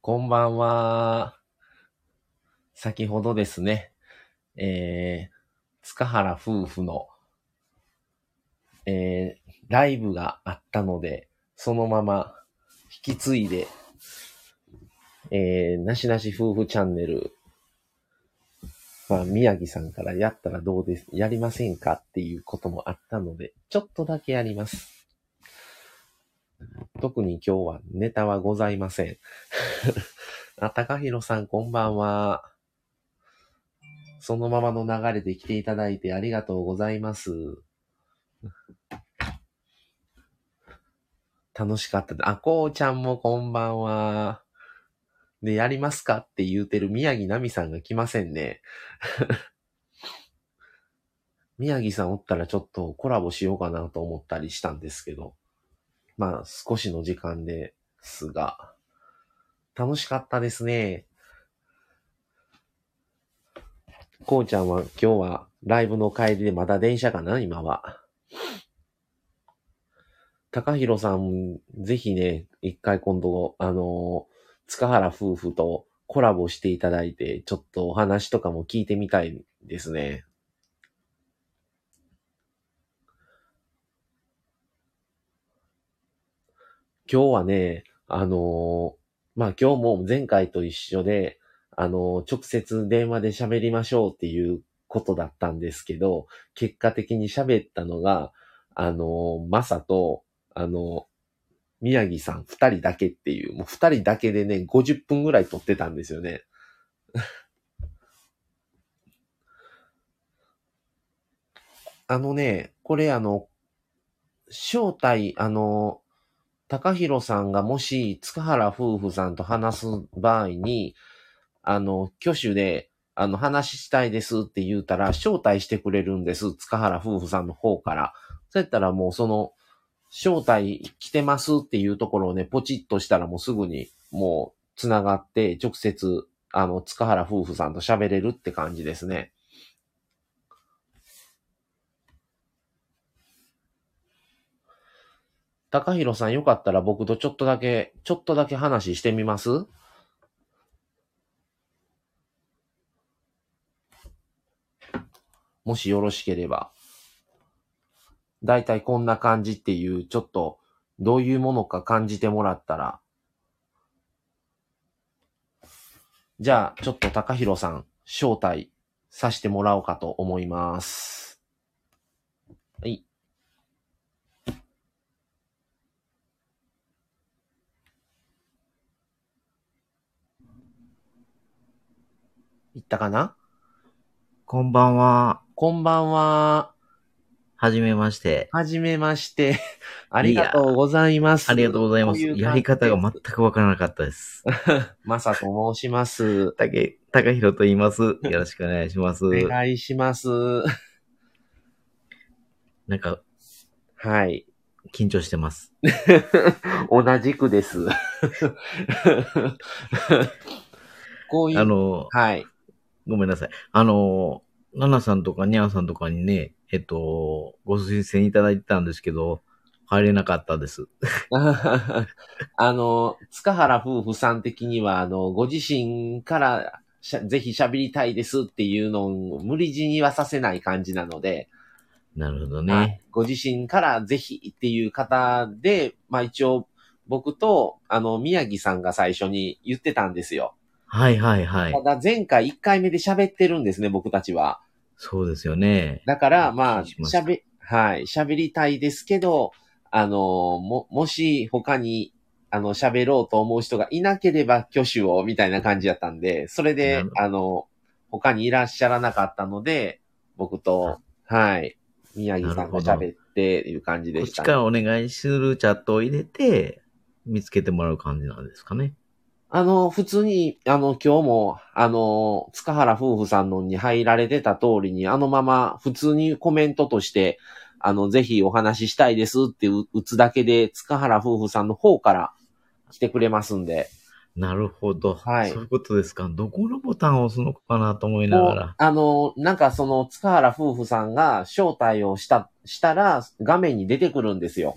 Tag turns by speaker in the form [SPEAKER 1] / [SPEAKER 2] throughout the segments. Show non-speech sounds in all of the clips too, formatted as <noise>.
[SPEAKER 1] こんばんは。先ほどですね、えー、塚原夫婦の、えー、ライブがあったので、そのまま引き継いで、えー、なしなし夫婦チャンネル、まあ、宮城さんからやったらどうです、やりませんかっていうこともあったので、ちょっとだけやります。特に今日はネタはございません。あ、高弘さんこんばんは。そのままの流れで来ていただいてありがとうございます。楽しかったで。あ、こうちゃんもこんばんは。で、やりますかって言うてる宮城奈美さんが来ませんね。 <laughs> 宮城さんおったらちょっとコラボしようかなと思ったりしたんですけど。まあ、少しの時間ですが、楽しかったですね。こうちゃんは今日はライブの帰りでまだ電車かな今は。高弘さん、ぜひね、一回今度、あの塚原夫婦とコラボしていただいて、ちょっとお話とかも聞いてみたいですね。今日はね、あのーまあ今日も前回と一緒で、あのー直接電話で喋りましょうっていうことだったんですけど、結果的に喋ったのが、あのーマサと、あのー宮城さん二人だけっていう、もう二人だけでね、50分ぐらい撮ってたんですよね。 <laughs> あのね、これあの、正体、あのー、高弘さんがもし塚原夫婦さんと話す場合に、あの、挙手で、あの、話したいですって言うたら、招待してくれるんです。塚原夫婦さんの方から。そうやったらもうその、招待来てますっていうところをね、ポチッとしたらもうすぐに、もう、つながって、直接、あの、塚原夫婦さんと喋れるって感じですね。高弘さんよかったら僕とちょっとだけ、ちょっとだけ話してみますもしよろしければ。だいたいこんな感じっていう、ちょっと、どういうものか感じてもらったら。じゃあ、ちょっと高弘さん、招待させてもらおうかと思います。はい。いったかな
[SPEAKER 2] こんばんは。
[SPEAKER 1] こんばんは。
[SPEAKER 2] はじめまして。
[SPEAKER 1] はじめまして。ありがとうございます。
[SPEAKER 2] ありがとうございます。
[SPEAKER 1] こうう感じで
[SPEAKER 2] やり方が全くわからなかったです。
[SPEAKER 1] まさと申します。
[SPEAKER 2] たけ、たかひろと言
[SPEAKER 1] <laughs>
[SPEAKER 2] います。よろしくお願いします
[SPEAKER 1] お。願いします。
[SPEAKER 2] なんか、
[SPEAKER 1] はい。
[SPEAKER 2] 緊張してます。
[SPEAKER 1] 同じく
[SPEAKER 2] <laughs>
[SPEAKER 1] です。こうい
[SPEAKER 2] あ
[SPEAKER 1] う、
[SPEAKER 2] の、
[SPEAKER 1] はい。 <laughs>
[SPEAKER 2] ごめんなさい。あの、ナナさんとかニャンさんとかにね、えっと、ご推薦いただいてたんですけど、入れなかったです。
[SPEAKER 1] あの、塚原夫婦さん的には、あの、ご自身からしゃぜひ喋りたいですっていうのを無理強いはさせない感じなので、
[SPEAKER 2] なるほど
[SPEAKER 1] はい
[SPEAKER 2] ね。
[SPEAKER 1] ご自身からぜひっていう方で、まあ一応僕と、あの、宮城さんが最初に言ってたんですよ。
[SPEAKER 2] はいはいはい
[SPEAKER 1] た。だ前回1回目で喋ってるんですね、僕たちは。
[SPEAKER 2] そうですよね。
[SPEAKER 1] だから、まあ、
[SPEAKER 2] お聞きしました
[SPEAKER 1] 喋、はい、喋りたいですけど、あの、も、もし他に、あの、喋ろうと思う人がいなければ挙手を、みたいな感じだったんで、それ
[SPEAKER 2] な
[SPEAKER 1] で
[SPEAKER 2] るほ、
[SPEAKER 1] あの、他にいらっしゃらなかったので、僕と、はい、宮城さんが
[SPEAKER 2] なる
[SPEAKER 1] 喋って、いう感じ
[SPEAKER 2] こ
[SPEAKER 1] で
[SPEAKER 2] っ
[SPEAKER 1] し
[SPEAKER 2] ち
[SPEAKER 1] た、
[SPEAKER 2] からお願いするチャットを入れて、見つけてもらう感じなんですかね。
[SPEAKER 1] あの、普通に、あの、今日も、あの、塚原夫婦さんのに入られてた通りに、あのまま、普通にコメントとして、あの、ぜひお話ししたいですってう打つだけで、塚原夫婦さんの方から来てくれますんで、
[SPEAKER 2] なるほど。
[SPEAKER 1] はい
[SPEAKER 2] そういうことですか。どこのボタンを押すのかなと思いな
[SPEAKER 1] も
[SPEAKER 2] が
[SPEAKER 1] う
[SPEAKER 2] ら。
[SPEAKER 1] あの、なんかその、塚原夫婦さんが招待をした、したら、画面に出てくるんですよ。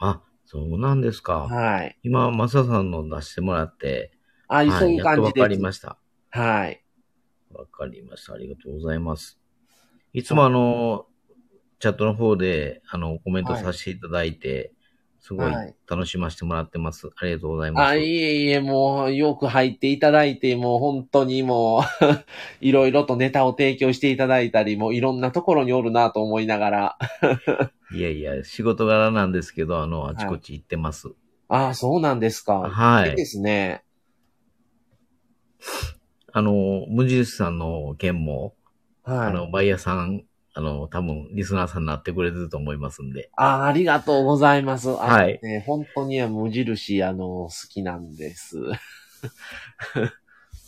[SPEAKER 2] あ、そうなんですか。
[SPEAKER 1] はい。
[SPEAKER 2] 今、マサさんの出してもらって、
[SPEAKER 1] ああいう、そう
[SPEAKER 2] はいい、
[SPEAKER 1] う
[SPEAKER 2] やっ
[SPEAKER 1] 感
[SPEAKER 2] と
[SPEAKER 1] じ
[SPEAKER 2] わ
[SPEAKER 1] で。
[SPEAKER 2] かりました。
[SPEAKER 1] はい。
[SPEAKER 2] わかりました。ありがとうございます。いつもあの、チャットの方で、あの、コメントさせていただいて、すごい
[SPEAKER 1] はい
[SPEAKER 2] 楽しませてもらってます。ありがとうございます。
[SPEAKER 1] あ、いえいえ、もう、よく入っていただいて、もう本当にもう、 <laughs> いろいろとネタを提供していただいたり、もういろんなところにおるなと思いながら。
[SPEAKER 2] いやいや、仕事柄なんですけど、あの、あちこち行ってます。
[SPEAKER 1] ああ、そうなんですか。
[SPEAKER 2] はい
[SPEAKER 1] いい。ですね。
[SPEAKER 2] あの、無印さんの件も、
[SPEAKER 1] はい。
[SPEAKER 2] あの、バイヤーさん、あの、多分、リスナーさんになってくれてると思いますんで。
[SPEAKER 1] ああ、ありがとうございます。あの
[SPEAKER 2] はい
[SPEAKER 1] ね、本当に無印、あの、好きなんです。 <laughs>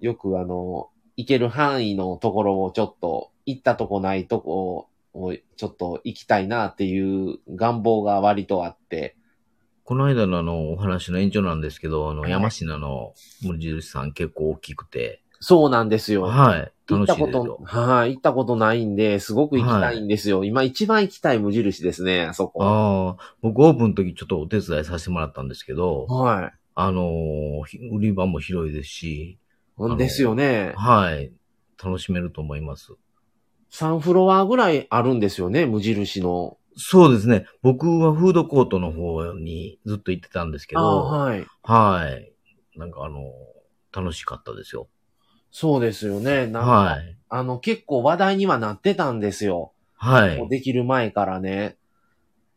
[SPEAKER 1] よくあの、行ける範囲のところをちょっと、行ったとこないとこをちょっと行きたいなっていう願望が割とあって。
[SPEAKER 2] この間のあの、お話の延長なんですけど、あの、
[SPEAKER 1] はい
[SPEAKER 2] 山科の無印さん結構大きくて、
[SPEAKER 1] そうなんですよ。
[SPEAKER 2] はい、
[SPEAKER 1] 行
[SPEAKER 2] 楽
[SPEAKER 1] った
[SPEAKER 2] しい
[SPEAKER 1] こ
[SPEAKER 2] ですよ
[SPEAKER 1] と、。はい、行ったことないんで、すごく行きたいんですよ。今一番行きたい無印ですね、あそこ。
[SPEAKER 2] ああ、僕オープンの時ちょっとお手伝いさせてもらったんですけど、
[SPEAKER 1] は
[SPEAKER 2] あのーひ売り場も広いですし、
[SPEAKER 1] い。ですよね。
[SPEAKER 2] はい、楽しめると思います。
[SPEAKER 1] 3フロアぐらいあるんですよね、無印の。
[SPEAKER 2] そうですね。僕はフードコートの方にずっと行ってたんですけ
[SPEAKER 1] あ
[SPEAKER 2] ど、
[SPEAKER 1] はい。
[SPEAKER 2] はい。なんかあのー楽しかったですよ。
[SPEAKER 1] そうですよね。なんか
[SPEAKER 2] はい。
[SPEAKER 1] あの、結構話題にはなってたんですよ。
[SPEAKER 2] はい。
[SPEAKER 1] できる前からね。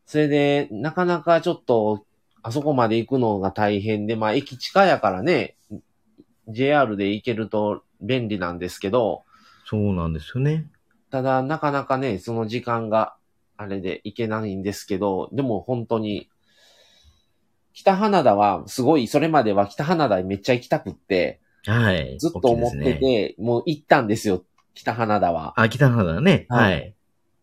[SPEAKER 1] それで、なかなかちょっと、あそこまで行くのが大変で、まあ、駅近やからね、JR で行けると便利なんですけど、
[SPEAKER 2] そうなんですよね。
[SPEAKER 1] ただ、なかなかね、その時間が、あれで行けないんですけど、でも本当に、北花田は、すごい、それまでは北花田めっちゃ行きたくって、
[SPEAKER 2] はい。
[SPEAKER 1] ずっと思っ
[SPEAKER 2] 大
[SPEAKER 1] て
[SPEAKER 2] きいですね。
[SPEAKER 1] て、もう行ったんですよ、北花田は。
[SPEAKER 2] あ、北原だね。
[SPEAKER 1] は
[SPEAKER 2] はい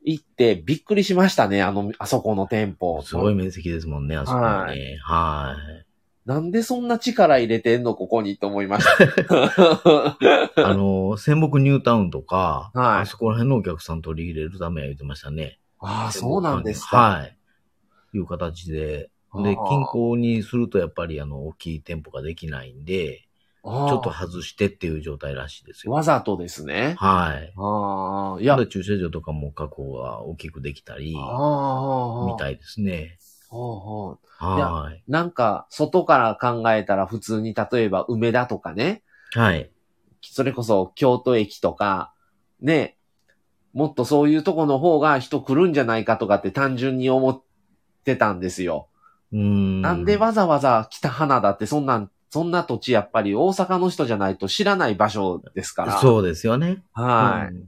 [SPEAKER 2] い。
[SPEAKER 1] 行って、びっくりしましたね、あの、あそこの店舗。
[SPEAKER 2] すごい面積ですもんね、あそこはね。はい。
[SPEAKER 1] なんでそんな力入れてんの、ここに、と思いま
[SPEAKER 2] <laughs>
[SPEAKER 1] した。
[SPEAKER 2] あのー、 <laughs> 仙北ニュータウンとか、
[SPEAKER 1] はい
[SPEAKER 2] あそこら辺のお客さん取り入れるためは言ってましたね。
[SPEAKER 1] ああ、そうなんですか。
[SPEAKER 2] はい。いう形で。
[SPEAKER 1] あ
[SPEAKER 2] で、
[SPEAKER 1] ー
[SPEAKER 2] 近郊にするとやっぱりあの、大きい店舗ができないんで、
[SPEAKER 1] ち
[SPEAKER 2] ち
[SPEAKER 1] ょ
[SPEAKER 2] ょっと外してっていう状態らしいですよ。
[SPEAKER 1] わざとですね。
[SPEAKER 2] はい。
[SPEAKER 1] ああ、い
[SPEAKER 2] な
[SPEAKER 1] や、
[SPEAKER 2] ので駐車場とかも確保が大きくできたり、
[SPEAKER 1] ああ、
[SPEAKER 2] みたいですね。
[SPEAKER 1] ほうほう
[SPEAKER 2] はい。
[SPEAKER 1] なんか、外から考えたら普通に、例えば梅田とかね、
[SPEAKER 2] はい。
[SPEAKER 1] それこそ京都駅とか、ね、もっとそういうとこの方が人来るんじゃないかとかって単純に思ってたんですよ。
[SPEAKER 2] うーん。
[SPEAKER 1] なんでわざわざ北花田ってそんなん、そんな土地やっぱり大阪の人じゃないと知らない場所ですから。う。
[SPEAKER 2] そうですよね。。
[SPEAKER 1] はいい。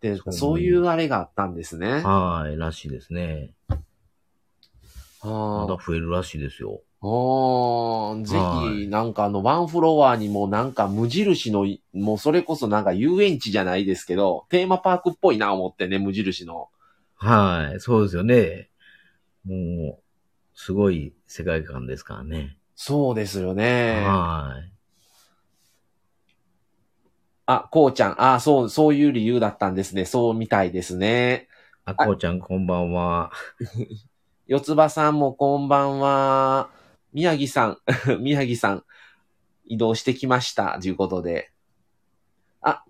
[SPEAKER 1] で
[SPEAKER 2] そ、う
[SPEAKER 1] そういうあれがあったんですね。
[SPEAKER 2] はい。らしいですね。ま
[SPEAKER 1] は
[SPEAKER 2] だ増えるらしいですよ。
[SPEAKER 1] おー、ぜ
[SPEAKER 2] はい
[SPEAKER 1] ひ、なんかあの、ワンフロアにもなんか無印の、もうそれこそなんか遊園地じゃないですけど、テーマパークっぽいな思ってね、無印の。
[SPEAKER 2] はい。そうですよね。もう、すごい世界観ですからね。
[SPEAKER 1] そうですよね。
[SPEAKER 2] はい。
[SPEAKER 1] あ、こうちゃん、あ、そう、そういう理由だったんですね。そうみたいですね。
[SPEAKER 2] あ、こうちゃんこんばんは。
[SPEAKER 1] 四つ葉さんもこんばんは。宮城さん、 <laughs> 宮城さん、移動してきました、ということで。あ、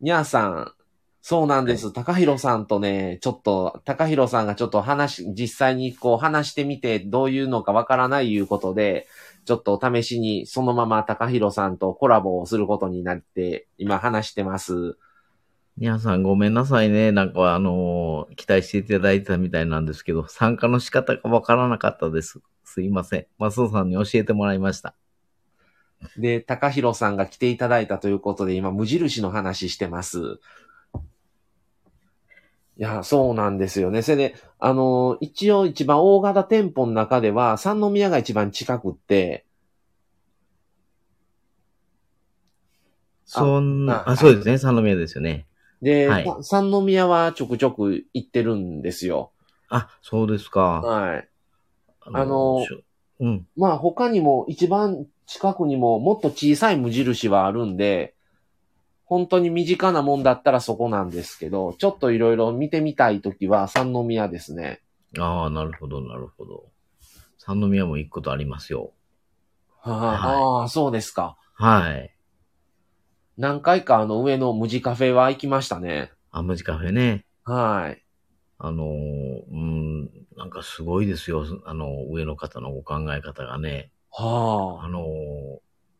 [SPEAKER 1] にゃーさん、そうなんです。高弘さんとね、ちょっと、高弘さんがちょっと話、実際にこう話してみて、どういうのかわからないいうことで、ちょっとお試しに、そのまま高弘さんとコラボをすることになって、今話してます。
[SPEAKER 2] 皆さんごめんなさいね。なんかあのー期待していただいてたみたいなんですけど、参加の仕方がわからなかったです。すいません。マスオさんに教えてもらいました。
[SPEAKER 1] で、高弘さんが来ていただいたということで、今、無印の話してます。いや、そうなんですよね。それで、あの、一応一番大型店舗の中では、三宮が一番近くって、
[SPEAKER 2] そんな、
[SPEAKER 1] あ
[SPEAKER 2] あ、
[SPEAKER 1] はい
[SPEAKER 2] そうですね。三宮ですよね。
[SPEAKER 1] で、
[SPEAKER 2] はい
[SPEAKER 1] さ三宮はちょくちょく行ってるんですよ。
[SPEAKER 2] あ、そうですか。
[SPEAKER 1] はい。
[SPEAKER 2] ー
[SPEAKER 1] あのー
[SPEAKER 2] しょうん。
[SPEAKER 1] まあ、他にも、一番近くにも、もっと小さい無印はあるんで、本当に身近なもんだったらそこなんですけど、ちょっといろいろ見てみたいときは三宮ですね。
[SPEAKER 2] ああ、なるほど、なるほど。三宮も行くことありますよ。
[SPEAKER 1] ああ、そうですか。
[SPEAKER 2] はい。
[SPEAKER 1] 何回かあの上の無地カフェは行きましたね。
[SPEAKER 2] アムジカフェね。
[SPEAKER 1] はい。
[SPEAKER 2] あのー、うん、なんかすごいですよ。あの、上の方のお考え方がね。
[SPEAKER 1] はあ。
[SPEAKER 2] あのー、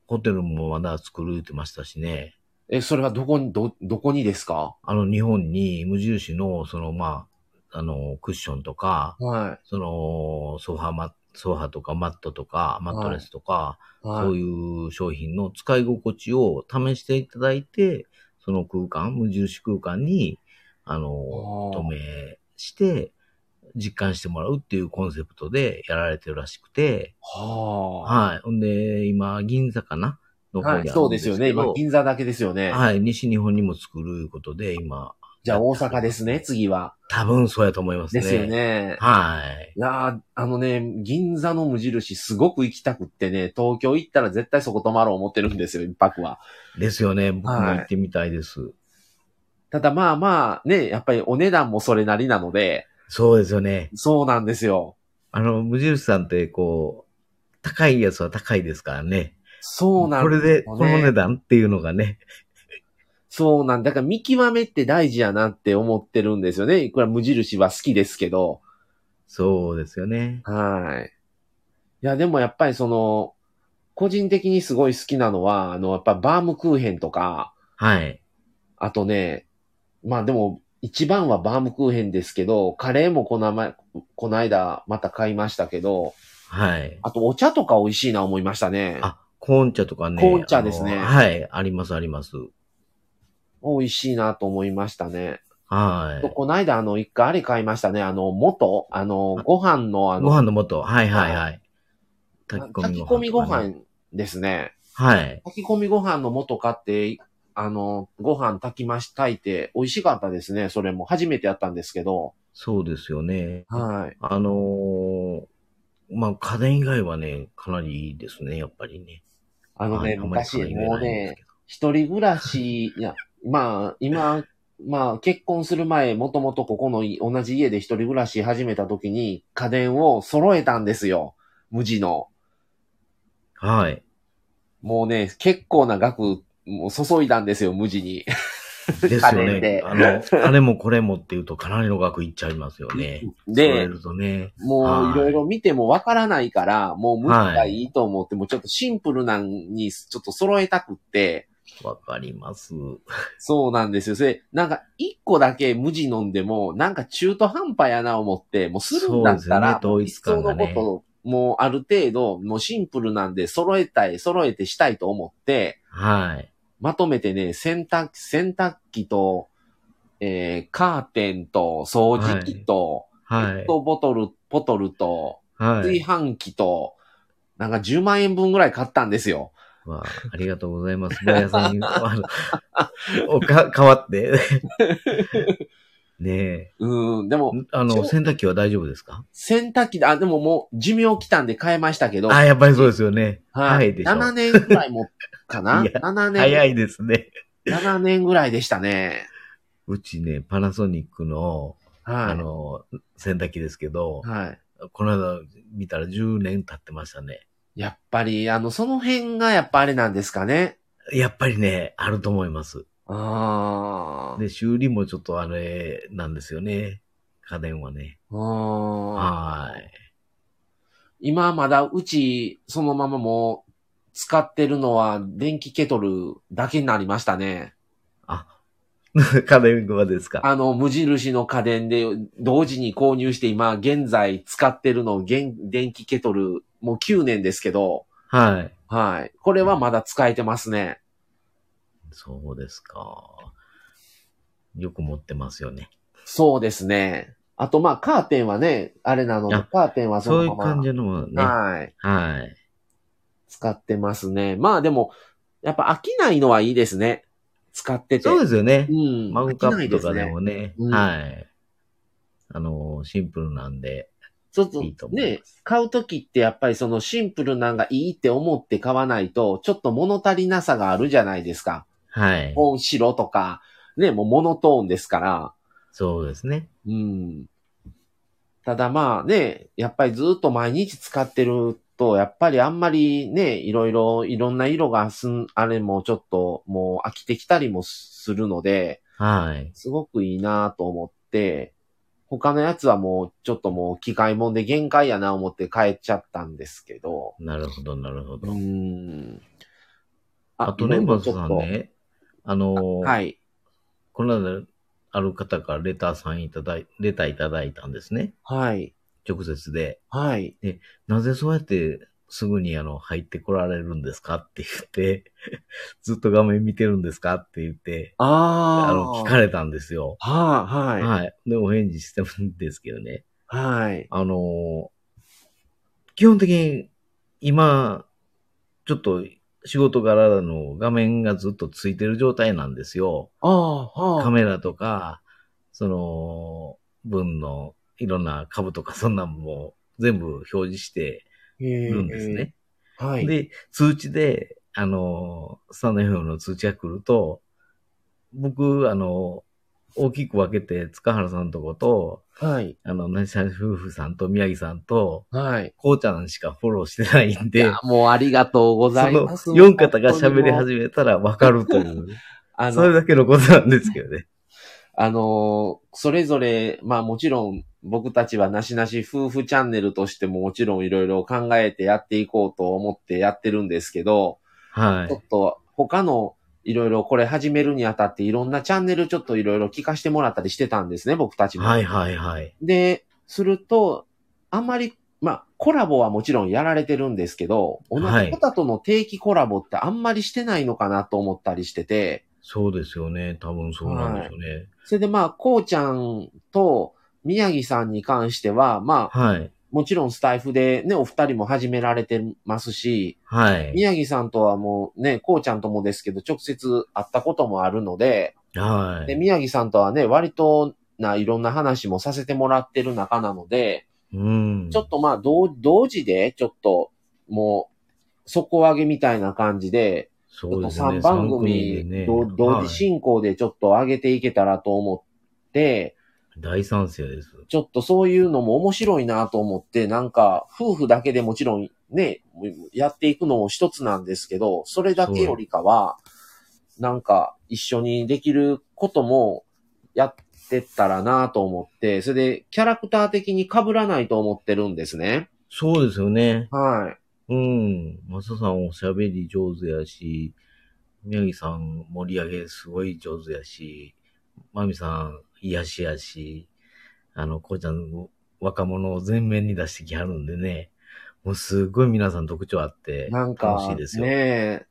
[SPEAKER 2] ホテルもまだ作る言ってましたしね。
[SPEAKER 1] え、それはどこに、ど、どこにですか
[SPEAKER 2] あの、日本に無印の、その、まあ、あの、クッションとか、
[SPEAKER 1] は
[SPEAKER 2] その、ソファマ、ソファとかマットとか、マットレスとか、
[SPEAKER 1] い。は
[SPEAKER 2] そう
[SPEAKER 1] い。
[SPEAKER 2] いう商品の使い心地を試していただいて、その空間、無印空間に、あの、
[SPEAKER 1] あー
[SPEAKER 2] 止めして、実感してもらうっていうコンセプトでやられてるらしくて、
[SPEAKER 1] はあ。
[SPEAKER 2] はい。ほんで、今、銀座かなの方にあ
[SPEAKER 1] は
[SPEAKER 2] る
[SPEAKER 1] い、
[SPEAKER 2] んですけど、
[SPEAKER 1] そうですよね。今、銀座だけですよね。
[SPEAKER 2] はい。西日本にも作るいうことで、今、
[SPEAKER 1] じゃあ、大阪ですね、次は。
[SPEAKER 2] 多分そうやと思います
[SPEAKER 1] で
[SPEAKER 2] ね。
[SPEAKER 1] すよ。ね。
[SPEAKER 2] はい。
[SPEAKER 1] いやーあのね、銀座の無印すごく行きたくってね、東京行ったら絶対そこ泊まろう思ってるんですよ、一泊は。
[SPEAKER 2] ですよね。僕も
[SPEAKER 1] はい
[SPEAKER 2] 行ってみたいです。
[SPEAKER 1] ただまあまあ、ね、やっぱりお値段もそれなりなので、
[SPEAKER 2] そうですよね。
[SPEAKER 1] そうなんですよ。
[SPEAKER 2] あの、無印さんって、こう、高いやつは高いですからね。
[SPEAKER 1] そうなん
[SPEAKER 2] これで、
[SPEAKER 1] よ
[SPEAKER 2] この値段っていうのがね。
[SPEAKER 1] そうなんだ。から見極めって大事やなって思ってるんですよね。いくら無印は好きですけど。
[SPEAKER 2] そうですよね。
[SPEAKER 1] はい。いや、でもやっぱりその、個人的にすごい好きなのは、あの、やっぱバームクーヘンとか、
[SPEAKER 2] はい。
[SPEAKER 1] あとね、まあでも、一番はバームクーヘンですけど、カレーもこの前、この間また買いましたけど、
[SPEAKER 2] はい。
[SPEAKER 1] あとお茶とか美味しいな思いましたね。
[SPEAKER 2] あ、コーン茶とかね。
[SPEAKER 1] コーン茶ですね
[SPEAKER 2] あのはい。あります、あります。
[SPEAKER 1] 美味しいなと思いましたね。
[SPEAKER 2] は
[SPEAKER 1] と
[SPEAKER 2] い。
[SPEAKER 1] この間あの、一回あれ買いましたね。あの、元、あの、ご飯のあ
[SPEAKER 2] ご
[SPEAKER 1] の、
[SPEAKER 2] 飯の素。はい、はい、はい。
[SPEAKER 1] 炊き込みご
[SPEAKER 2] とかね
[SPEAKER 1] 飯ですね。
[SPEAKER 2] はい。
[SPEAKER 1] 炊き込みご飯の素買って、あの、ご飯炊きまし、炊いて、美味しかったですね。それも初めてやったんですけど。
[SPEAKER 2] そうですよね。
[SPEAKER 1] はい。
[SPEAKER 2] あのーまあ、家電以外はね、かなりいいですね、やっぱりね。
[SPEAKER 1] あの
[SPEAKER 2] は
[SPEAKER 1] ね、
[SPEAKER 2] い
[SPEAKER 1] 昔、もう、
[SPEAKER 2] あんまり家電以外ないんです
[SPEAKER 1] ね
[SPEAKER 2] け、ど
[SPEAKER 1] 一人暮らし、いや、 <laughs> まあ、今、まあ、結婚する前、もともとここのい同じ家で一人暮らし始めた時に、家電を揃えたんですよ。無地の。
[SPEAKER 2] はい。
[SPEAKER 1] もうね、結構な額、もう注いだんですよ、無地に。
[SPEAKER 2] ですよ
[SPEAKER 1] 家電で
[SPEAKER 2] ね。あの、あれもこれもっていうとかなりの額いっちゃいますよ
[SPEAKER 1] <laughs>
[SPEAKER 2] ね。
[SPEAKER 1] で、
[SPEAKER 2] そうやるとね。
[SPEAKER 1] もういろいろ見てもわからないから、もう無理がいいと思って、もうちょっとシンプルなんにちょっと揃えたくって、
[SPEAKER 2] わかります。
[SPEAKER 1] そうなんですよ。それ、なんか一個だけ無地飲んでも、なんか中途半端やな思って、もうするんだったら、
[SPEAKER 2] そうですね
[SPEAKER 1] もう
[SPEAKER 2] 統一感がね
[SPEAKER 1] いっそのこと、もうある程度、もうシンプルなんで揃えたい、揃えてしたいと思って、
[SPEAKER 2] はい。
[SPEAKER 1] まとめてね、洗濯、洗濯機と、えー、カーテンと、掃除機と、ペ
[SPEAKER 2] は
[SPEAKER 1] ッ
[SPEAKER 2] い。
[SPEAKER 1] トボトル、ボトルと、
[SPEAKER 2] は
[SPEAKER 1] 炊
[SPEAKER 2] い。
[SPEAKER 1] 飯器と、なんか10万円分ぐらい買ったんですよ。
[SPEAKER 2] まあ、ありがとうございます。バヤさんに、あのおか、変わって。ねえ。
[SPEAKER 1] うん、でも、
[SPEAKER 2] あ
[SPEAKER 1] そう
[SPEAKER 2] の、洗濯機は大丈夫ですか
[SPEAKER 1] 洗濯機で、あ、でももう寿命来たんで買いましたけど、
[SPEAKER 2] あ、やっぱりそうですよね。
[SPEAKER 1] は
[SPEAKER 2] 早い
[SPEAKER 1] い。
[SPEAKER 2] でしょ。
[SPEAKER 1] 7年ぐらいも、かな
[SPEAKER 2] <laughs> いや
[SPEAKER 1] ?7 年。
[SPEAKER 2] 早いですね。
[SPEAKER 1] 7年ぐらいでしたね。
[SPEAKER 2] うちね、パナソニックの、
[SPEAKER 1] はい。
[SPEAKER 2] あの、洗濯機ですけど、
[SPEAKER 1] はい。
[SPEAKER 2] この間見たら10年経ってましたね。
[SPEAKER 1] やっぱり、あの、その辺がやっぱあれなんですかね。
[SPEAKER 2] やっぱりね、あると思います。
[SPEAKER 1] ああ。
[SPEAKER 2] で、修理もちょっとあれなんですよね。家電はね。
[SPEAKER 1] あ
[SPEAKER 2] は
[SPEAKER 1] ー
[SPEAKER 2] ーい。
[SPEAKER 1] 今まだうち、そのままもう、使ってるのは電気ケトルだけになりましたね。
[SPEAKER 2] あ、 <laughs> 家電はですか。
[SPEAKER 1] あの、無印の家電で同時に購入して今現在使ってるの現電気ケトルもう9年ですけど、
[SPEAKER 2] はい。
[SPEAKER 1] はい。これはまだ使えてますね。
[SPEAKER 2] そうですか。よく持ってますよね。
[SPEAKER 1] そうですね。あとまあカーテンはね、あれなので
[SPEAKER 2] あ、
[SPEAKER 1] カーテンはそ
[SPEAKER 2] そうい
[SPEAKER 1] の
[SPEAKER 2] う
[SPEAKER 1] まま
[SPEAKER 2] 感じのもね。
[SPEAKER 1] はい。
[SPEAKER 2] はい。
[SPEAKER 1] 使ってますね。まあでも、やっぱ飽きないのはいいですね。使ってて。
[SPEAKER 2] そうですよね
[SPEAKER 1] う。ん。
[SPEAKER 2] マグ
[SPEAKER 1] 飽き
[SPEAKER 2] カ
[SPEAKER 1] な
[SPEAKER 2] ッ
[SPEAKER 1] いで
[SPEAKER 2] プと
[SPEAKER 1] す
[SPEAKER 2] かで
[SPEAKER 1] ね。
[SPEAKER 2] もね。
[SPEAKER 1] うん
[SPEAKER 2] はい。あの、シンプルなんで。
[SPEAKER 1] ちょっと
[SPEAKER 2] いいと思い
[SPEAKER 1] ね
[SPEAKER 2] ま、
[SPEAKER 1] 買うときってやっぱりそのシンプルなんがいいって思って買わないと、ちょっと物足りなさがあるじゃないですか。
[SPEAKER 2] はい。
[SPEAKER 1] 本白とか、ね、もうモノトーンですから、
[SPEAKER 2] そうですね。
[SPEAKER 1] うん。ただまあね、やっぱりずっと毎日使ってると、やっぱりあんまりね、いろいろ、いろんな色がすん、あれもちょっともう飽きてきたりもするので、
[SPEAKER 2] はい。
[SPEAKER 1] すごくいいなと思って、他のやつはもうちょっともう機械もんで限界やな思って変えちゃったんですけど、
[SPEAKER 2] なるほど、なるほ
[SPEAKER 1] うー
[SPEAKER 2] ど。
[SPEAKER 1] ん。
[SPEAKER 2] あと
[SPEAKER 1] い
[SPEAKER 2] ね、
[SPEAKER 1] ろいろ
[SPEAKER 2] マ
[SPEAKER 1] ち
[SPEAKER 2] ス
[SPEAKER 1] ょっ
[SPEAKER 2] さ
[SPEAKER 1] と
[SPEAKER 2] んね、あのー
[SPEAKER 1] はい。
[SPEAKER 2] この間、ある方からレターさんいただい、レターいただいたんですね。
[SPEAKER 1] はい。
[SPEAKER 2] 直接で。
[SPEAKER 1] はい。
[SPEAKER 2] なぜそうやってすぐにあの、入ってこられるんですかって言って、 <laughs> ずっと画面見てるんですかって言って、
[SPEAKER 1] あ
[SPEAKER 2] あ
[SPEAKER 1] あ
[SPEAKER 2] の、聞かれたんですよ。
[SPEAKER 1] はい、はい。
[SPEAKER 2] はい。で、お返事してもんですけどね。
[SPEAKER 1] はい。
[SPEAKER 2] あのー基本的に今、ちょっと仕事柄の画面がずっとついてる状態なんですよ。
[SPEAKER 1] ああ、
[SPEAKER 2] カ
[SPEAKER 1] はい。
[SPEAKER 2] メラとか、その、文のいろんな株とかそんなんも全部表示して
[SPEAKER 1] え
[SPEAKER 2] るんですね。
[SPEAKER 1] え。はい。
[SPEAKER 2] で、通知で、あのー、スタンド FM の通知が来ると、僕、あのー、大きく分けて塚原さんとこと、
[SPEAKER 1] はい。
[SPEAKER 2] あの、何しゃ夫婦さんと宮城さんと、
[SPEAKER 1] はい。
[SPEAKER 2] こうちゃんしかフォローしてないん
[SPEAKER 1] い
[SPEAKER 2] で、
[SPEAKER 1] や、もうありがとうござ
[SPEAKER 2] そ
[SPEAKER 1] い
[SPEAKER 2] の
[SPEAKER 1] ます。
[SPEAKER 2] 4方が喋り始めたらわかるという、 <laughs>
[SPEAKER 1] あ
[SPEAKER 2] それ
[SPEAKER 1] の、
[SPEAKER 2] だけのことなんですけどね。
[SPEAKER 1] あの、それぞれ、まあもちろん僕たちはなしなし夫婦チャンネルとしてももちろんいろいろ考えてやっていこうと思ってやってるんですけど、
[SPEAKER 2] は
[SPEAKER 1] ちょ
[SPEAKER 2] い。
[SPEAKER 1] っと他のいろいろこれ始めるにあたっていろんなチャンネルちょっといろいろ聞かせてもらったりしてたんですね、僕たちも。
[SPEAKER 2] はいはいはい。
[SPEAKER 1] で、すると、あんまり、まあ、コラボはもちろんやられてるんですけど、同
[SPEAKER 2] は
[SPEAKER 1] じ
[SPEAKER 2] い
[SPEAKER 1] 方との定期コラボってあんまりしてないのかなと思ったりしてて、
[SPEAKER 2] そうですよね。多分そうなんですよね。
[SPEAKER 1] それでまあ、こうちゃんと宮城さんに関しては、まあ、
[SPEAKER 2] はい。
[SPEAKER 1] もちろんスタイフでね、お二人も始められてますし、
[SPEAKER 2] はい。
[SPEAKER 1] 宮城さんとはもうね、こうちゃんともですけど、直接会ったこともあるので、
[SPEAKER 2] は
[SPEAKER 1] で、
[SPEAKER 2] い。
[SPEAKER 1] 宮城さんとはね、割とないろんな話もさせてもらってる仲なので、
[SPEAKER 2] うん。
[SPEAKER 1] ちょっとまあ、同同時で、ちょっと、もう、底上げみたいな感じで、ち
[SPEAKER 2] そ
[SPEAKER 1] ょっ
[SPEAKER 2] う
[SPEAKER 1] と
[SPEAKER 2] ですよね。
[SPEAKER 1] 3番
[SPEAKER 2] 三組で
[SPEAKER 1] 組、
[SPEAKER 2] ね
[SPEAKER 1] 同同時進行でちょっと上げていけたらと思って、
[SPEAKER 2] はい大賛成です。
[SPEAKER 1] ちょっとそういうのも面白いなと思って、なんか、夫婦だけでもちろんね、やっていくのも一つなんですけど、それだけよりかは、なんか、一緒にできることもやってったらなと思って、それで、キャラクター的に被らないと思ってるんですね。
[SPEAKER 2] そうですよね。
[SPEAKER 1] はい。
[SPEAKER 2] うん。マサさんおしゃべり上手やし、宮城さん盛り上げすごい上手やし、まみさん癒しやし、あの、こうちゃん若者を全面に出してきはるんでね、もうすごい皆さん特徴あって、
[SPEAKER 1] なん
[SPEAKER 2] 楽
[SPEAKER 1] か
[SPEAKER 2] しいです、よ。
[SPEAKER 1] ねえ。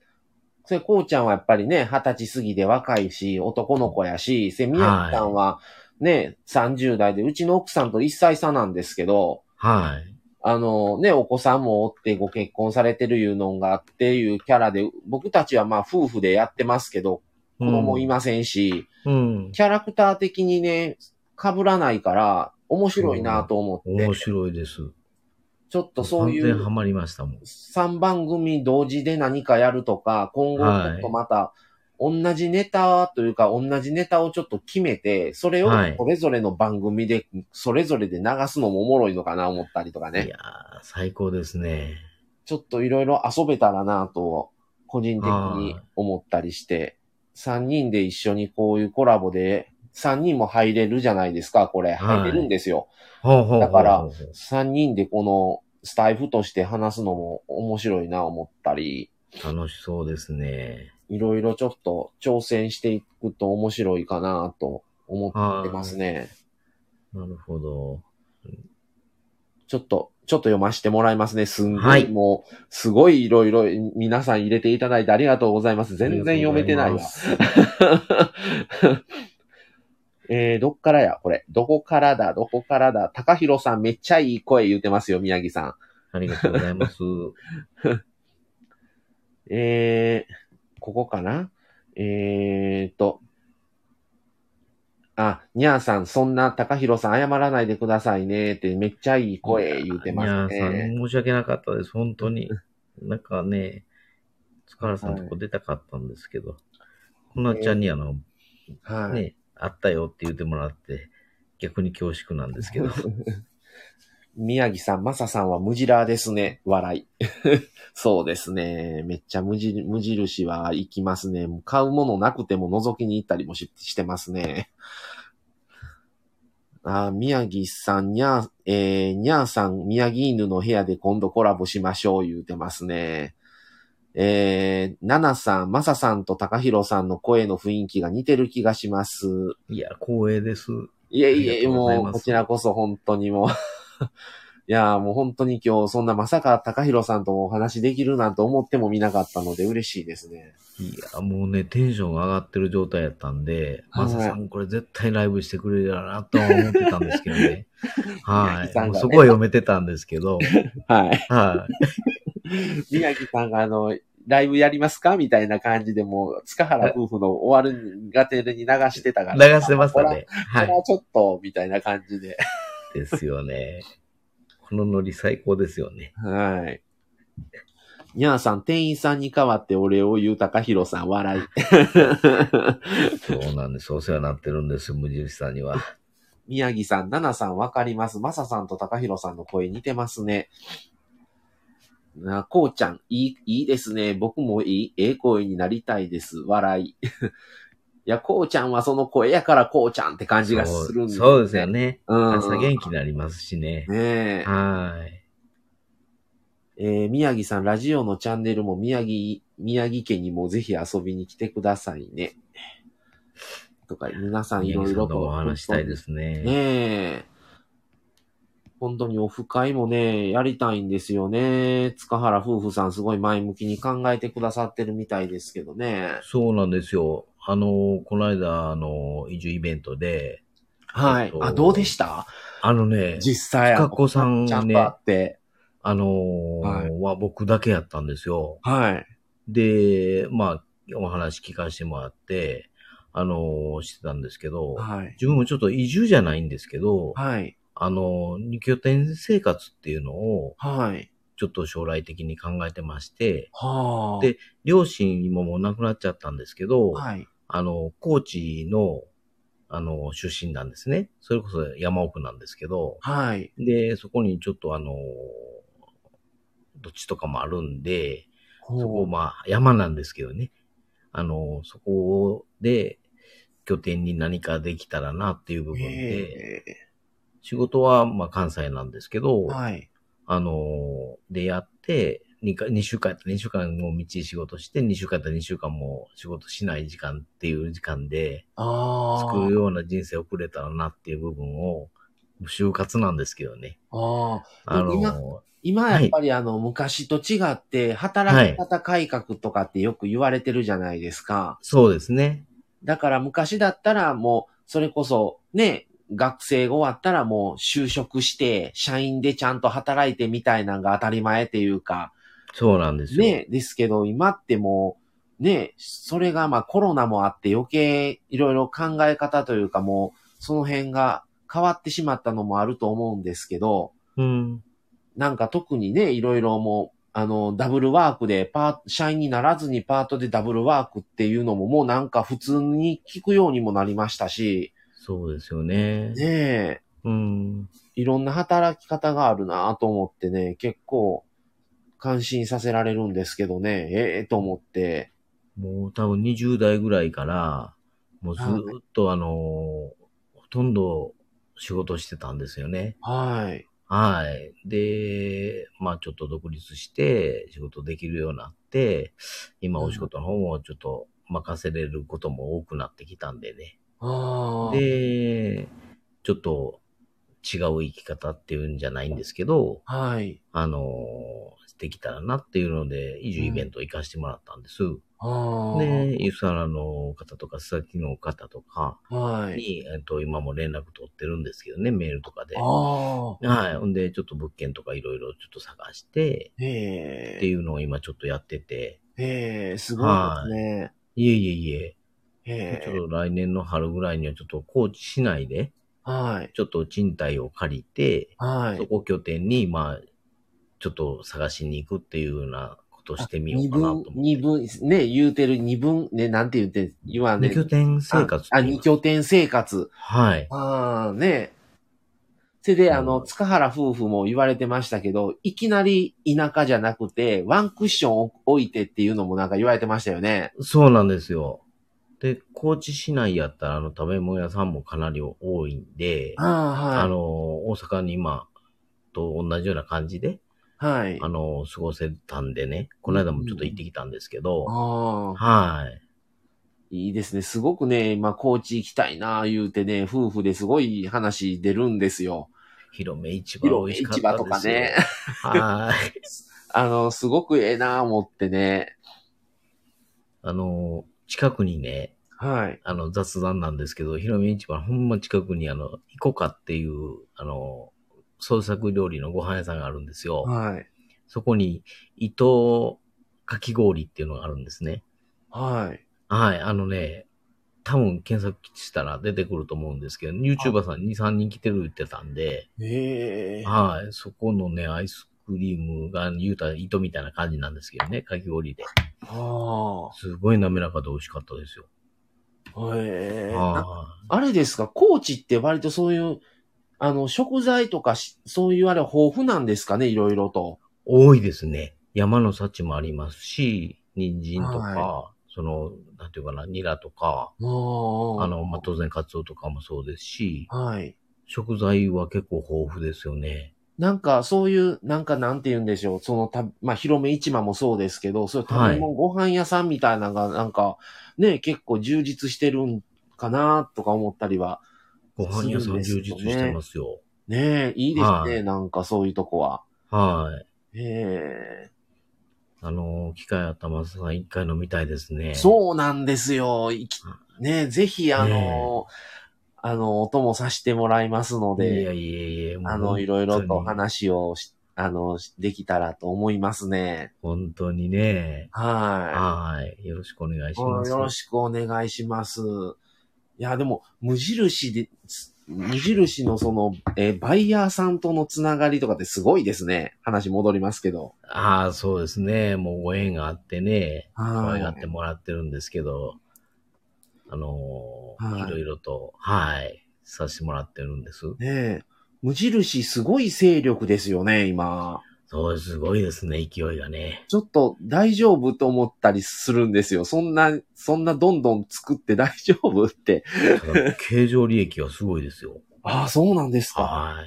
[SPEAKER 1] それ、こうちゃんはやっぱりね、二十歳過ぎで若いし、男の子やし、せ、宮城さんはね、30代で、うちの奥さんと1歳差なんですけど、
[SPEAKER 2] はい。
[SPEAKER 1] あのね、お子さんもおってご結婚されてるいうのがあっていうキャラで、僕たちはまあ夫婦でやってますけど、子供いませんし、
[SPEAKER 2] うん。
[SPEAKER 1] キャラクター的にね、被らないから、面白いなと思
[SPEAKER 2] うん。
[SPEAKER 1] って
[SPEAKER 2] 面、白いです。
[SPEAKER 1] ちょっとそうい
[SPEAKER 2] 完
[SPEAKER 1] う
[SPEAKER 2] 全ハマりましたもん。
[SPEAKER 1] 3番組同時で何かやるとか、今後ちょっとまた、同じネタというか、同じネタをちょっと決めて、それを
[SPEAKER 2] はい
[SPEAKER 1] それぞれの番組で、それぞれで流すのもおもろいのかな思ったりとか
[SPEAKER 2] い
[SPEAKER 1] ね。
[SPEAKER 2] やー、最高ですね。
[SPEAKER 1] ちょっといろいろ遊べたらなと、個人的に思ったりして、3人で一緒にこういうコラボで、3人も入れるじゃないですか、これ。
[SPEAKER 2] はい
[SPEAKER 1] 入れるんですよ。
[SPEAKER 2] ほうほうほうほう
[SPEAKER 1] だから3人でこのスタイフとして話すのも面白いな思ったり、
[SPEAKER 2] 楽しそうですね。
[SPEAKER 1] いろいろちょっと挑戦していくと面白いかなと思ってますね。
[SPEAKER 2] なるほど。
[SPEAKER 1] ちょっと、ちょっと読ませてもらいますね。すんごい、
[SPEAKER 2] はい
[SPEAKER 1] もう、すごいいろいろ皆さん入れていただいてありがとうございます。全然読めてないわ。えー、どっからやこれ。どこからだどこからだ高弘さんめっちゃいい声言うてますよ、宮城さん。
[SPEAKER 2] ありがとうございます。
[SPEAKER 1] えー、ここかなえーと。あ、にゃーさん、そんな高弘さん謝らないでくださいねってめっちゃいい <laughs> 声言うてます
[SPEAKER 2] いやーさ
[SPEAKER 1] ね。
[SPEAKER 2] ん、申し訳なかったです。本当に。なんかね、塚原さんとこ出たかったんですけど、こなちゃんにあの、
[SPEAKER 1] はい。
[SPEAKER 2] ね、あったよって言ってもらって、逆に恐縮なんですけど。
[SPEAKER 1] 宮城さん、マサさんは無ジラーですね。笑い。 <laughs> そうですね。めっちゃ無印無印は行きますね。もう買うものなくても覗きに行ったりもししてますね。あー宮城さん、にゃー、えー、にゃーさん、宮城犬の部屋で今度コラボしましょう言うてますね。えー、ななさん、まささんと高弘さんの声の雰囲気が似てる気がします。
[SPEAKER 2] <laughs> いや、光栄です。
[SPEAKER 1] いえい
[SPEAKER 2] あ
[SPEAKER 1] え、
[SPEAKER 2] りがとうござい
[SPEAKER 1] も
[SPEAKER 2] ま
[SPEAKER 1] う、
[SPEAKER 2] す
[SPEAKER 1] こちらこそ本当にもう。 <laughs> いやーもう本当に今日、そんなまさか高弘さんとお話できるなんて思ってもみなかったので嬉しいですね。
[SPEAKER 2] いや、もうね、テンション上がってる状態やったんで、
[SPEAKER 1] はい
[SPEAKER 2] マサさん、これ絶対ライブしてくれるやろなとは思ってたんですけど
[SPEAKER 1] <laughs>
[SPEAKER 2] ね。は
[SPEAKER 1] 宮城
[SPEAKER 2] い。
[SPEAKER 1] さんがね
[SPEAKER 2] もうそこは読めてたんですけど、
[SPEAKER 1] はい。
[SPEAKER 2] はい。
[SPEAKER 1] 宮城さんがあの、ライブやりますかみたいな感じでもう、塚原夫婦の終わるがてに流してたから。
[SPEAKER 2] 流してましたね。
[SPEAKER 1] こ
[SPEAKER 2] は
[SPEAKER 1] れ
[SPEAKER 2] い。
[SPEAKER 1] はちょっと、みたいな感じで。
[SPEAKER 2] ですよね。このノリ最高ですよね。
[SPEAKER 1] はい。にゃーさん、店員さんに代わってお礼を言う高弘さん、
[SPEAKER 2] <laughs>
[SPEAKER 1] 笑い。
[SPEAKER 2] そうなんです。お世話になってるんです、無印さんには。
[SPEAKER 1] 宮城さん、奈々さんわかります。マサさんと高弘さんの声似てますね。なこうちゃん、いい、いいですね。僕もいい、ええ声になりたいです。笑い。い <laughs> や、こうちゃんはその声やからこうちゃんって感じがするん
[SPEAKER 2] そうそうですよ。ね。
[SPEAKER 1] うん。
[SPEAKER 2] 朝元気になりますしね。
[SPEAKER 1] ねえ。
[SPEAKER 2] はい。
[SPEAKER 1] えー宮城さん、ラジオのチャンネルも宮城、宮城家にもぜひ遊びに来てくださいね。とか、皆さんい
[SPEAKER 2] 宮
[SPEAKER 1] ろい
[SPEAKER 2] 城さ
[SPEAKER 1] ろ
[SPEAKER 2] んと
[SPEAKER 1] と。
[SPEAKER 2] もお話したいです
[SPEAKER 1] ね
[SPEAKER 2] ね。
[SPEAKER 1] え。本当にオフ会もね、やりたいんですよね。塚原夫婦さんすごい前向きに考えてくださってるみたいですけどね。
[SPEAKER 2] そうなんですよ。あの、この間、あの、移住イベントで、
[SPEAKER 1] はい。
[SPEAKER 2] えっと
[SPEAKER 1] あ、どうでした
[SPEAKER 2] あのね、
[SPEAKER 1] 実際。
[SPEAKER 2] 塚子さんね
[SPEAKER 1] ちゃんとあって。
[SPEAKER 2] あの
[SPEAKER 1] はい
[SPEAKER 2] は僕だけやったんですよ。
[SPEAKER 1] はい。
[SPEAKER 2] で、まあ、お話聞かせてもらって、あのしてたんですけど、
[SPEAKER 1] はい。
[SPEAKER 2] 自分もちょっと移住じゃないんですけど、
[SPEAKER 1] はい。
[SPEAKER 2] あの、二拠点生活っていうのを、
[SPEAKER 1] はい。
[SPEAKER 2] ちょっと将来的に考えてまして、
[SPEAKER 1] はあ。
[SPEAKER 2] で両親ももう亡くなっちゃったんですけど、
[SPEAKER 1] はい。
[SPEAKER 2] あの、高知の、あの、出身なんですね。それこそ山奥なんですけど、
[SPEAKER 1] はい。
[SPEAKER 2] で、そこにちょっとあの、土地とかもあるんで、
[SPEAKER 1] ほう
[SPEAKER 2] そこまあ山なんですけどね。あの、そこで拠点に何かできたらなっていう部分で、
[SPEAKER 1] ええ
[SPEAKER 2] 仕事はまあ関西なんですけど、
[SPEAKER 1] はい。
[SPEAKER 2] あの、でやって、2, か2週間やったら2週間も道仕事して、2週間やったら2週間も仕事しない時間っていう時間で、
[SPEAKER 1] あ
[SPEAKER 2] 作るような人生を送れたらなっていう部分を、就活なんですけどね。
[SPEAKER 1] あ。ああ。
[SPEAKER 2] あ
[SPEAKER 1] 今
[SPEAKER 2] の、
[SPEAKER 1] 今やっぱりあの、昔と違って、働き方改革とかってよく言われてるじゃないですか。
[SPEAKER 2] そうですね。
[SPEAKER 1] だから昔だったらもう、それこそね、学生終わったらもう就職して、社員でちゃんと働いてみたいなのが当たり前っていうか、
[SPEAKER 2] そうなんですよ。
[SPEAKER 1] ね、ですけど今ってもう、ね、それがまあコロナもあって余計いろいろ考え方というかもう、その辺が変わってしまったのもあると思うんですけど、
[SPEAKER 2] うん。
[SPEAKER 1] なんか特にね、いろいろもう、あの、ダブルワークでパー、社員にならずにパートでダブルワークっていうのももうなんか普通に聞くようにもなりましたし、
[SPEAKER 2] そうですよね。
[SPEAKER 1] ねえ、
[SPEAKER 2] うん。
[SPEAKER 1] いろんな働き方があるなと思ってね、結構感心させられるんですけどね、ええと思って、
[SPEAKER 2] もう多分20代ぐらいから、もうずーっとあの、ほとんど仕事してたんですよね。
[SPEAKER 1] はい、
[SPEAKER 2] はい。で、まあちょっと独立して仕事できるようになって、今お仕事の方もちょっと任せれることも多くなってきたんでね。
[SPEAKER 1] あー
[SPEAKER 2] で、ちょっと違う生き方っていうんじゃないんですけど、
[SPEAKER 1] はい、
[SPEAKER 2] あのできたらなっていうので、移住イベント行かしてもらったんです。
[SPEAKER 1] ああ、
[SPEAKER 2] で、ユースサラの方とか、須崎の方とか
[SPEAKER 1] はい、
[SPEAKER 2] に、えっと、今も連絡取ってるんですけどね、メールとかで。は
[SPEAKER 1] ああ、
[SPEAKER 2] い。ほんで、ちょっと物件とかいろいろちょっと探して、
[SPEAKER 1] え
[SPEAKER 2] っ
[SPEAKER 1] え
[SPEAKER 2] ていうのを今ちょっとやってて、
[SPEAKER 1] ええすごいですね。
[SPEAKER 2] いえいえいえ、ち
[SPEAKER 1] ええ
[SPEAKER 2] ょっと来年の春ぐらいにはちょっと高知市内で、
[SPEAKER 1] はい、
[SPEAKER 2] ちょっと賃貸を借りて、
[SPEAKER 1] はい
[SPEAKER 2] そ。こを拠点に、まあ、ちょっと探しに行くっていうようなことをしてみよう
[SPEAKER 1] 二
[SPEAKER 2] かなと
[SPEAKER 1] 分
[SPEAKER 2] 思って。、
[SPEAKER 1] 二分、ね、言うてる二分、ね、なんて言うて、言わんね
[SPEAKER 2] 二拠点生活って
[SPEAKER 1] あ、
[SPEAKER 2] 言い
[SPEAKER 1] 二
[SPEAKER 2] ます
[SPEAKER 1] 拠点生活。
[SPEAKER 2] はい。
[SPEAKER 1] ああ、ね。それで、あの、
[SPEAKER 2] うん
[SPEAKER 1] 塚原夫婦も言われてましたけど、いきなり田舎じゃなくて、ワンクッションを置いてっていうのもなんか言われてましたよね。
[SPEAKER 2] そうなんですよ。で、高知市内やったら、あの、食べ物屋さんもかなり多いんで、あ
[SPEAKER 1] あ
[SPEAKER 2] の、大阪に今と同じような感じで、
[SPEAKER 1] あ、はい。はい。
[SPEAKER 2] あの、過ごせたんでね、この間もちょっと行ってきたんですけど、
[SPEAKER 1] ああ、
[SPEAKER 2] はい。
[SPEAKER 1] いいですね。すごくね、今、高知行きたいな、言うてね、夫婦ですごい話出るんですよ。
[SPEAKER 2] 広め市場
[SPEAKER 1] 広
[SPEAKER 2] 美
[SPEAKER 1] め
[SPEAKER 2] 味しか
[SPEAKER 1] 市
[SPEAKER 2] った
[SPEAKER 1] 場
[SPEAKER 2] です
[SPEAKER 1] とかね。
[SPEAKER 2] はい。
[SPEAKER 1] あの、すごくええな、思ってね。
[SPEAKER 2] あの、近くにね、
[SPEAKER 1] はい。
[SPEAKER 2] あの、雑談なんですけど、広め市場のほんま近くに、あの、イコカっていう、あの、創作料理のご飯屋さんがあるんですよ。
[SPEAKER 1] はい。
[SPEAKER 2] そこに、伊藤かき氷っていうのがあるんですね。
[SPEAKER 1] はい。
[SPEAKER 2] はい、あのね、多分検索したら出てくると思うんですけど、YouTuber さん2、3人来てる言ってたんで、
[SPEAKER 1] ええ
[SPEAKER 2] はい、そこのね、アイスクリームが、言うたら糸みたいな感じなんですけどね、かき氷で。
[SPEAKER 1] あ
[SPEAKER 2] すごい滑らかで美味しかったですよ。
[SPEAKER 1] あ。ええな
[SPEAKER 2] は
[SPEAKER 1] あれですか、高知って割とそういう、あの、食材とかし、そういうあれ豊富なんですかね、いろいろと。
[SPEAKER 2] い。多いですね。山の幸もありますし、人参とか、
[SPEAKER 1] は
[SPEAKER 2] その、なんていうかな、ニラとか、
[SPEAKER 1] ああ
[SPEAKER 2] あの、まあ、当然カツオとかもそうですし、
[SPEAKER 1] はい。
[SPEAKER 2] 食材は結構豊富ですよね。
[SPEAKER 1] なんか、そういう、なんか、なんて言うんでしょう。そのた、まあ、広め市場もそうですけど、そういう食べ物、ご飯屋さんみたいなのが、なんか、ね、結構充実してるんかな、とか思ったりは。
[SPEAKER 2] ご飯屋さん充実してますよ。
[SPEAKER 1] ねえ、いいですね、
[SPEAKER 2] はい
[SPEAKER 1] なんか、そういうとこは。
[SPEAKER 2] はい。
[SPEAKER 1] え
[SPEAKER 2] あの、機械頭さん一回飲みたいです
[SPEAKER 1] え
[SPEAKER 2] ね。う。
[SPEAKER 1] そうなんですよ。いきねえ、ぜひ、あの、あの、お供させてもらいますの
[SPEAKER 2] いや
[SPEAKER 1] で、
[SPEAKER 2] いやいや、もう
[SPEAKER 1] あの、いろいろとお
[SPEAKER 2] 本当に
[SPEAKER 1] 話をし、あの、しできたらと思いますね。
[SPEAKER 2] 本当にね。
[SPEAKER 1] はい。
[SPEAKER 2] はい。よろしくお願いし
[SPEAKER 1] う
[SPEAKER 2] ま
[SPEAKER 1] ん
[SPEAKER 2] す。
[SPEAKER 1] よろしくお願いします。いや、でも、無印で、つ無印のその、えーバイヤーさんとのつながりとかってすごいですね。話戻りますけど。
[SPEAKER 2] ああ、そうですね。もうご縁があってね。可
[SPEAKER 1] は
[SPEAKER 2] 愛がっ
[SPEAKER 1] い。
[SPEAKER 2] てもらってるんですけど、あのー
[SPEAKER 1] はい
[SPEAKER 2] いろいろと、はい、させてもらってるんです。
[SPEAKER 1] ねえ。無印すごい勢力ですよね、今。
[SPEAKER 2] そう、すごいですね、勢い
[SPEAKER 1] <laughs>
[SPEAKER 2] がね。
[SPEAKER 1] ちょっと大丈夫と思ったりするんですよ。そんな、そんなどんどん作って <laughs> 大丈夫って。
[SPEAKER 2] ただ経常利益はすごいですよ。
[SPEAKER 1] ああ、そうなんですか。
[SPEAKER 2] はい。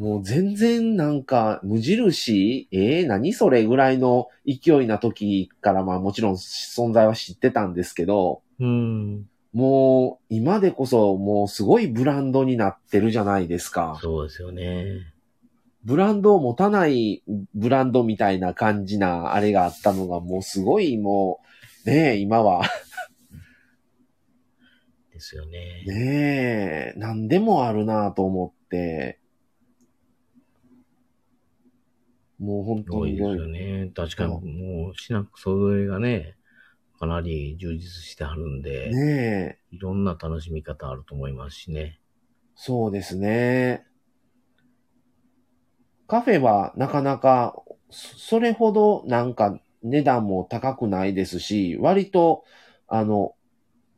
[SPEAKER 1] もう全然なんか、無印えー、何それぐらいの勢いな時から、まあもちろん存在は知ってたんですけど、
[SPEAKER 2] うん。
[SPEAKER 1] もう今でこそもうすごいブランドになってるじゃないですか。
[SPEAKER 2] そうですよね。
[SPEAKER 1] ブランドを持たないブランドみたいな感じなあれがあったのがもうすごいもう、ねえ、今は。
[SPEAKER 2] ですよね。
[SPEAKER 1] ねえ、何でもあるなぁと思って。もう本
[SPEAKER 2] す
[SPEAKER 1] 当
[SPEAKER 2] ごい
[SPEAKER 1] に
[SPEAKER 2] ですよね。確かに、もう、品揃えがね、かなり充実してはるんで、
[SPEAKER 1] ねえ。
[SPEAKER 2] いろんな楽しみ方あると思いますしね。
[SPEAKER 1] そうですね。カフェはなかなか、そそれほどなんか値段も高くないですし、割と、あの、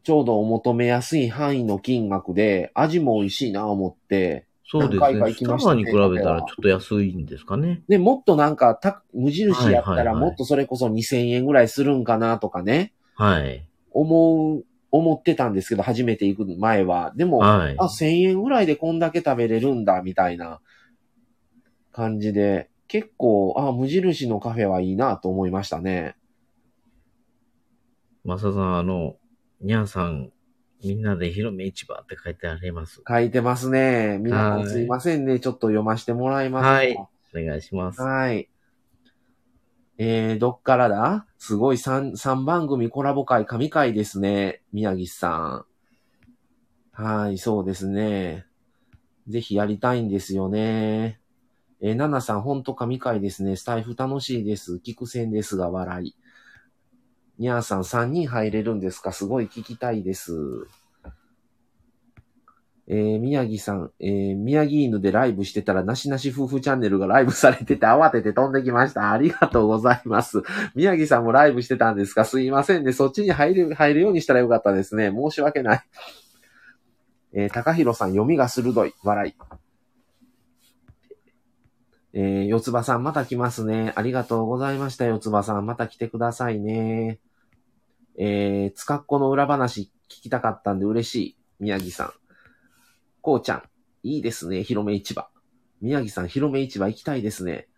[SPEAKER 1] ちょうどお求めやすい範囲の金額で味も美味しいな思って、
[SPEAKER 2] そうで
[SPEAKER 1] 何
[SPEAKER 2] す
[SPEAKER 1] 回か
[SPEAKER 2] ね。
[SPEAKER 1] 行き
[SPEAKER 2] ス
[SPEAKER 1] ま
[SPEAKER 2] タ
[SPEAKER 1] した
[SPEAKER 2] バ
[SPEAKER 1] ね
[SPEAKER 2] に比べたらちょっと安いんですかね。
[SPEAKER 1] で、もっとなんかた、無印やった
[SPEAKER 2] はいは
[SPEAKER 1] ら
[SPEAKER 2] いはい
[SPEAKER 1] もっとそれこそ2000円ぐらいするんかなとかね、
[SPEAKER 2] はい。
[SPEAKER 1] 思う、思ってたんですけど、初めて行く前は。でも、
[SPEAKER 2] はい。
[SPEAKER 1] あ、1000円ぐらいでこんだけ食べれるんだ、みたいな感じで、結構、あ、無印のカフェはいいなと思いましたね。
[SPEAKER 2] マサさん、あの、にゃんさん、みんなで広め市場って書いてあります。
[SPEAKER 1] 書いてますね。皆さ
[SPEAKER 2] は
[SPEAKER 1] ん
[SPEAKER 2] い
[SPEAKER 1] すいませんね。ちょっと読ませてもらいます。
[SPEAKER 2] はいお願いします。
[SPEAKER 1] はい。えー、どっからだすごい3、三番組コラボ会、神会ですね。宮岸さん。はい、そうですね。ぜひやりたいんですよね。えー、ナナさん、ほんと神会ですね。スタイフ楽しいです。聞せんですが、笑い。にゃーさん、3人入れるんですかすごい聞きたいです。えー、宮城さん、えー、宮城犬でライブしてたら、なしなし夫婦チャンネルがライブされてて、慌てて飛んできました。ありがとうございます。宮城さんもライブしてたんですかすいませんね。そっちに入る、入るようにしたらよかったですね。申し訳ない。えー、高弘さん、読みが鋭い。笑い。えー、四つ葉さん、また来ますね。ありがとうございました、四つ葉さん。また来てくださいね。えー、つかっこの裏話聞きたかったんで嬉しい。宮城さん。こうちゃん、いいですね、広め市場。宮城さん、広め市場行きたいですね。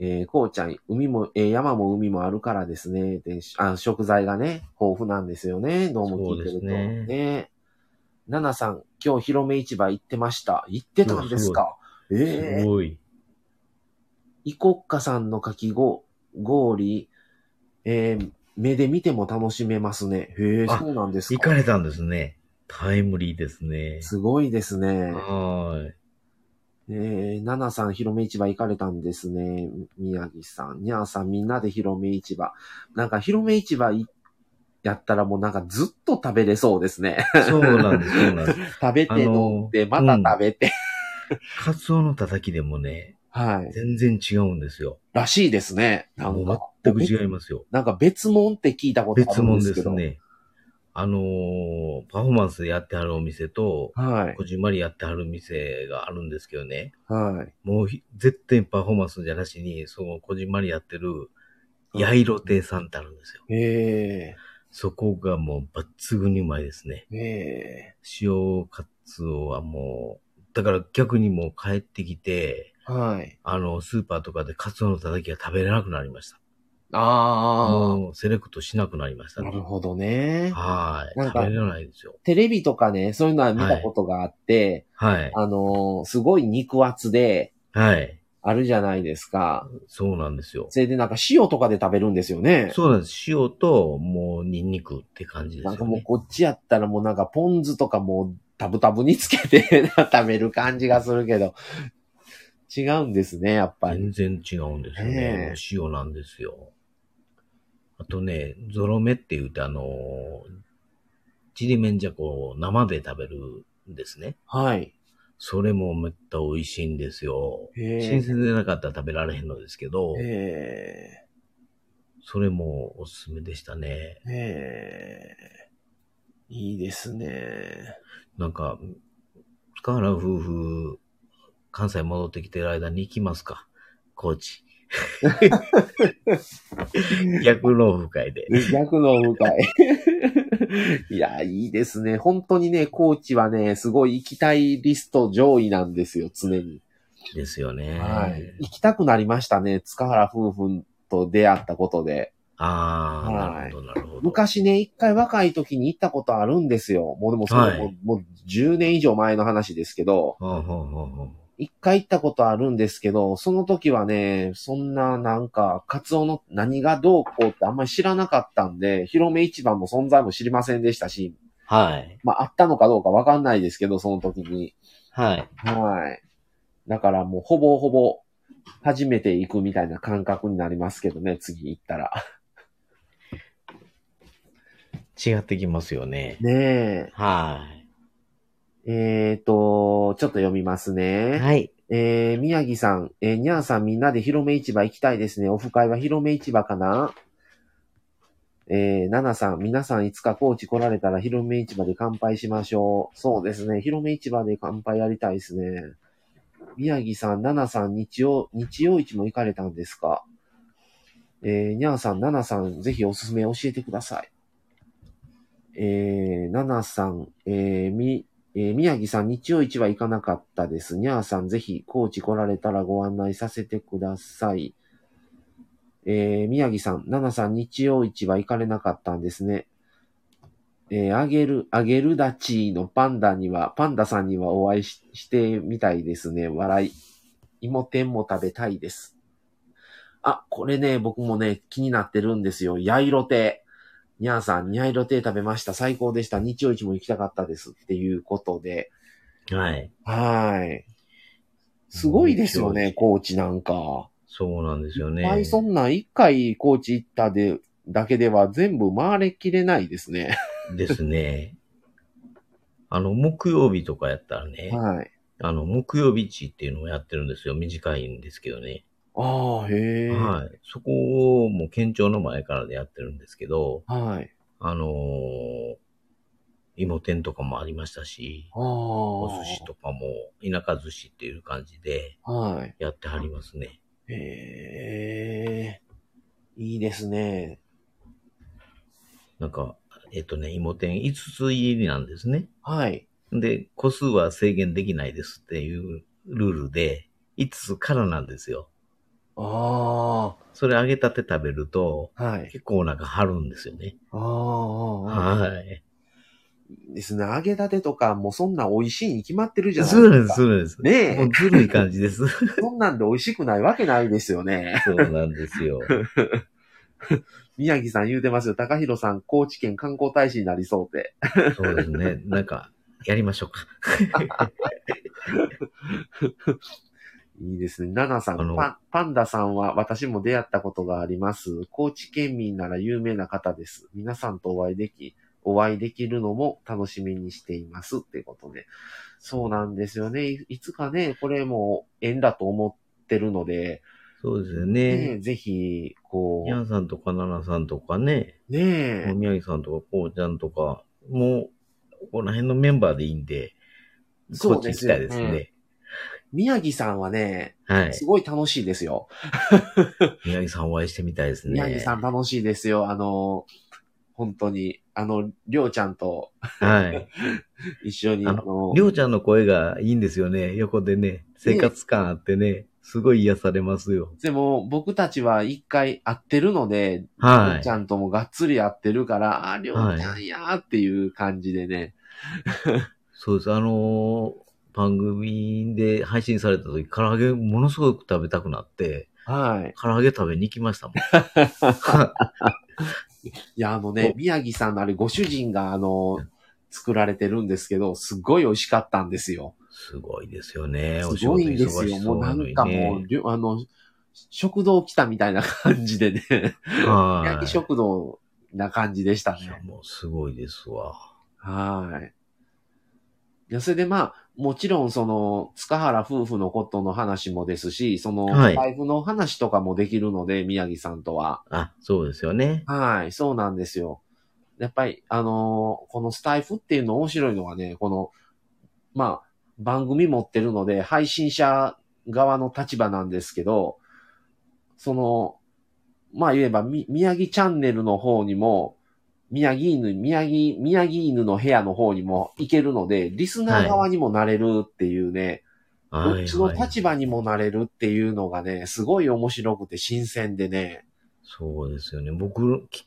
[SPEAKER 1] えー、こうちゃん、海も、えー山も海もあるからですね。で、しあ食材がね、豊富なんですよね。どうも聞いてると。
[SPEAKER 2] そうですね
[SPEAKER 1] ね。ななさん、今日広め市場行ってました。行ってたんですかええ
[SPEAKER 2] すごい。
[SPEAKER 1] イコッカさんのかきご氷、えー目で見ても楽しめますね。へえ、
[SPEAKER 2] あ
[SPEAKER 1] そうなんです
[SPEAKER 2] 行
[SPEAKER 1] か。
[SPEAKER 2] かれたんですね。タイムリーですね。
[SPEAKER 1] すごいですね。
[SPEAKER 2] はーい。
[SPEAKER 1] えー、ナナさん、広め市場行かれたんですね。宮城さん。ニャーさん、みんなで広め市場。なんか、広め市場いやったらもうなんかずっと食べれそうですね。 <laughs>
[SPEAKER 2] そうなんです、そうなんです。
[SPEAKER 1] 食べて飲んで、
[SPEAKER 2] あ
[SPEAKER 1] ま
[SPEAKER 2] の
[SPEAKER 1] た食べて。
[SPEAKER 2] カツオのたたきでもね、
[SPEAKER 1] はい。
[SPEAKER 2] 全然違うんですよ。
[SPEAKER 1] らしいですね。なんか
[SPEAKER 2] もう、全く違いますよ。
[SPEAKER 1] なんか別物って聞いたことあ
[SPEAKER 2] 別
[SPEAKER 1] るん
[SPEAKER 2] 物
[SPEAKER 1] です
[SPEAKER 2] で
[SPEAKER 1] け
[SPEAKER 2] す
[SPEAKER 1] ど。
[SPEAKER 2] ね。あのーパフォーマンスやってはるお店と、
[SPEAKER 1] はい。
[SPEAKER 2] こじんまりやってはる店があるんですけどね。
[SPEAKER 1] はい。
[SPEAKER 2] もうひ絶対パフォーマンスじゃなしに、そのこじんまりやってる、やいろ亭さんってあるんですよ。
[SPEAKER 1] え
[SPEAKER 2] そこがもう抜群にうまいですね。
[SPEAKER 1] ー、え
[SPEAKER 2] 塩カツオはもう、だから逆にもう帰ってきて、
[SPEAKER 1] ー、はい。
[SPEAKER 2] あの、スーパーとかでカツオのたたきが食べれなくなりました。
[SPEAKER 1] あ
[SPEAKER 2] もうセレクトしなくなりました
[SPEAKER 1] あ。な
[SPEAKER 2] ね。
[SPEAKER 1] るほどね。
[SPEAKER 2] はーい。
[SPEAKER 1] なんか
[SPEAKER 2] 食べれないですよ。
[SPEAKER 1] テレビとかね、そういうのは見たことがあって、
[SPEAKER 2] はい。
[SPEAKER 1] あのーすごい肉厚で、
[SPEAKER 2] はい。
[SPEAKER 1] あるじゃないですか。
[SPEAKER 2] そうなんですよ。
[SPEAKER 1] それでなんか塩とかで食べるんですよね。
[SPEAKER 2] そうなんです。塩と、もう、ニンニクって感じで
[SPEAKER 1] なん
[SPEAKER 2] す
[SPEAKER 1] か
[SPEAKER 2] よ
[SPEAKER 1] もう
[SPEAKER 2] ね。
[SPEAKER 1] こっちやったらもうなんかポン酢とかもうタブタブにつけて <laughs> 食べる感じがするけど、違うんですね、やっぱり。
[SPEAKER 2] 全然違うんですよ
[SPEAKER 1] ね
[SPEAKER 2] ね。
[SPEAKER 1] え
[SPEAKER 2] もう塩なんですよ。あとね、ゾロ目って言うと、あのー、ちりめんじゃこを生で食べるんですね。
[SPEAKER 1] はい。
[SPEAKER 2] それもめった美味しいんですよ。
[SPEAKER 1] へえ
[SPEAKER 2] 新鮮でなかったら食べられへんのですけど、
[SPEAKER 1] え
[SPEAKER 2] それもおすすめでしたね。
[SPEAKER 1] ー、えー、いいですね。
[SPEAKER 2] なんか、塚原夫婦、関西戻ってきてる間に行きますか。
[SPEAKER 1] <laughs>
[SPEAKER 2] 高知。逆老夫会で。
[SPEAKER 1] <laughs> 逆の舞台。 <laughs> いや、いいですね。本当にね、高知はね、すごい行きたいリスト上位なんですよ、常に。
[SPEAKER 2] ですよね。
[SPEAKER 1] はい。行きたくなりましたね。塚原夫婦と出会ったことで。
[SPEAKER 2] ああ、
[SPEAKER 1] はい
[SPEAKER 2] なるほど、なるほど。
[SPEAKER 1] 昔ね、一回若い時に行ったことあるんですよ。もうでもそれも、
[SPEAKER 2] はい
[SPEAKER 1] もう10年以上前の話ですけど、
[SPEAKER 2] ほうほうほうほう
[SPEAKER 1] 一回行ったことあるんですけど、その時はね、そんななんか、カツオの何がどうこうってあんまり知らなかったんで、広め市場の存在も知りませんでしたし、
[SPEAKER 2] はい。
[SPEAKER 1] まああったのかどうかわかんないですけど、その時に。
[SPEAKER 2] はい。
[SPEAKER 1] はい。だからもうほぼほぼ初めて行くみたいな感覚になりますけどね、次行ったら。
[SPEAKER 2] 違ってきますよね。
[SPEAKER 1] ね
[SPEAKER 2] はい。
[SPEAKER 1] え。えっ、と、ちょっと読みますね。
[SPEAKER 2] はい。
[SPEAKER 1] えー、宮城さん、えー、にゃんさんみんなで広め市場行きたいですね。オフ会は広め市場かなえー、ななさん、皆さんいつか高知来られたら広め市場で乾杯しましょう。そうですね。広め市場で乾杯やりたいですね。宮城さん、ななさん、日曜、日曜市も行かれたんですかえー、にゃんさん、ななさん、ぜひおすすめ教えてください。えー、ななさん、えー、み、えー宮城さん、日曜市は行かなかったです。にゃーさん、ぜひ、高知来られたらご案内させてください。えー宮城さん、ななさん、日曜市は行かれなかったんですね。えーあげる、あげるだちのパンダには、パンダさんにはお会いししてみたいですね。笑い。芋天も食べたいです。あ、これね、僕もね、気になってるんですよ。やいろ亭。にゃんさん、にゃいろ亭食べました。最高でした。日曜市も行きたかったです。っていうことで。
[SPEAKER 2] はい。
[SPEAKER 1] はい。すごいですよ
[SPEAKER 2] 日曜
[SPEAKER 1] ね、
[SPEAKER 2] 市
[SPEAKER 1] 高知なんか。
[SPEAKER 2] そうなんですよね。
[SPEAKER 1] はい、そんなん一回高知行ったで、だけでは全部回れきれないですね。
[SPEAKER 2] ですね。あの、木曜日とかやったらね、
[SPEAKER 1] はい。
[SPEAKER 2] あの、木曜日市っていうのをやってるんですよ。短いんですけどね。
[SPEAKER 1] ああ、へえ。は
[SPEAKER 2] はい。そこをもう県庁の前からでやってるんですけど、
[SPEAKER 1] い。はい。
[SPEAKER 2] あのー芋店とかもありましたし、
[SPEAKER 1] ああ。お
[SPEAKER 2] お寿司とかも田舎寿司っていう感じで
[SPEAKER 1] か。はい。
[SPEAKER 2] やってはりますね。
[SPEAKER 1] へえ。いいですね。
[SPEAKER 2] なんか、えっとね、芋店5つ入りなんですね。
[SPEAKER 1] はい。
[SPEAKER 2] で、個数は制限できないですっていうルールで、5つからなんですよ。
[SPEAKER 1] あ
[SPEAKER 2] それ揚げたて食べると、
[SPEAKER 1] あ。はい。
[SPEAKER 2] 結構お腹張るんですよね。
[SPEAKER 1] ああ。
[SPEAKER 2] はい。
[SPEAKER 1] ですね。揚げたてとか、もうそんな美味しいに決まってるじゃない
[SPEAKER 2] そうなん
[SPEAKER 1] で
[SPEAKER 2] です
[SPEAKER 1] か。
[SPEAKER 2] す、そうなんです。
[SPEAKER 1] ねえ
[SPEAKER 2] もうずるい感じです。
[SPEAKER 1] そんなんで美味しくないわけないですよね。
[SPEAKER 2] <laughs> そうなんですよ。
[SPEAKER 1] 宮城さん言うてますよ。高弘さん、高知県観光大使になりそうって。
[SPEAKER 2] そうですね。なんか、やりましょうか。
[SPEAKER 1] いいですね。ナナさん
[SPEAKER 2] あの
[SPEAKER 1] パン、パンダさんは私も出会ったことがあります。高知県民なら有名な方です。皆さんとお会いでき、お会いできるのも楽しみにしていますってことで。そうなんですよね。いいつかね、これも縁だと思ってるので、
[SPEAKER 2] そうですよ
[SPEAKER 1] ね
[SPEAKER 2] ね。
[SPEAKER 1] ぜひ、こ
[SPEAKER 2] ヤンさんとかナナさんとかね、
[SPEAKER 1] う、ね
[SPEAKER 2] もう宮城さんとかこうちゃんとか、もう、この辺のメンバーでいいんで、こ
[SPEAKER 1] そう
[SPEAKER 2] っち
[SPEAKER 1] で
[SPEAKER 2] 行
[SPEAKER 1] すよ
[SPEAKER 2] きたいですね。
[SPEAKER 1] 宮城さんはね、
[SPEAKER 2] はい
[SPEAKER 1] す。ごい楽しいですよ。
[SPEAKER 2] 宮城さんお会いしてみたいですね。
[SPEAKER 1] 宮城さん楽しいですよ。あの、本当に、あの、りょうちゃんと
[SPEAKER 2] はい。
[SPEAKER 1] 一緒に、あ
[SPEAKER 2] あ
[SPEAKER 1] の
[SPEAKER 2] り、ょうちゃんの声がいいんですよね。横でね、生活感あってね、すごい癒されますよ。
[SPEAKER 1] でも僕たちは一回会ってるので、りょ
[SPEAKER 2] は
[SPEAKER 1] う
[SPEAKER 2] い
[SPEAKER 1] ち。ゃんともがっつり会ってるから、あー、りょうちゃんやーっていう感じでね。
[SPEAKER 2] そうです。あのー番組で配信された時、唐揚げものすごく食べたくなって、
[SPEAKER 1] はい。
[SPEAKER 2] 唐揚げ食べに行きましたもん。
[SPEAKER 1] <laughs> いや、あのね、宮城さんのあれ、ご主人が、あの、作られてるんですけど、すごい美味しかったんですよ。
[SPEAKER 2] すごいですよね。お
[SPEAKER 1] す
[SPEAKER 2] 仕
[SPEAKER 1] ご
[SPEAKER 2] 事
[SPEAKER 1] いん
[SPEAKER 2] 忙
[SPEAKER 1] ですよ。
[SPEAKER 2] し
[SPEAKER 1] も
[SPEAKER 2] そう
[SPEAKER 1] うな
[SPEAKER 2] なの
[SPEAKER 1] ん
[SPEAKER 2] に
[SPEAKER 1] かも
[SPEAKER 2] ね
[SPEAKER 1] う。りょ、あの、食堂来たみたいな感じでね。
[SPEAKER 2] は
[SPEAKER 1] 焼
[SPEAKER 2] い。
[SPEAKER 1] き食堂な感じでした
[SPEAKER 2] いや、
[SPEAKER 1] ね。
[SPEAKER 2] もうすごいですわ。
[SPEAKER 1] はい。いや、それでまあ、もちろんその、塚原夫婦のことの話もですし、その、
[SPEAKER 2] はい
[SPEAKER 1] 財布の話とかもできるので、宮城さんとは。
[SPEAKER 2] あ、そうですよね。
[SPEAKER 1] はい、そうなんですよ。やっぱり、あのーこのスタイフっていうの面白いのはね、この、まあ、番組持ってるので、配信者側の立場なんですけど、その、まあ言えば、み、宮城チャンネルの方にも、宮城犬、宮城、宮城犬の部屋の方にも行けるので、リスナー側にもなれるっていうね、
[SPEAKER 2] は
[SPEAKER 1] どっ
[SPEAKER 2] い、
[SPEAKER 1] ちの
[SPEAKER 2] はい。
[SPEAKER 1] 立場にもなれるっていうのがね、すごい面白くて新鮮でね。
[SPEAKER 2] そうですよね。僕、聞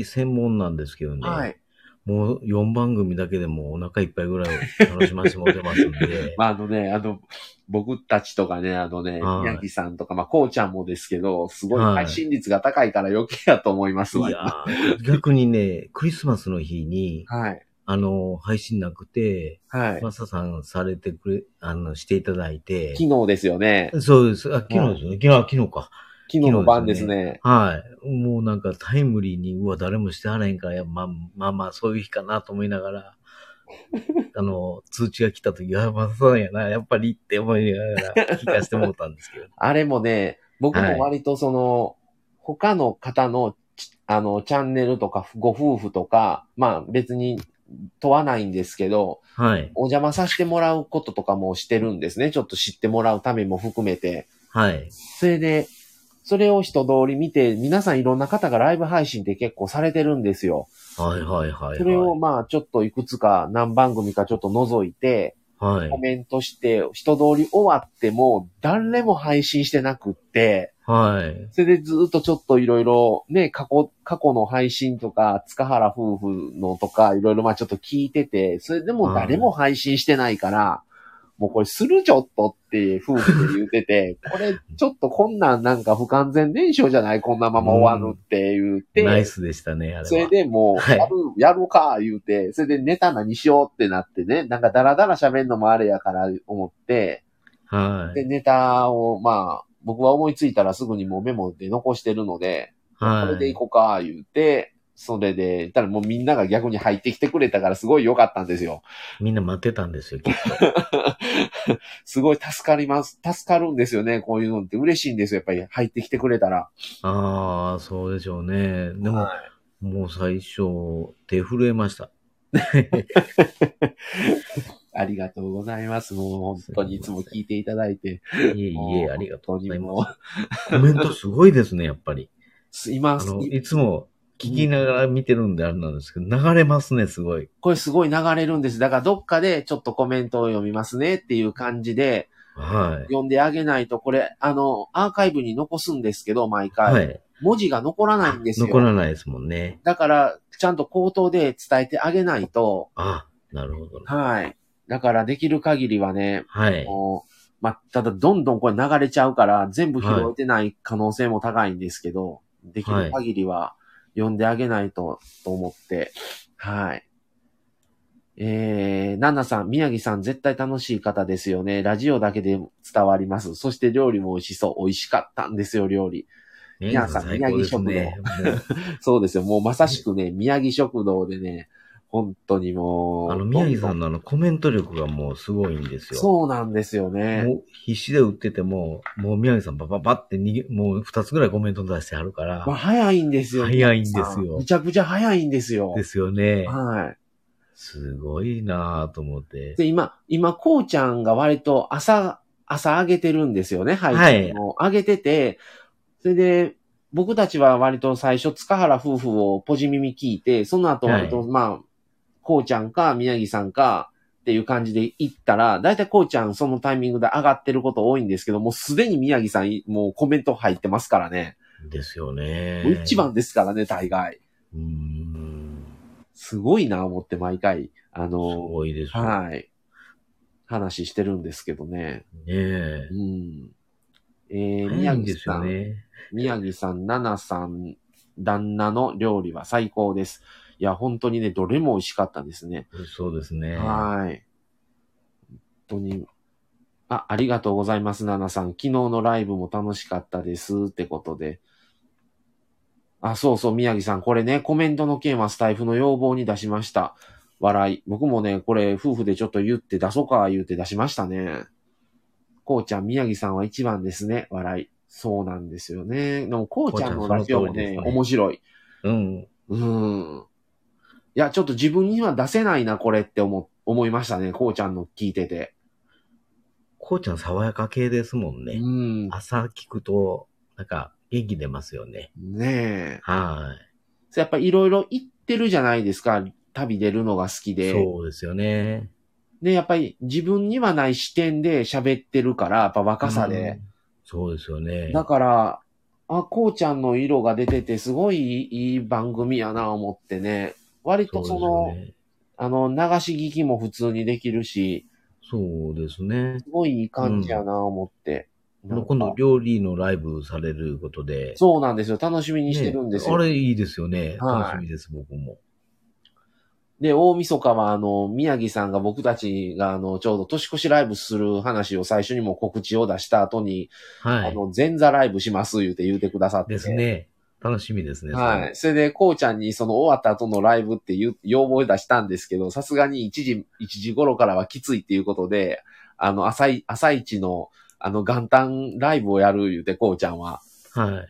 [SPEAKER 2] き専門なんですけどね。
[SPEAKER 1] はい。。
[SPEAKER 2] もう4番組だけでもお腹いっぱいぐらいを楽しませてもらってますんで
[SPEAKER 1] <laughs> まあ、あのね、あの、僕たちとかね、あのね、
[SPEAKER 2] はい
[SPEAKER 1] 宮城さんとか、まあ、こうちゃんもですけど、すごい
[SPEAKER 2] はい
[SPEAKER 1] 配信率が高いから余計やと思いますわ。
[SPEAKER 2] いやー逆にね、クリスマスの日に、
[SPEAKER 1] はい。
[SPEAKER 2] あの、配信なくて、
[SPEAKER 1] はい。
[SPEAKER 2] マサさんされてくれ、あの、していただいて、
[SPEAKER 1] 昨日ですよね。
[SPEAKER 2] そうです。あ、昨日ですよね。昨日、昨日か。
[SPEAKER 1] 昨日の晩ですね。
[SPEAKER 2] はい。もうなんかタイムリーに、うわ、誰もしてはれんから、いやまあまあまあ、そういう日かなと思いなが
[SPEAKER 1] <laughs>
[SPEAKER 2] ら、あの、通知が来た時、あ、まあそうやな、やっぱりって思いながら、聞かせてもらったんです
[SPEAKER 1] <laughs>
[SPEAKER 2] けど。
[SPEAKER 1] あれもね、僕
[SPEAKER 2] は
[SPEAKER 1] も
[SPEAKER 2] い
[SPEAKER 1] 割とその、他の方の、ちあの、チャンネルとか、ご夫婦とか、まあ、別に問わないんですけど、
[SPEAKER 2] はい。
[SPEAKER 1] お邪魔させてもらうこととかもしてるんですね。ちょっと知ってもらうためも含めて。
[SPEAKER 2] はい。
[SPEAKER 1] それで、それを人通り見て、皆さんいろんな方がライブ配信って結構されてるんですよ。
[SPEAKER 2] はいはいはい
[SPEAKER 1] それを
[SPEAKER 2] は
[SPEAKER 1] まあちょっといくつか何番組かちょっと覗いて、
[SPEAKER 2] い。はい
[SPEAKER 1] コ。メントして、人通り終わっても誰も配信してなくって、
[SPEAKER 2] はい。
[SPEAKER 1] それでずっとちょっといろいろね、過去、過去の配信とか、塚原夫婦のとか、いろいろまあちょっと聞いてて、それでも誰も配信してないから、もうこれするちょっとって夫婦で言って
[SPEAKER 2] <laughs>
[SPEAKER 1] て、これちょっとこんなんなんか不完全燃焼じゃないこんなまま終わるって言って、
[SPEAKER 2] ナイスでしたね、あれは。
[SPEAKER 1] それでもう、
[SPEAKER 2] はい
[SPEAKER 1] やる、やろうか、言うて、それでネタ何しようってなってね、なんかダラダラ喋んのもあれやから思って、
[SPEAKER 2] はい
[SPEAKER 1] で、。ネタを、まあ、僕は思いついたらすぐにもうメモで残してるので、こ
[SPEAKER 2] は
[SPEAKER 1] れで
[SPEAKER 2] い。
[SPEAKER 1] 行こうか、言うて、それで、言ったらもうみんなが逆に入ってきてくれたからすごい良かったんですよ。
[SPEAKER 2] みんな待ってたんですよ、き
[SPEAKER 1] <laughs>
[SPEAKER 2] っと。
[SPEAKER 1] すごい助かります。助かるんですよね、こういうのって嬉しいんですよ、やっぱり入ってきてくれたら。
[SPEAKER 2] ああ、そうでしょうね。でも、もう最初、手震えました。
[SPEAKER 1] ありがとうございます。もう本当にいつも聞いていただいて。
[SPEAKER 2] いえいえ、ありがとうござい
[SPEAKER 1] もう
[SPEAKER 2] ま
[SPEAKER 1] 本
[SPEAKER 2] す。コメントすごいですね、やっ
[SPEAKER 1] <laughs>
[SPEAKER 2] ぱり。
[SPEAKER 1] 当にもう。今
[SPEAKER 2] あ、の、いつも聞きながら見てるんであれなんですけど、流れますね、すごい。
[SPEAKER 1] これすごい流れるんです。だからどっかでちょっとコメントを読みますねっていう感じで
[SPEAKER 2] はい。
[SPEAKER 1] 読んであげないと、これ、あの、アーカイブに残すんですけど、毎回。
[SPEAKER 2] はい。
[SPEAKER 1] 文字が残らないんですよ。
[SPEAKER 2] 残らないですもんね。
[SPEAKER 1] だから、ちゃんと口頭で伝えてあげないと、
[SPEAKER 2] あ、なるほどね。
[SPEAKER 1] はい。だからできる限りはね、
[SPEAKER 2] はい。
[SPEAKER 1] もう、まあ、ただどんどんこれ流れちゃうから、全部拾えてない可能性も高いんですけど、できる限りは読んであげないと、と思って、はい。えー、ナンナさん、宮城さん絶対楽しい方ですよね。ラジオだけで伝わります。そして料理も美味しそう。美味しかったんですよ、料理。
[SPEAKER 2] 宮城
[SPEAKER 1] 皆さん宮
[SPEAKER 2] も
[SPEAKER 1] そうですよ。もうまさしくね、宮城食堂でね、本当にも
[SPEAKER 2] う
[SPEAKER 1] う。
[SPEAKER 2] あの、宮城さ
[SPEAKER 1] どど
[SPEAKER 2] んのあの、コメント力がもうすごいんですよ。
[SPEAKER 1] そうなんですよね。
[SPEAKER 2] もう必死で打ってても、もう宮城さんバババって逃げ、もう二つぐらいコメント出してあるか
[SPEAKER 1] まあ、
[SPEAKER 2] ら、
[SPEAKER 1] 早いんですよ。
[SPEAKER 2] 早いんですよ
[SPEAKER 1] むちゃくちゃ早いんですよ。
[SPEAKER 2] ですよね。
[SPEAKER 1] はい。
[SPEAKER 2] すごいなぁと思って。
[SPEAKER 1] で、今、今、こうちゃんが割と朝、朝上げてるんですよね、配信を。上げてて、それで、僕たちは割と最初、塚原夫婦をポジ耳聞いて、その後割と、
[SPEAKER 2] は
[SPEAKER 1] まあ、こうちゃんか宮城さんかっていう感じで行ったら、だいたいこうちゃんそのタイミングで上がってること多いんですけど、もうすでに宮城さん、もうコメント入ってますからね。
[SPEAKER 2] ですよね
[SPEAKER 1] もう。一番ですからね、大概。
[SPEAKER 2] うーん。
[SPEAKER 1] すごいな、思って毎回、あ
[SPEAKER 2] す
[SPEAKER 1] の、
[SPEAKER 2] ごいですよね
[SPEAKER 1] はい。話してるんですけどね。
[SPEAKER 2] え
[SPEAKER 1] う。ん。えー、
[SPEAKER 2] 早
[SPEAKER 1] 宮
[SPEAKER 2] いんで
[SPEAKER 1] 城
[SPEAKER 2] す
[SPEAKER 1] さ
[SPEAKER 2] よ
[SPEAKER 1] ん、
[SPEAKER 2] ね。
[SPEAKER 1] 宮城さん、奈々さん、旦那の料理は最高です。いや、本当にね、どれも美味しかったですね。
[SPEAKER 2] そうですね。
[SPEAKER 1] はーい。本当に。あ、ありがとうございます、ナナさん。昨日のライブも楽しかったですってことで。あ、そうそう、宮城さん。これね、コメントの件はスタイフの要望に出しました。笑い。僕もね、これ、夫婦でちょっと言って出そうか、言って出しましたね。こうちゃん、宮城さんは一番ですね。笑い。そうなんですよね。でも、こうちゃんのラジオも
[SPEAKER 2] こうちゃんその通りです
[SPEAKER 1] ね、
[SPEAKER 2] ね
[SPEAKER 1] 面白い。
[SPEAKER 2] うん。
[SPEAKER 1] うん。いや、ちょっと自分には出せないな、これって思、思いましたね。こうちゃんの聞いてて。
[SPEAKER 2] こうちゃん爽やか系ですもん
[SPEAKER 1] う
[SPEAKER 2] ね。
[SPEAKER 1] ん。
[SPEAKER 2] 朝聞くと、なんか、元気出ますよね。
[SPEAKER 1] ねえ。
[SPEAKER 2] は
[SPEAKER 1] そうやっぱいろいろ行ってるじゃないですか。旅出るのが好き
[SPEAKER 2] い。
[SPEAKER 1] で。
[SPEAKER 2] そうですよね。
[SPEAKER 1] で、やっぱり自分にはない視点で喋ってるから、やっぱ若さで。
[SPEAKER 2] うん。そうですよね。
[SPEAKER 1] だから、あ、こうちゃんの色が出てて、すごいいい番組やな、思ってね。割とその、
[SPEAKER 2] うですよね
[SPEAKER 1] あの、流し聞きも普通にできるし、
[SPEAKER 2] そうですね。
[SPEAKER 1] すごいいい感じやな、思って。なんか
[SPEAKER 2] 今度、料理のライブされることで。
[SPEAKER 1] そうなんですよ。楽しみにしてるんですよ。
[SPEAKER 2] ねあれ、いいですよね。
[SPEAKER 1] はい
[SPEAKER 2] 楽しみです、僕も。
[SPEAKER 1] で、大晦日は、あの、宮城さんが僕たちが、あの、ちょうど年越しライブする話を最初にも告知を出した後に、
[SPEAKER 2] は
[SPEAKER 1] あ
[SPEAKER 2] い。
[SPEAKER 1] の、前座ライブします言うて言うてくださって。
[SPEAKER 2] です。ね。楽しみですね。
[SPEAKER 1] はい。それで、こうちゃんにその終わった後のライブっていう要望を出したんですけど、さすがに1時、一時頃からはきついっていうことで、あの、朝い、朝一の、あの、元旦ライブをやる言うて、こうちゃんは、
[SPEAKER 2] それ。はい。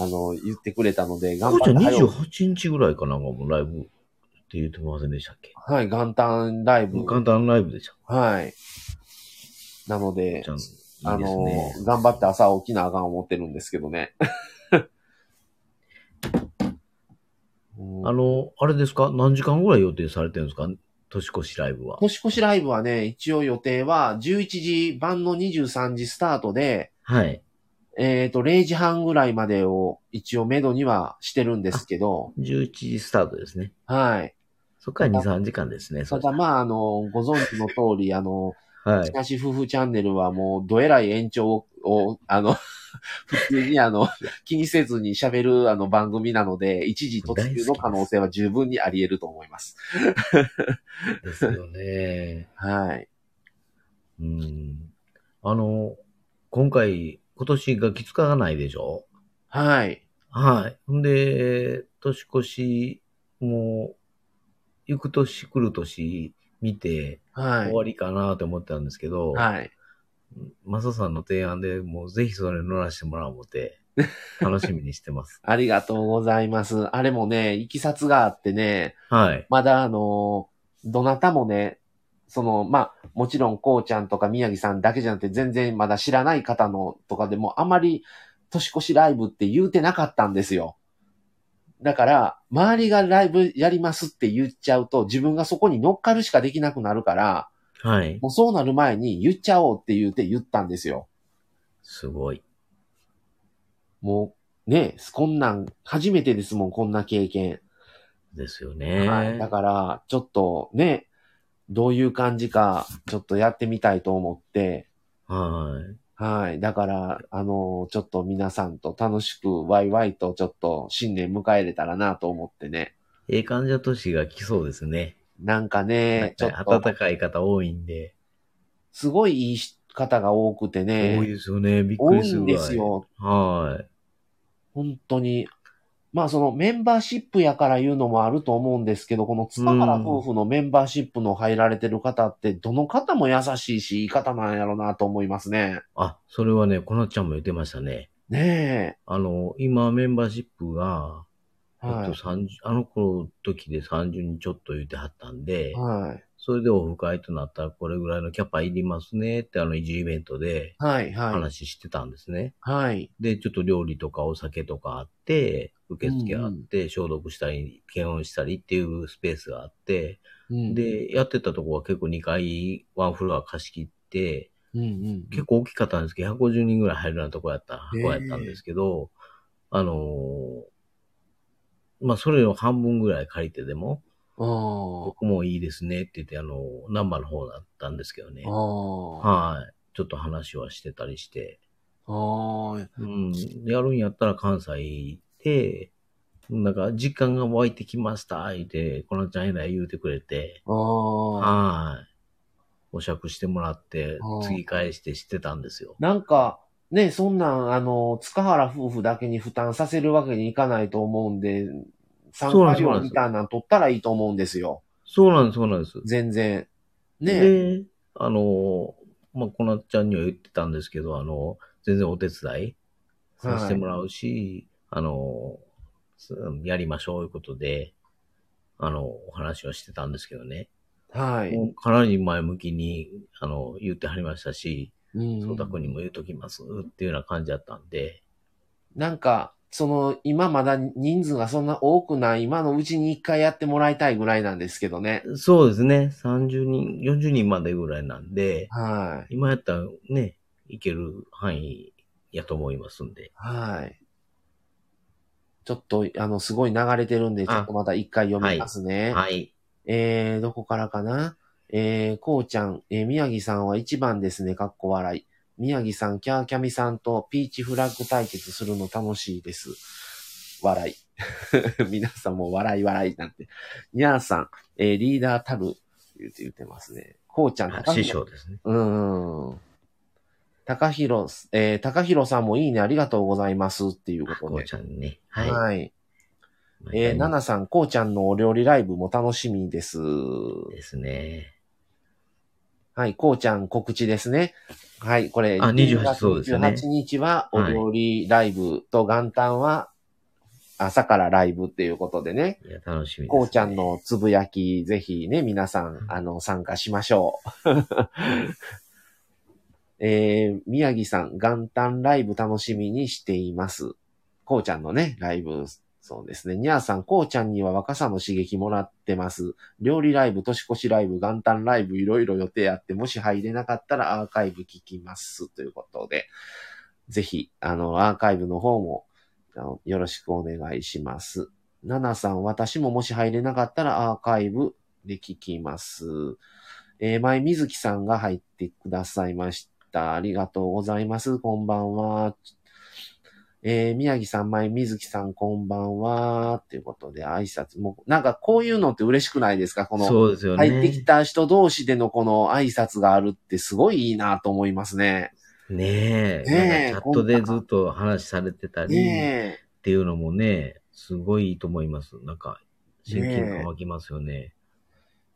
[SPEAKER 1] あの、言ってくれたので、
[SPEAKER 2] こ
[SPEAKER 1] 頑
[SPEAKER 2] うちゃん
[SPEAKER 1] 張って。
[SPEAKER 2] 28日ぐらいかなんかもうライブって言ってませんでしたっけ
[SPEAKER 1] はい、元旦ライブ。
[SPEAKER 2] 簡単ライブでした。
[SPEAKER 1] はい。なので
[SPEAKER 2] ち、ゃん、いい
[SPEAKER 1] あ
[SPEAKER 2] で
[SPEAKER 1] の
[SPEAKER 2] すね。
[SPEAKER 1] ー、頑張って朝起きなあかん思ってるんですけどね。うん
[SPEAKER 2] あの、あれですか何時間ぐらい予定されてるんですか年越しライブは。
[SPEAKER 1] 年越しライブはね、一応予定は11時、晩の23時スタートで、
[SPEAKER 2] はい。
[SPEAKER 1] えっ、と、0時半ぐらいまでを一応目処にはしてるんですけど、
[SPEAKER 2] 11時スタートですね。
[SPEAKER 1] はい。
[SPEAKER 2] そっから2、3時間ですね。そ
[SPEAKER 1] た
[SPEAKER 2] うで
[SPEAKER 1] だまあ、あの、ご存知の通り、あの、
[SPEAKER 2] すは
[SPEAKER 1] し
[SPEAKER 2] <laughs> い。
[SPEAKER 1] かし夫婦チャンネルはもう、どえらい延長を、をあの、 <laughs> 普通にあ
[SPEAKER 2] <laughs>
[SPEAKER 1] の、気にせずに喋るあの番組なので、一時突入の可能性は十分にあり得ると思います。
[SPEAKER 2] ですよね。
[SPEAKER 1] はい。
[SPEAKER 2] うん。あの、今回、今年ガキ使わないでしょ
[SPEAKER 1] はい。
[SPEAKER 2] はい。ほんで、年越し、もう、行く年来る年見て、
[SPEAKER 1] は
[SPEAKER 2] 終
[SPEAKER 1] い。
[SPEAKER 2] わりかなと思ってたんですけど、
[SPEAKER 1] はい。 <laughs>
[SPEAKER 2] マサさんの提案でもうぜひそれ乗らせてもらおう思って、楽しみにしてます。
[SPEAKER 1] ありがとうございます。あれもね、いきさつがあってね、
[SPEAKER 2] はい。
[SPEAKER 1] まだあの、どなたもね、その、まあ、もちろん、こうちゃんとか宮城さんだけじゃなくて、全然まだ知らない方のとかでも、あまり年越しライブって言うてなかったんですよ。だから、周りがライブやりますって言っちゃうと、自分がそこに乗っかるしかできなくなるから、
[SPEAKER 2] はい。
[SPEAKER 1] もうそうなる前に言っちゃおうって言うて言ったんですよ。
[SPEAKER 2] すごい。
[SPEAKER 1] もう、ね、こんなん、初めてですもん、こんな経験。
[SPEAKER 2] ですよね。
[SPEAKER 1] はい。だから、ちょっとね、どういう感じか、ちょっとやってみたいと思って、
[SPEAKER 2] はい。
[SPEAKER 1] はい。だから、あの、ちょっと皆さんと楽しく、ワイワイとちょっと新年迎えれたらなと思ってね。
[SPEAKER 2] ええ患者都市が来そうですね。
[SPEAKER 1] なんかね、ちょっと、
[SPEAKER 2] 暖かい方多いんで。
[SPEAKER 1] すごいいい方が多くて
[SPEAKER 2] 多い
[SPEAKER 1] ね、
[SPEAKER 2] ですよね。びっく
[SPEAKER 1] 多
[SPEAKER 2] り
[SPEAKER 1] い
[SPEAKER 2] する
[SPEAKER 1] ん
[SPEAKER 2] ぐらい。
[SPEAKER 1] です。よ。
[SPEAKER 2] はい。
[SPEAKER 1] 本当に。まあそのメンバーシップやから言うのもあると思うんですけど、この塚原夫婦のメンバーシップの入られてる方って、どの方も優しいし、いい方なんやろうなと思いますね。
[SPEAKER 2] あ、それはね、こなっちゃんも言ってましたね。
[SPEAKER 1] ね
[SPEAKER 2] あの、今メンバーシップが、
[SPEAKER 1] え。
[SPEAKER 2] えっ
[SPEAKER 1] は
[SPEAKER 2] と30あの頃時で30人ちょっと言ってはったんで
[SPEAKER 1] い。、はい。
[SPEAKER 2] それでオフ会となったらこれぐらいのキャパいりますねってあの移住イベントで
[SPEAKER 1] はい。はい。
[SPEAKER 2] 話してたんですね。
[SPEAKER 1] はい。
[SPEAKER 2] で、ちょっと料理とかお酒とかあって、受付あって、消毒したり、検温したりっていうスペースがあって、
[SPEAKER 1] うん、
[SPEAKER 2] で、やってたとこは結構2階ワンフロア貸し切って、
[SPEAKER 1] うんうん。
[SPEAKER 2] 結構大きかったんですけど、150人ぐらい入るようなとこやった、箱やったんですけど、あのーまあ、それを半分ぐらい借りてでも、こ
[SPEAKER 1] 構、
[SPEAKER 2] こもいいですねって言って、あのー、ナンバーの方だったんですけどね。
[SPEAKER 1] あ
[SPEAKER 2] は
[SPEAKER 1] あ。あ
[SPEAKER 2] い。ちょっと話はしてたりして、
[SPEAKER 1] あー。
[SPEAKER 2] うん。やるんやったら関西で、なんか、実感が湧いてきました、言って、このちゃんえらい言うてくれて、
[SPEAKER 1] ああ。
[SPEAKER 2] はい。お酌してもらって
[SPEAKER 1] あ、ー
[SPEAKER 2] 次返してしてたんですよ。
[SPEAKER 1] なんか、ね、そんなん、あの、塚原夫婦だけに負担させるわけにいかないと思うんで、参
[SPEAKER 2] そうなん
[SPEAKER 1] 加
[SPEAKER 2] ですそう
[SPEAKER 1] 料
[SPEAKER 2] なんです
[SPEAKER 1] みたいなの取ったらいいと思うんですよ。
[SPEAKER 2] そうなんです、そうなんです。
[SPEAKER 1] 全然。ね。
[SPEAKER 2] で、あの、まあ、こなっちゃんには言ってたんですけど、あの、全然お手伝いさせてもらうし、あの、すやりましょういうことで、あの、お話をしてたんですけどね。
[SPEAKER 1] はい。
[SPEAKER 2] もうかなり前向きに、あの、言ってはりましたし、
[SPEAKER 1] うん
[SPEAKER 2] そうたくんにも言うときますっていうような感じだったんで、
[SPEAKER 1] なんか、その、今まだ人数がそんな多くない、今のうちに一回やってもらいたいぐらいなんですけどね。
[SPEAKER 2] そうですね、30人、40人までぐらいなんで、
[SPEAKER 1] はい。
[SPEAKER 2] 今やったらね、いける範囲やと思いますんで。
[SPEAKER 1] はい。ちょっと、あの、すごい流れてるんで、ちょっとまた一回読みますね。
[SPEAKER 2] はい。
[SPEAKER 1] えー、どこからかなえー、こうちゃん、えー、宮城さんは一番ですね、かっこ笑い。宮城さん、キャーキャミさんとピーチフラッグ対決するの楽しいです。笑い。 <laughs> 皆さんも笑い笑いなんて。にゃーさん、えー、リーダーたる、言うて言ってますね。こうちゃん、
[SPEAKER 2] あ
[SPEAKER 1] 高
[SPEAKER 2] 師
[SPEAKER 1] 弘
[SPEAKER 2] 匠ですね。
[SPEAKER 1] うーん。高弘、えー、高弘さんもいいね、ありがとうございますっていう
[SPEAKER 2] あ
[SPEAKER 1] こ
[SPEAKER 2] ことう
[SPEAKER 1] で。
[SPEAKER 2] ちゃんね。
[SPEAKER 1] はい。
[SPEAKER 2] はい。
[SPEAKER 1] えー、ななさん、こうちゃんのお料理ライブも楽しみです。
[SPEAKER 2] ですね。
[SPEAKER 1] はい、こうちゃん告知ですね。はい、これ、
[SPEAKER 2] あ28
[SPEAKER 1] 10月
[SPEAKER 2] そうですよね
[SPEAKER 1] 28日はお料理ライブと元旦は朝からライブっていうことでね、
[SPEAKER 2] いや、楽しみです、ね。
[SPEAKER 1] こうちゃん。のつぶやき、ぜひね、皆さん、あの、参加しましょう。 <laughs> えー、宮城さん、元旦ライブ楽しみにしています。こうちゃんのね、ライブ、そうですね。にゃーさん、こうちゃんには若さの刺激もらってます。料理ライブ、年越しライブ、元旦ライブ、いろいろ予定あって、もし入れなかったらアーカイブ聞きます。ということで、ぜひ、あの、アーカイブの方も、あのよろしくお願いします。ナナさん、私ももし入れなかったらアーカイブで聞きます。えー、前水木さんが入ってくださいました。ありがとうございます。こんばんは。えー、宮城さん、前水木さん、こんばんは。ということで、挨拶も、なんかこういうのって嬉しくないですかこの、
[SPEAKER 2] そうですよね。
[SPEAKER 1] 入ってき。た人同士でのこの挨拶があるってすごいいいなと思いますね。
[SPEAKER 2] ねえ。
[SPEAKER 1] ねえ
[SPEAKER 2] なんかチャットでずっと話されてたり、
[SPEAKER 1] ねえ。
[SPEAKER 2] っていうのもね、すごいいいと思います。なんか、親近感湧きますよね。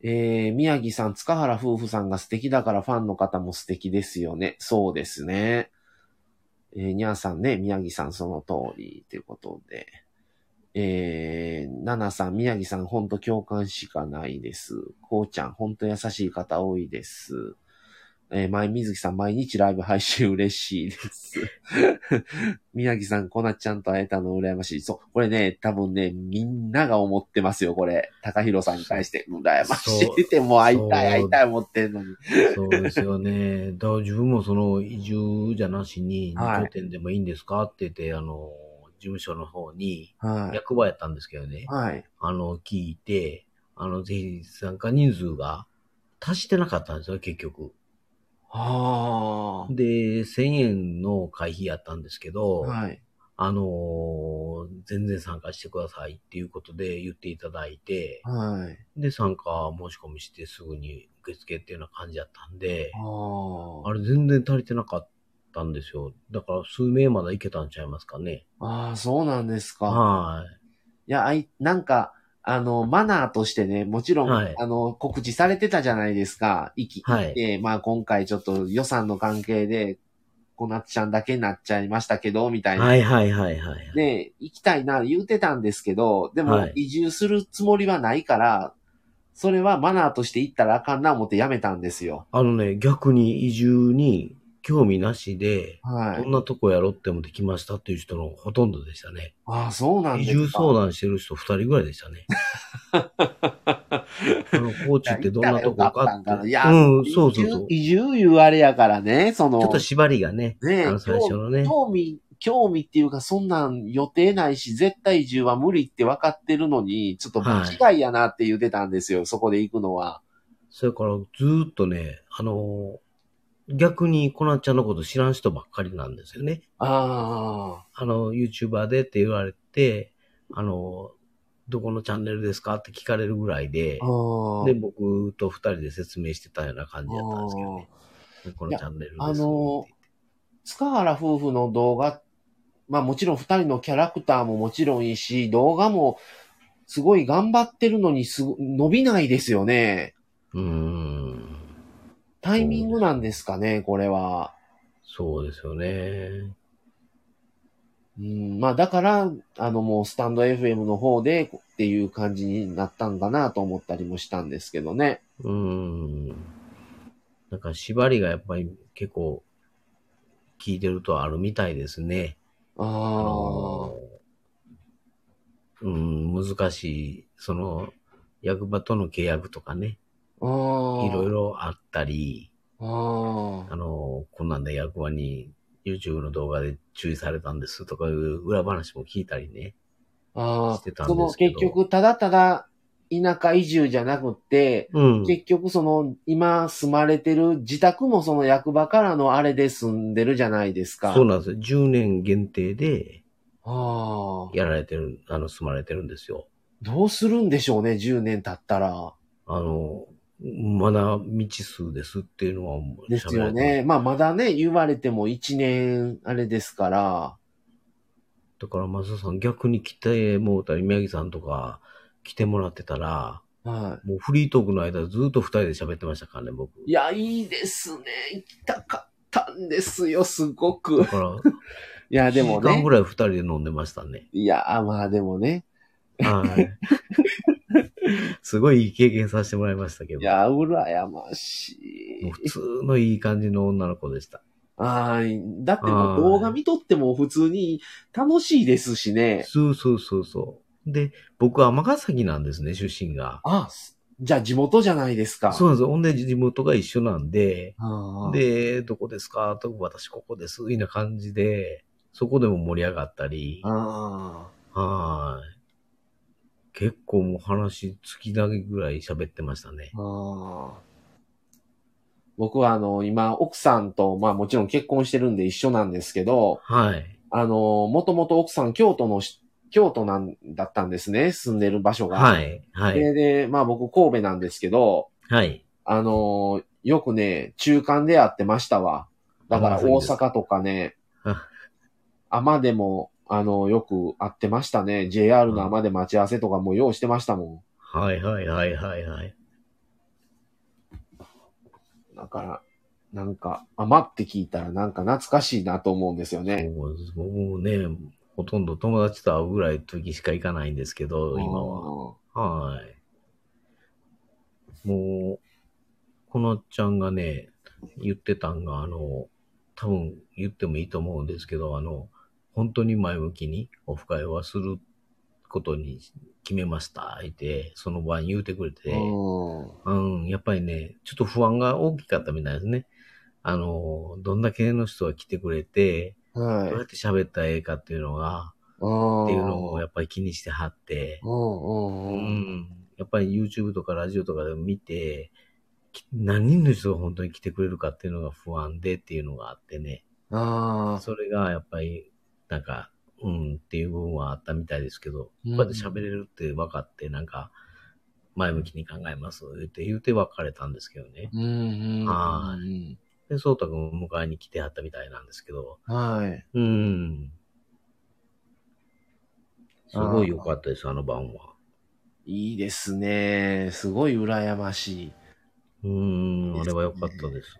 [SPEAKER 1] えー、宮城さん、塚原夫婦さんが素敵だからファンの方も素敵ですよね。そうですね。ええー、にゃんさんね、宮城さんその通りということで、えー、ななさん、宮城さんほんと共感しかないです。こうちゃんほんと優しい方多いです。えー、前水木さん毎日ライブ配信嬉しいです。 <laughs> 宮城さん、こなちゃんと会えたの羨ましい。そう、これね、多分ね、みんなが思ってますよ、これ。高弘さんに対して、羨ましいって、もう会いたい、
[SPEAKER 2] そう
[SPEAKER 1] 会いたい思ってんのに。
[SPEAKER 2] そうです
[SPEAKER 1] <laughs>
[SPEAKER 2] よね。だから自分もその移住じゃなしに、
[SPEAKER 1] はい
[SPEAKER 2] 2拠点でもいいんですかって言って、あの、事務所の方に、
[SPEAKER 1] はい。
[SPEAKER 2] 役場やったんですけどね、
[SPEAKER 1] はい。
[SPEAKER 2] あの、聞いて、あの、ぜひ参加人数が足してなかったんですよ、結局。
[SPEAKER 1] は
[SPEAKER 2] で、1000円の会費やったんですけ
[SPEAKER 1] あ。
[SPEAKER 2] ど、
[SPEAKER 1] はい。
[SPEAKER 2] あのー全然参加してくださいっていうことで言っていただいて、
[SPEAKER 1] はい。
[SPEAKER 2] で、参加申し込みしてすぐに受付っていうような感じだったんで、
[SPEAKER 1] ああ
[SPEAKER 2] あ。れ全然足りてなかったんですよ。だから数名まだいけたんちゃいますかね。
[SPEAKER 1] ああ、そうなんですか。
[SPEAKER 2] はい
[SPEAKER 1] や、あい、なんか、あの、マナーとしてね、もちろん、
[SPEAKER 2] はい
[SPEAKER 1] あの、告知されてたじゃないですか。行き、
[SPEAKER 2] はい
[SPEAKER 1] で、まあ今回ちょっと予算の関係で、こなっちゃんだけになっちゃいましたけど、みた
[SPEAKER 2] い。
[SPEAKER 1] いな。
[SPEAKER 2] はいはいはいはい。
[SPEAKER 1] で、行きたいな、言うてたんですけど、でも
[SPEAKER 2] はい、
[SPEAKER 1] 移住するつもりはないから、それはマナーとして行ったらあかんな思ってやめたんですよ。
[SPEAKER 2] あのね、逆に移住に興味なしで、
[SPEAKER 1] は
[SPEAKER 2] どん
[SPEAKER 1] い。
[SPEAKER 2] なとこやろってもできましたっていう人のほとんどでしたね。
[SPEAKER 1] ああ、そうなん
[SPEAKER 2] 移
[SPEAKER 1] ですか。
[SPEAKER 2] 住相談してる人2人ぐらいでし
[SPEAKER 1] <laughs>
[SPEAKER 2] たね。あの、高知ってどんなとこ
[SPEAKER 1] 行
[SPEAKER 2] か
[SPEAKER 1] ったらよかったん
[SPEAKER 2] っ
[SPEAKER 1] か
[SPEAKER 2] て。
[SPEAKER 1] ないや
[SPEAKER 2] うん、そうそうそう。ち
[SPEAKER 1] 移住、移住いうあれやからね、その。
[SPEAKER 2] ょっと縛りがね、
[SPEAKER 1] ねえ
[SPEAKER 2] あの最初のね。
[SPEAKER 1] 興味、興味っていうか、そんなん予定ないし、絶対移住は無理って分かってるのに、ちょっと間違いやなって言ってたんですよ、そこで行くのは。
[SPEAKER 2] それからずーっとね、あのー逆にコナちゃんのこと知らん人ばっかりなんですよね。
[SPEAKER 1] あ
[SPEAKER 2] あの、YouTuber でって言われて、あのーどこのチャンネルですかって聞かれるぐらいで
[SPEAKER 1] あ。、ああ
[SPEAKER 2] で、僕と二人で説明してたような感じだったんですけどね。このチャンネルです。
[SPEAKER 1] いやあの塚原夫婦の動画、まあもちろん二人のキャラクターももちろんいいし、動画もすごい頑張ってるのにすご伸びないですよね。
[SPEAKER 2] うーん。
[SPEAKER 1] タイミングなんですかね、これは。
[SPEAKER 2] そうですよね。
[SPEAKER 1] うん、まあだから、あのもうスタンド FM の方でっていう感じになったんだなと思ったりもしたんですけどね。
[SPEAKER 2] うーん。なんか縛りがやっぱり結構聞いてるとあるみたいですね。
[SPEAKER 1] あ
[SPEAKER 2] あ
[SPEAKER 1] あ、
[SPEAKER 2] のうん、難しい、その、役場との契約とかね、
[SPEAKER 1] ああ、
[SPEAKER 2] いろい。ろあったり、
[SPEAKER 1] あ
[SPEAKER 2] あの、こんなんで役場に YouTube の動画で注意されたんですとかいう裏話も聞いたりね。
[SPEAKER 1] あ、あ
[SPEAKER 2] してた
[SPEAKER 1] あ、
[SPEAKER 2] ん
[SPEAKER 1] その
[SPEAKER 2] ですけ
[SPEAKER 1] 結
[SPEAKER 2] ど
[SPEAKER 1] 局、ただただ田舎移住じゃなくって、
[SPEAKER 2] うん。
[SPEAKER 1] 結局その今住まれてる自宅もその役場からのあれで住んでるじゃないですか。
[SPEAKER 2] そうなんですよ。10年限定で
[SPEAKER 1] ああ、
[SPEAKER 2] やられてる、あの、住まれてるんですよ。
[SPEAKER 1] どうするんでしょうね、10年経ったら。
[SPEAKER 2] あの、まだ未知数ですっていうのはもう
[SPEAKER 1] ですよ
[SPEAKER 2] 喋られて
[SPEAKER 1] ね。まあまだね、言われても1年あれですから。
[SPEAKER 2] だから、松田さん、逆に来てもうたり、宮城さんとか来てもらってたら、
[SPEAKER 1] は
[SPEAKER 2] もうフリートークの間ずっと二人で喋ってましたからね、僕。
[SPEAKER 1] い。いや、いいですね。行きたかったんですよ、すごく
[SPEAKER 2] だ。から、
[SPEAKER 1] いや、で
[SPEAKER 2] 1
[SPEAKER 1] も
[SPEAKER 2] 時間
[SPEAKER 1] ね
[SPEAKER 2] ぐ。らい二人で飲んでましたね。
[SPEAKER 1] いや、まあでもね。
[SPEAKER 2] はい。 <laughs> すごいいい経験させてもらいましたけど
[SPEAKER 1] い。や、羨ましい
[SPEAKER 2] もう。普通のいい感じの女の子でした。
[SPEAKER 1] ああ、だっても
[SPEAKER 2] は
[SPEAKER 1] う
[SPEAKER 2] い
[SPEAKER 1] 動画見とっても普通に楽しいですしね。
[SPEAKER 2] そうそうそうそう。で、僕は尼崎なんですね、出身が。
[SPEAKER 1] あじゃあ地元じゃないですか。
[SPEAKER 2] そうなんですよ。ほんで、地元が一緒なんで、
[SPEAKER 1] ああ
[SPEAKER 2] で、どこですかと、私ここです、みたいな感じで、そこでも盛り上がったり、
[SPEAKER 1] あ
[SPEAKER 2] はーい。結構もう話尽きないぐらい喋ってましたね。
[SPEAKER 1] あ。ああ。僕はあの、今、奥さんと、まあもちろん結婚してるんで一緒なんですけど、
[SPEAKER 2] はい。
[SPEAKER 1] あの、もともと奥さん京都のし、京都なんだったんですね、住んでる場所が。
[SPEAKER 2] はい。は
[SPEAKER 1] で
[SPEAKER 2] い。
[SPEAKER 1] で、まあ僕神戸なんですけど、
[SPEAKER 2] はい。
[SPEAKER 1] あの、よくね、中間でやってましたわ。だから
[SPEAKER 2] あそう
[SPEAKER 1] 大
[SPEAKER 2] です
[SPEAKER 1] 阪とかね
[SPEAKER 2] あ、
[SPEAKER 1] 天でも、あの、よく会ってましたね。JR の天で待ち合わせとかもようしてましたも
[SPEAKER 2] はいはいはいはいはい。
[SPEAKER 1] ん。だから、なんか、余って聞いたらなんか懐かしいなと思うんですよね。
[SPEAKER 2] もう僕ね、ほとんど友達と会うぐらいの時しか行かないんですけど、今は。はい。もう、このちゃんがね、言ってたんが、あの、多分言ってもいいと思うんですけど、あの、本当に前向きにオフ会はすることに決めました、言って、その場に言うてくれて、
[SPEAKER 1] うん。
[SPEAKER 2] うん、やっぱりね、ちょっと不安が大きかったみたいですね。あの、どんだけの人が来てくれて、
[SPEAKER 1] はい
[SPEAKER 2] どうや。って喋ったらええかっていうのが、っていうのをやっぱり気にしてはって、
[SPEAKER 1] うん
[SPEAKER 2] う
[SPEAKER 1] うんうん。
[SPEAKER 2] ん、やっぱり YouTube とかラジオとかでも見て、き何人の人が本当に来てくれるかっていうのが不安でっていうのがあってね、
[SPEAKER 1] ああ。
[SPEAKER 2] それがやっぱり、なんか、うんっていう部分はあったみたいですけど、
[SPEAKER 1] うん
[SPEAKER 2] こうやって喋れるって分かって、なんか、前向きに考えますって言って別れたんですけどね。
[SPEAKER 1] うんうんうん。。
[SPEAKER 2] はいで、そうたくんを迎えに来てはったみたいなんですけど、
[SPEAKER 1] はい。
[SPEAKER 2] うん。すごい良かったです、あの晩は。
[SPEAKER 1] いいですね。すごい羨ましい。
[SPEAKER 2] うん、あれは良かったです。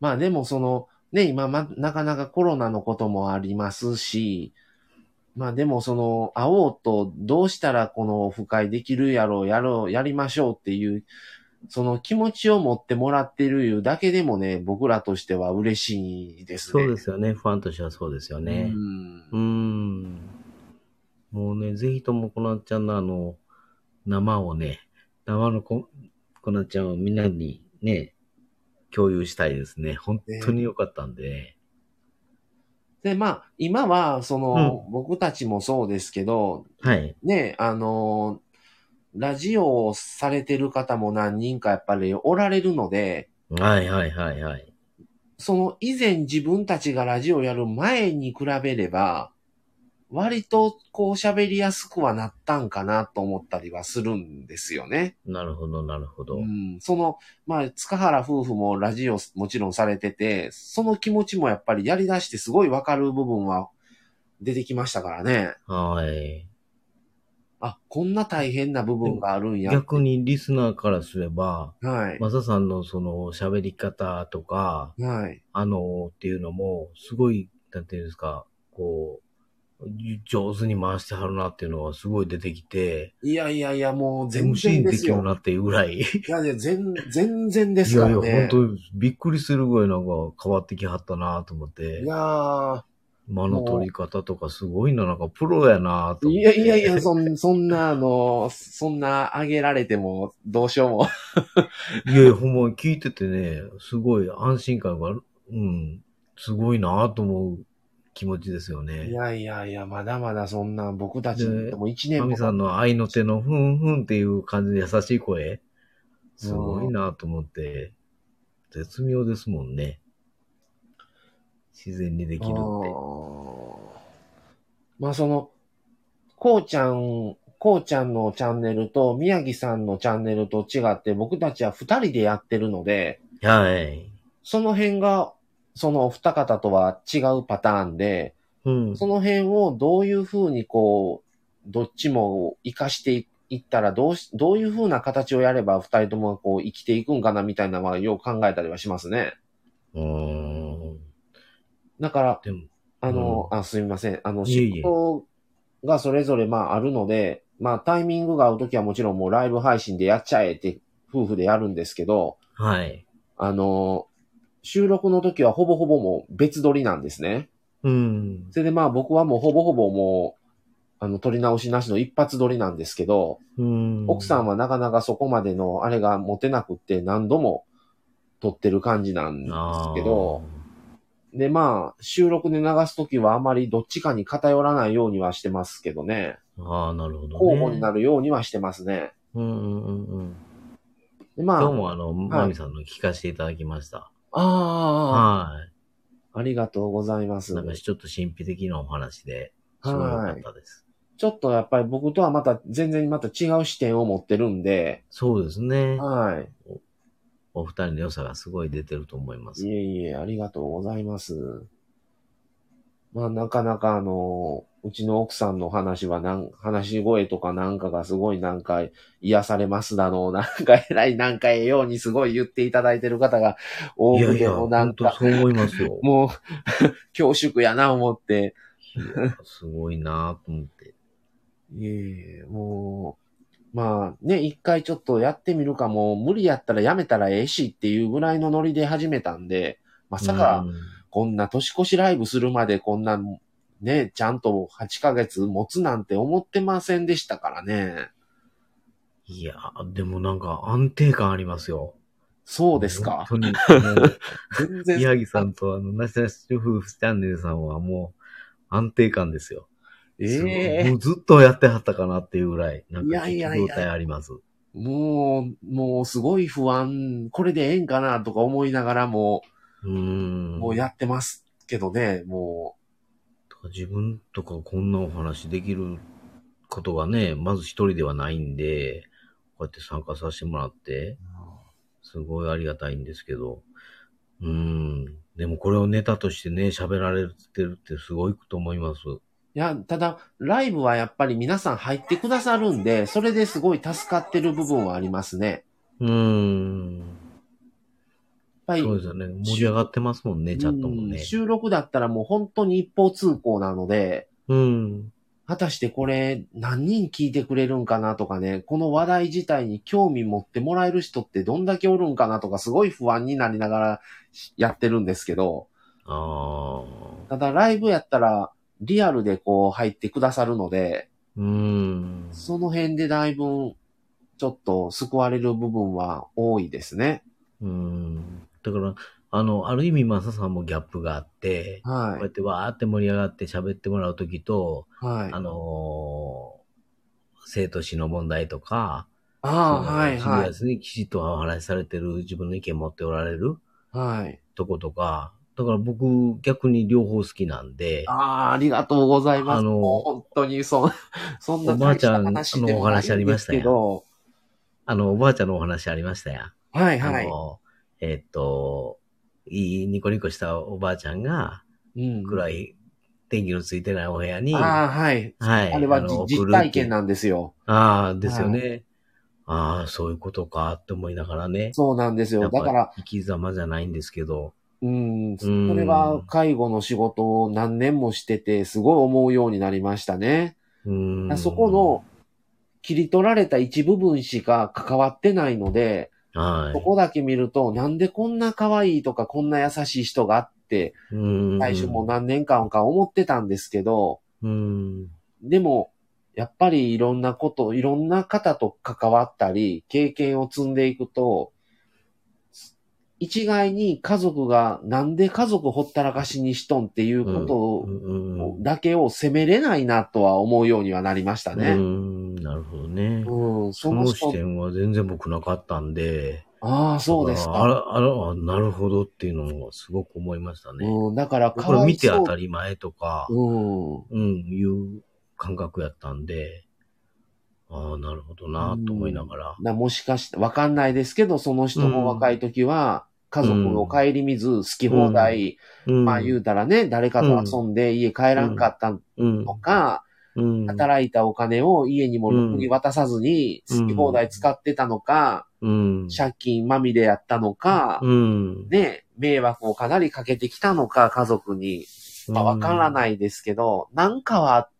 [SPEAKER 1] まあでもその、ね、今、ま、なかなかコロナのこともありますし、まあでもその、会おうとどうしたらこのオフ会できるやろう、やろう、やりましょうっていう、その気持ちを持ってもらってるいうだけでもね、僕らとしては嬉しいです
[SPEAKER 2] そ
[SPEAKER 1] ね。
[SPEAKER 2] うですすよね、ファンとしてはそうですよね。
[SPEAKER 1] う。
[SPEAKER 2] うんん。もうね、ぜひともこなっちゃんのあの、生をね、生のここなっちゃんをみんなにね、共有したいですね。本当に良かったんで、
[SPEAKER 1] で、まあ、今は、その、僕たちもそうですけど、
[SPEAKER 2] はい。
[SPEAKER 1] ね、あのラジオをされてる方も何人かやっぱりおられるので、
[SPEAKER 2] はいはいはいはい。
[SPEAKER 1] その以前自分たちがラジオやる前に比べれば、割とこう喋りやすくはなったんかなと思ったりはするんですよね。
[SPEAKER 2] なるほど、なるほど。
[SPEAKER 1] うん、その、まあ、塚原夫婦もラジオもちろんされてて、その気持ちもやっぱりやり出してすごいわかる部分は出てきましたからね。
[SPEAKER 2] はい。
[SPEAKER 1] あ、こんな大変な部分があるんや。
[SPEAKER 2] 逆にリスナーからすれば、
[SPEAKER 1] はい。
[SPEAKER 2] マサさんのその喋り方とか、
[SPEAKER 1] はい。
[SPEAKER 2] あのっていうのも、すごい、なんていうんですか、こう、上手に回してはるなっていうのはすごい出てきて、
[SPEAKER 1] いやいやいや、もう全
[SPEAKER 2] MC
[SPEAKER 1] 然
[SPEAKER 2] に
[SPEAKER 1] で
[SPEAKER 2] ですきる
[SPEAKER 1] よ。
[SPEAKER 2] なっていうぐらい。
[SPEAKER 1] いやいや、全、全然で
[SPEAKER 2] い
[SPEAKER 1] すか
[SPEAKER 2] やい
[SPEAKER 1] らね。
[SPEAKER 2] や、本当にびっくりするぐらいなんか変わってきはったなと思っ
[SPEAKER 1] い
[SPEAKER 2] て、
[SPEAKER 1] やー、
[SPEAKER 2] 間の取り方とかすごいな、なんかプロやなと思
[SPEAKER 1] い
[SPEAKER 2] っ
[SPEAKER 1] や
[SPEAKER 2] て。
[SPEAKER 1] いやいや、そんそんな、あの、そんな、あげられても、どうしようも。
[SPEAKER 2] <laughs> いやいや、ほんま聞いててね、すごい安心感がある、うん、すごいなと思う気持ちですよね。
[SPEAKER 1] <laughs> いやいやいや、まだまだそんな、僕たちでも一年
[SPEAKER 2] マ
[SPEAKER 1] も
[SPEAKER 2] ミさんの愛の手のふんふんっていう感じの優しい声。すごいなと思って、絶妙ですもんね。自然にできるって。
[SPEAKER 1] うんまあ、その、こうちゃん、こうちゃんのチャンネルと、宮城さんのチャンネルと違って、僕たちは二人でやってるので、
[SPEAKER 2] はい。
[SPEAKER 1] その辺が、そのお二方とは違うパターンで、
[SPEAKER 2] うん。
[SPEAKER 1] その辺をどういうふうにこう、どっちも活かしていったら、どうし、どういうふうな形をやれば二人ともこう生きていくんかなみたいなのはよう考えたりはしますね。
[SPEAKER 2] うーん。
[SPEAKER 1] だから、
[SPEAKER 2] でも、
[SPEAKER 1] あの、あ、すみません。あの、
[SPEAKER 2] いえいえ
[SPEAKER 1] 仕事がそれぞれまああるので、まあタイミングが合うときはもちろんもうライブ配信でやっちゃえって夫婦でやるんですけど、
[SPEAKER 2] はい。
[SPEAKER 1] あの、収録の時はほぼほぼもう別撮りなんですね。
[SPEAKER 2] うん。
[SPEAKER 1] それでまあ僕はもうほぼほぼもう、あの、撮り直しなしの一発撮りなんですけど、
[SPEAKER 2] うん。
[SPEAKER 1] 奥さんはなかなかそこまでのあれが持てなくって何度も撮ってる感じなんです
[SPEAKER 2] あー
[SPEAKER 1] けど、でまあ収録で流すときはあまりどっちかに偏らないようにはしてますけどね、
[SPEAKER 2] あー、なるほど、ね。
[SPEAKER 1] 交互になるようにはしてますね。
[SPEAKER 2] うんうんうんうん。
[SPEAKER 1] でまあ、
[SPEAKER 2] 今日もあの、
[SPEAKER 1] い
[SPEAKER 2] マミさんの聞かせていただきました。
[SPEAKER 1] あ
[SPEAKER 2] は
[SPEAKER 1] あ、ありがとうございます
[SPEAKER 2] い。。なんかちょっと神秘的なお話で、すごい良かったです。
[SPEAKER 1] ちょっとやっぱり僕とはまた全然また違う視点を持ってるんで、
[SPEAKER 2] そうですね。
[SPEAKER 1] はい。
[SPEAKER 2] お二人の良さがすごい出てると思います。
[SPEAKER 1] いえいえ、ありがとうございます。まあ、なかなかあの、うちの奥さんの話はなん、話し声とかなんかがすごいなんか癒されますだの、なんか偉いなんかええようにすごい言っていただいてる方が多
[SPEAKER 2] いや
[SPEAKER 1] く
[SPEAKER 2] い
[SPEAKER 1] て
[SPEAKER 2] や、
[SPEAKER 1] もな
[SPEAKER 2] 本
[SPEAKER 1] ん
[SPEAKER 2] 当
[SPEAKER 1] か、
[SPEAKER 2] そう思いますよ。
[SPEAKER 1] もう、 <laughs> 恐縮やな思って、
[SPEAKER 2] いやすごいなと思って。
[SPEAKER 1] いえいえ、もう、まあね、一回ちょっとやってみるかも、無理やったらやめたらええしっていうぐらいのノリで始めたんで、まさか、
[SPEAKER 2] うん
[SPEAKER 1] こんな年越しライブするまでこんな、ね、ちゃんと8ヶ月持つなんて思ってませんでしたからね。
[SPEAKER 2] いや、でもなんか安定感ありますよ。
[SPEAKER 1] そうですか。
[SPEAKER 2] 本当に。も
[SPEAKER 1] <laughs> 全
[SPEAKER 2] う
[SPEAKER 1] 然。
[SPEAKER 2] 宮城さんとあの、なしなし夫婦チャンネルさんはもう安定感ですよ。すごい
[SPEAKER 1] ええ
[SPEAKER 2] もうずっとやってはったかなっていうぐらい、なんか
[SPEAKER 1] いやいやいや
[SPEAKER 2] 状態あります。
[SPEAKER 1] もう、もうすごい不安、これでええんかなとか思いながらも、
[SPEAKER 2] うーん。
[SPEAKER 1] もうやってますけどね、も
[SPEAKER 2] とか自分とかこんなお話できることがね、まず一人ではないんで、こうやって参加させてもらって
[SPEAKER 1] う、。
[SPEAKER 2] すごいありがたいんですけど、うーん。でもこれをネタとしてね、喋られてるってすごいと思います。
[SPEAKER 1] いや、ただ、ライブはやっぱり皆さん入ってくださるんで、それですごい助かってる部分はありますね。
[SPEAKER 2] うーん。
[SPEAKER 1] やっぱり、
[SPEAKER 2] そうですよね。盛り上がってますもんね、チャットも
[SPEAKER 1] う
[SPEAKER 2] ね
[SPEAKER 1] ん。収録だったらもう本当に一方通行なので、
[SPEAKER 2] うん。
[SPEAKER 1] 果たしてこれ何人聞いてくれるんかなとかね、この話題自体に興味持ってもらえる人ってどんだけおるんかなとかすごい不安になりながらやってるんですけど、
[SPEAKER 2] ああ。
[SPEAKER 1] ただライブやったらリアルでこう入ってくださるので、
[SPEAKER 2] うーん。
[SPEAKER 1] その辺でだいぶちょっと救われる部分は多いですね。
[SPEAKER 2] うーん。だから、あの、ある意味、マサさんもギャップがあって、
[SPEAKER 1] は
[SPEAKER 2] こうやってわーって盛り上がって喋ってもらうときと、
[SPEAKER 1] い。はい。
[SPEAKER 2] あのー生と死の問題とか、
[SPEAKER 1] あ
[SPEAKER 2] あ
[SPEAKER 1] あ、はい、
[SPEAKER 2] シリ
[SPEAKER 1] はい
[SPEAKER 2] ア。スにきちっとお話しされてる、自分の意見持っておられる
[SPEAKER 1] はい。
[SPEAKER 2] とことか、だから僕、逆に両方好きなんで、
[SPEAKER 1] ああ、ありがとうございます。
[SPEAKER 2] あ
[SPEAKER 1] も
[SPEAKER 2] の
[SPEAKER 1] う本当にそ、そんな
[SPEAKER 2] おばあちゃん
[SPEAKER 1] 大したでもないです
[SPEAKER 2] あのお話ありましたよ
[SPEAKER 1] けど、
[SPEAKER 2] あの、おばあちゃんのお話ありましたやん。
[SPEAKER 1] はい、
[SPEAKER 2] あ
[SPEAKER 1] はい。
[SPEAKER 2] の、えーっと、いいニコニコしたおばあちゃんが、
[SPEAKER 1] うん。
[SPEAKER 2] 暗い電気のついてないお部屋に、
[SPEAKER 1] あ
[SPEAKER 2] は
[SPEAKER 1] あ、はい。
[SPEAKER 2] い。
[SPEAKER 1] あれは
[SPEAKER 2] の
[SPEAKER 1] じ実体験なんですよ。
[SPEAKER 2] ああ、ですよね。ああ、そういうことかって思いながらね。
[SPEAKER 1] そうなんです
[SPEAKER 2] や
[SPEAKER 1] よ。
[SPEAKER 2] っぱ
[SPEAKER 1] だから、
[SPEAKER 2] 生き様じゃないんですけど。
[SPEAKER 1] うん、そ
[SPEAKER 2] ん
[SPEAKER 1] れは介護の仕事を何年もしてて、すごい思うようになりましたね。
[SPEAKER 2] うーん。
[SPEAKER 1] そこの、切り取られた一部分しか関わってないので、
[SPEAKER 2] の、はい。
[SPEAKER 1] そこだけ見ると、なんでこんな可愛いとか、こんな優しい人があって、
[SPEAKER 2] うーん。
[SPEAKER 1] 最初もう何年間か思ってたんですけど、
[SPEAKER 2] うーん。
[SPEAKER 1] でも、やっぱりいろんなこと、いろんな方と関わったり、経験を積んでいくと、一概に家族がなんで家族ほったらかしにしとんっていうこ
[SPEAKER 2] うんうん
[SPEAKER 1] と
[SPEAKER 2] う
[SPEAKER 1] を
[SPEAKER 2] ん
[SPEAKER 1] だけを責めれないなとは思うようにはなりました
[SPEAKER 2] うー
[SPEAKER 1] ね。
[SPEAKER 2] ん。なるほどね。
[SPEAKER 1] うん、そ
[SPEAKER 2] そ
[SPEAKER 1] の
[SPEAKER 2] の
[SPEAKER 1] 人
[SPEAKER 2] 視、点は全然僕なかったんで。
[SPEAKER 1] ああ、そうです
[SPEAKER 2] あ
[SPEAKER 1] か。
[SPEAKER 2] ら、あら、あなるほどっていうのをすごく思いましたね。
[SPEAKER 1] うん、だから
[SPEAKER 2] これ見て当た
[SPEAKER 1] り。
[SPEAKER 2] り前とか、
[SPEAKER 1] うん。
[SPEAKER 2] うん、いう感覚やったんで、ああ、なるほどなと思いながら。
[SPEAKER 1] なもしかして、わかんないですけど、その人も若い時は、家族を顧みず、好き放題、
[SPEAKER 2] うん、
[SPEAKER 1] まあ言うたらね、誰かと遊んで家帰らんかった
[SPEAKER 2] うん、
[SPEAKER 1] とか、
[SPEAKER 2] うん、
[SPEAKER 1] 働いたお金を家にもろくに渡さずに、
[SPEAKER 2] うん
[SPEAKER 1] 好き放題使ってたのか、
[SPEAKER 2] うん、
[SPEAKER 1] 借金まみれやったのか、
[SPEAKER 2] うん、
[SPEAKER 1] ね、迷惑をかなりかけてきたのか、家族に。まあわから
[SPEAKER 2] い。
[SPEAKER 1] ないですけど、なんかは、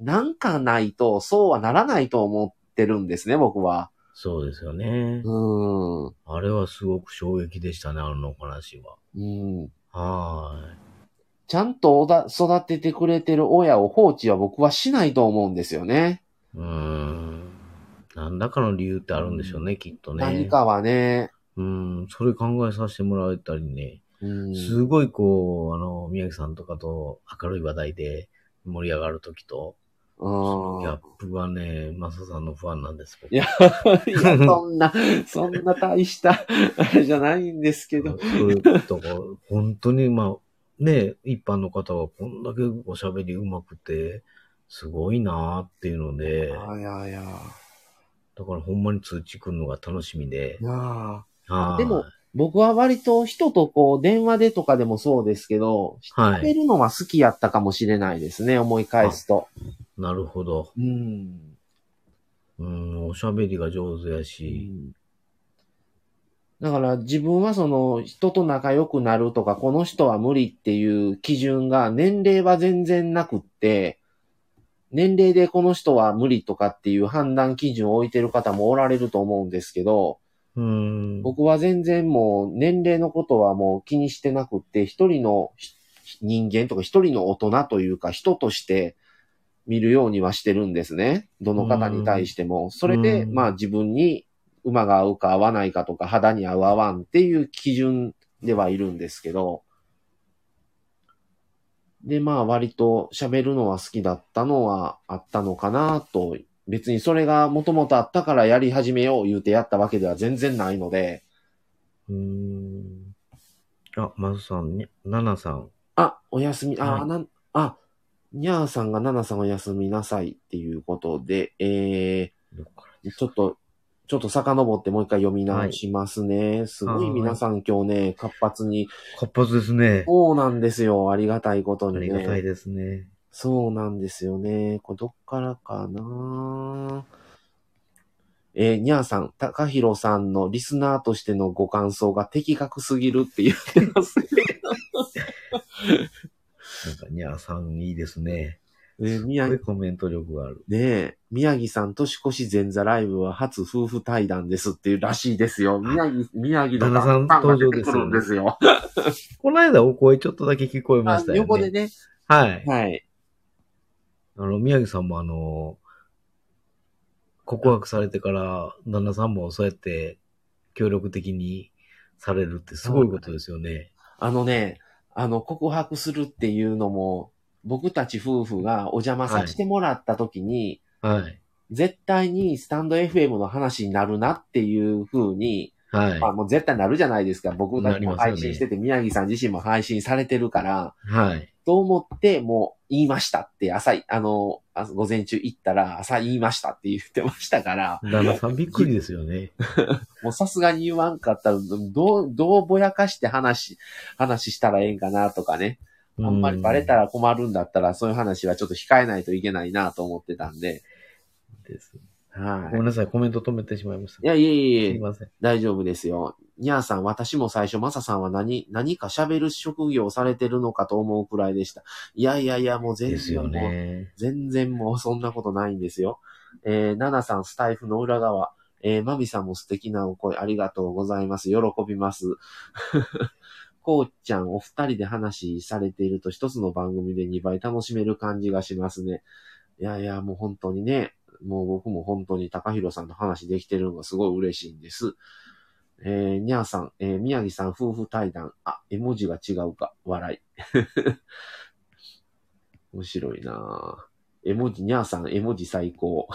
[SPEAKER 1] なんかないと、そうはならないと思ってるんですね、僕は。
[SPEAKER 2] そうですよね
[SPEAKER 1] う。ーん。
[SPEAKER 2] あれはすごく衝撃でしたね、あのお話は。
[SPEAKER 1] うん
[SPEAKER 2] は
[SPEAKER 1] ちゃんとおだ育ててくれてる親を放置は僕はしないと思うんですよね。
[SPEAKER 2] ーい。うーん。何らかの理由ってあるんでしょうね、きっとね。
[SPEAKER 1] 何。かはね、
[SPEAKER 2] うん、それ考えさせてもらえたりね。
[SPEAKER 1] うん、
[SPEAKER 2] すごいこう、あの、宮城さんとかと明るい話題で盛り上がるときと、
[SPEAKER 1] うん
[SPEAKER 2] ギャップがね、マサさんの不安なんです。僕
[SPEAKER 1] いや、いや、そんな、そんな大した、あれじゃないんですけど。
[SPEAKER 2] そういうとこ、本当にまあ、ね、一般の方はこんだけおしゃべり上手くて、すごいなーっていうので、だか
[SPEAKER 1] あいやいや。
[SPEAKER 2] らほんまに通知来るのが楽しみで
[SPEAKER 1] い、や
[SPEAKER 2] はーい
[SPEAKER 1] でも、僕は割と人とこう、電話でとかでもそうですけど、
[SPEAKER 2] は
[SPEAKER 1] 喋
[SPEAKER 2] い。
[SPEAKER 1] るのは好きやったかもしれないですね、思い返すと。
[SPEAKER 2] なるほど。
[SPEAKER 1] うん。
[SPEAKER 2] うん、おしゃべりが上手やし。
[SPEAKER 1] だから自分はその人と仲良くなるとか、この人は無理っていう基準が年齢は全然なくって、年齢でこの人は無理とかっていう判断基準を置いてる方もおられると思うんですけど、
[SPEAKER 2] うん。
[SPEAKER 1] 僕は全然もう年齢のことはもう気にしてなくって、一人のひ人間とか一人の大人というか人として見るようにはしてるんですね。どの方に対しても。それで、
[SPEAKER 2] うん
[SPEAKER 1] まあ自分に馬が合うか合わないかとか肌に合う合わんっていう基準ではいるんですけど。で、まあ割と喋るのは好きだったのはあったのかなと。別にそれがもともとあったからやり始めよう言うてやったわけでは全然ないので。
[SPEAKER 2] うん。あ、マスさんね、ナナさん。
[SPEAKER 1] あ、おやすみ、あ、
[SPEAKER 2] はい
[SPEAKER 1] なん、あ、にゃーさんがななさんおやすみなさいっていうことで、え
[SPEAKER 2] どっから
[SPEAKER 1] ー、ちょっと、ちょっと遡ってもう一回読み直しますね。すごい皆さん今日ね、活発に。
[SPEAKER 2] 活発ですね。
[SPEAKER 1] そうなんですよ。ありがたいこと
[SPEAKER 2] あ
[SPEAKER 1] に
[SPEAKER 2] り
[SPEAKER 1] ね。
[SPEAKER 2] がたいですね。
[SPEAKER 1] そうなんですよね。これどっからかなえー、にゃーさん、たかひろさんのリスナーとしてのご感想が的確すぎるって
[SPEAKER 2] <laughs>
[SPEAKER 1] 言ってますね。
[SPEAKER 2] なんか、にゃーさんいいですね。
[SPEAKER 1] えー、み
[SPEAKER 2] す
[SPEAKER 1] や
[SPEAKER 2] ごいコメント力がある。
[SPEAKER 1] ねえ、宮城さん年越し前座ライブは初夫婦対談ですっていうらしいですよ。宮城、宮城の
[SPEAKER 2] 旦那さん
[SPEAKER 1] が
[SPEAKER 2] 登
[SPEAKER 1] 出
[SPEAKER 2] 場
[SPEAKER 1] て
[SPEAKER 2] で
[SPEAKER 1] く
[SPEAKER 2] す
[SPEAKER 1] る
[SPEAKER 2] よ
[SPEAKER 1] ん
[SPEAKER 2] ね
[SPEAKER 1] ですよ。
[SPEAKER 2] この間お声ちょっとだけ聞こえ
[SPEAKER 1] <laughs>
[SPEAKER 2] ま
[SPEAKER 1] あ
[SPEAKER 2] したよね。
[SPEAKER 1] 横でね。
[SPEAKER 2] はい。
[SPEAKER 1] はい。
[SPEAKER 2] あの、宮城さんもあの、告白されてから、旦那さんもそうやって協力的にされるってすごいことですよね。
[SPEAKER 1] あのね、あの、告白するっていうのも、僕たち夫婦がお邪魔させてもらった時に、
[SPEAKER 2] はい。
[SPEAKER 1] 絶対にスタンド FM の話になるなっていう風に、
[SPEAKER 2] はい。
[SPEAKER 1] まあもう絶対なるじゃないですか。僕たちも
[SPEAKER 2] な
[SPEAKER 1] 配
[SPEAKER 2] りますよ
[SPEAKER 1] 信
[SPEAKER 2] ね
[SPEAKER 1] してて、宮城さん自身も配信されてるから、
[SPEAKER 2] はい。
[SPEAKER 1] と思って、もう言いましたって、朝い、あの、あ午前中行ったら、朝言いましたって言ってましたから、
[SPEAKER 2] 旦那さんびっくりですよね。
[SPEAKER 1] もうさすがに言わんかったら、どう、どうぼやかして話、話したらええんかなとかね。あんまりバレた
[SPEAKER 2] ら。
[SPEAKER 1] ら困るんだったら、そういう話はちょっと控えないといけないなと思ってたんで。
[SPEAKER 2] です
[SPEAKER 1] は
[SPEAKER 2] ごめんなさい、コメント止めてしまいました。
[SPEAKER 1] い。いや、いえいえ
[SPEAKER 2] す
[SPEAKER 1] い
[SPEAKER 2] い
[SPEAKER 1] え、
[SPEAKER 2] ません。
[SPEAKER 1] 大丈夫ですよ。にゃーさん、私も最初、まささんは何、何か喋る職業をされてるのかと思うくらいでした。いやいやいや、もう全
[SPEAKER 2] です
[SPEAKER 1] 然も
[SPEAKER 2] よ
[SPEAKER 1] う、
[SPEAKER 2] ね。
[SPEAKER 1] 全然もうそんなことないんですよ。えー、ナナさんスタイフの裏側。えー、マミさんも素敵なお声ありがとうございます。喜びます。 <laughs> こうちゃん、お二人で話されていると一つの番組で2倍楽しめる感じがしますね。いやいや、もう本当にね、もう僕も本当に高弘さんと話できてるのがすごい嬉しいんです。えー、にゃーさん、えー、宮城さん夫婦対談。あ、絵文字が違うか。笑い。 <laughs> 面白いなぁ。絵文字、にゃーさん、絵文字最高。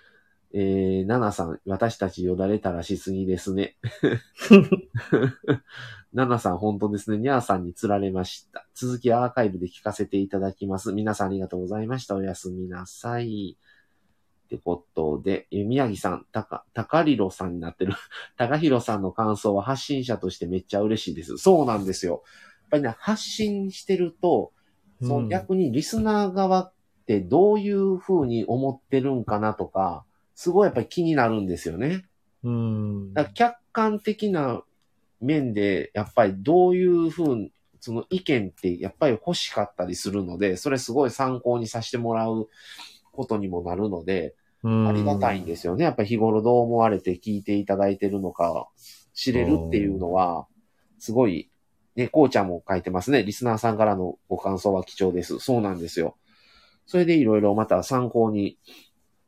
[SPEAKER 1] <laughs> えー、ななさん、私たちよだれたらしすぎですね。 <laughs> ななさん、本当ですね。にゃーさんに釣られました。続きアーカイブで聞かせていただきます。皆さんありがとうございました。おやすみなさい。ってことで、えー宮城さん、たか、たかりろさんになってる。 <laughs> たかひろさんの感想は発信者としてめっちゃ嬉しいです。そうなんですよ。やっぱりね、発信してると、そうの
[SPEAKER 2] ん
[SPEAKER 1] 逆にリスナー側ってどういう風に思ってるんかなとか、すごいやっぱり気になるんですよね。
[SPEAKER 2] うん。
[SPEAKER 1] だから客観的な面で、やっぱりどういう風に、その意見ってやっぱり欲しかったりするので、それすごい参考にさせてもらうことにもなるので、あ
[SPEAKER 2] あ
[SPEAKER 1] りがたいんですよね。やっぱり日頃どう思われて聞いていただいてるのか知れるっていうのは、すごい、ね、こうちゃんも書いてますね。リスナーさんからのご感想は貴重です。そうなんですよ。それでいろいろまた参考に、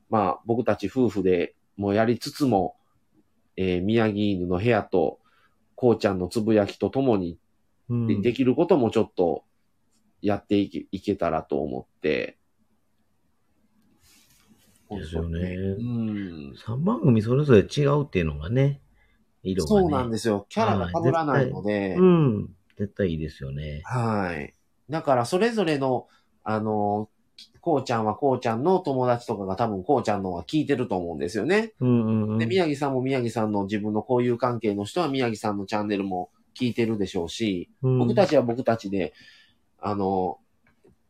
[SPEAKER 1] まあ僕たち夫婦でもやりつつも、えー宮城犬の部屋と、こうちゃんのつぶやきとともに
[SPEAKER 2] うん
[SPEAKER 1] でできることもちょっとやっていけいけたらと思って。
[SPEAKER 2] ですよね
[SPEAKER 1] うん。
[SPEAKER 2] 3番組それぞれ違うっていうのがね、色がね。
[SPEAKER 1] そうなんですよ。キャラが被らないので、
[SPEAKER 2] うん。絶対いいですよね。
[SPEAKER 1] はい。だから、それぞれの、あの、こうちゃんはこうちゃんの友達とかが多分こうちゃんのは聞いてると思うんですよね。
[SPEAKER 2] うんうんうん。
[SPEAKER 1] で、宮城さんも宮城さんの自分の交友関係の人は宮城さんのチャンネルも聞いてるでしょうし、僕た
[SPEAKER 2] ち、
[SPEAKER 1] ちは僕たちで、あの、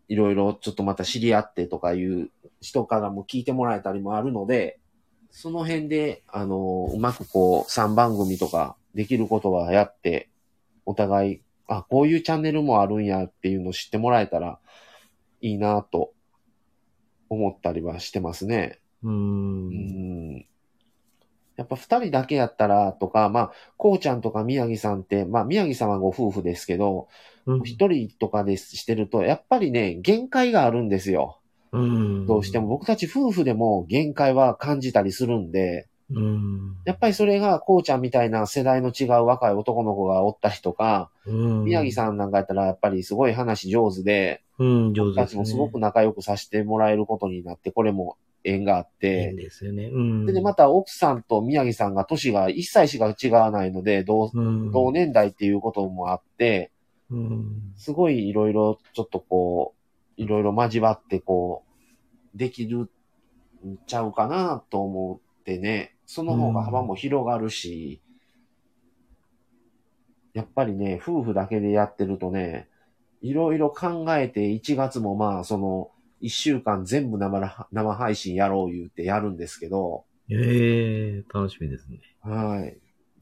[SPEAKER 1] いろいろちょっとまた知り合ってとかいう人からも聞いてもらえたりもあるので、その辺で、あの、うまくこう、3番組とかできることはやって、お互い、あ、こういうチャンネルもあるんやっていうのを知ってもらえたらいいなと思ったりはしてますね。
[SPEAKER 2] う。
[SPEAKER 1] うんんやっぱ二人だけやったらとか、まあ、こうちゃんとか宮城さんって、まあ、宮城さんはご夫婦ですけど、
[SPEAKER 2] うん
[SPEAKER 1] 一人とかでしてると、やっぱりね、限界があるんですよ。
[SPEAKER 2] うん。
[SPEAKER 1] どうしても。僕たち夫婦でも限界は感じたりするんで、
[SPEAKER 2] うん。
[SPEAKER 1] やっぱりそれがこうちゃんみたいな世代の違う若い男の子がおったりとか、
[SPEAKER 2] うん。
[SPEAKER 1] 宮城
[SPEAKER 2] ん。
[SPEAKER 1] さんなんかやったらやっぱりすごい話上手で、
[SPEAKER 2] うん、上
[SPEAKER 1] 僕
[SPEAKER 2] 手
[SPEAKER 1] た
[SPEAKER 2] で
[SPEAKER 1] ち
[SPEAKER 2] すね。
[SPEAKER 1] もすごく仲良くさせてもらえることになって、これも縁があって、
[SPEAKER 2] いいんですよね。うん。
[SPEAKER 1] で、また奥さんと宮城さんが年が一切しか違わないので、同
[SPEAKER 2] うん、
[SPEAKER 1] 同年代っていうこともあって、
[SPEAKER 2] うん。
[SPEAKER 1] すごいいろいろちょっとこう、いろいろ交わってこう、できるんちゃうかなと思ってね、その方が幅も広がるし、やっぱりね、夫婦だけでやってるとね、いろいろ考えて1月もまあその、1週間全部生ら生配信やろう言うてやるんですけど、
[SPEAKER 2] ええ楽しみですね。
[SPEAKER 1] はい。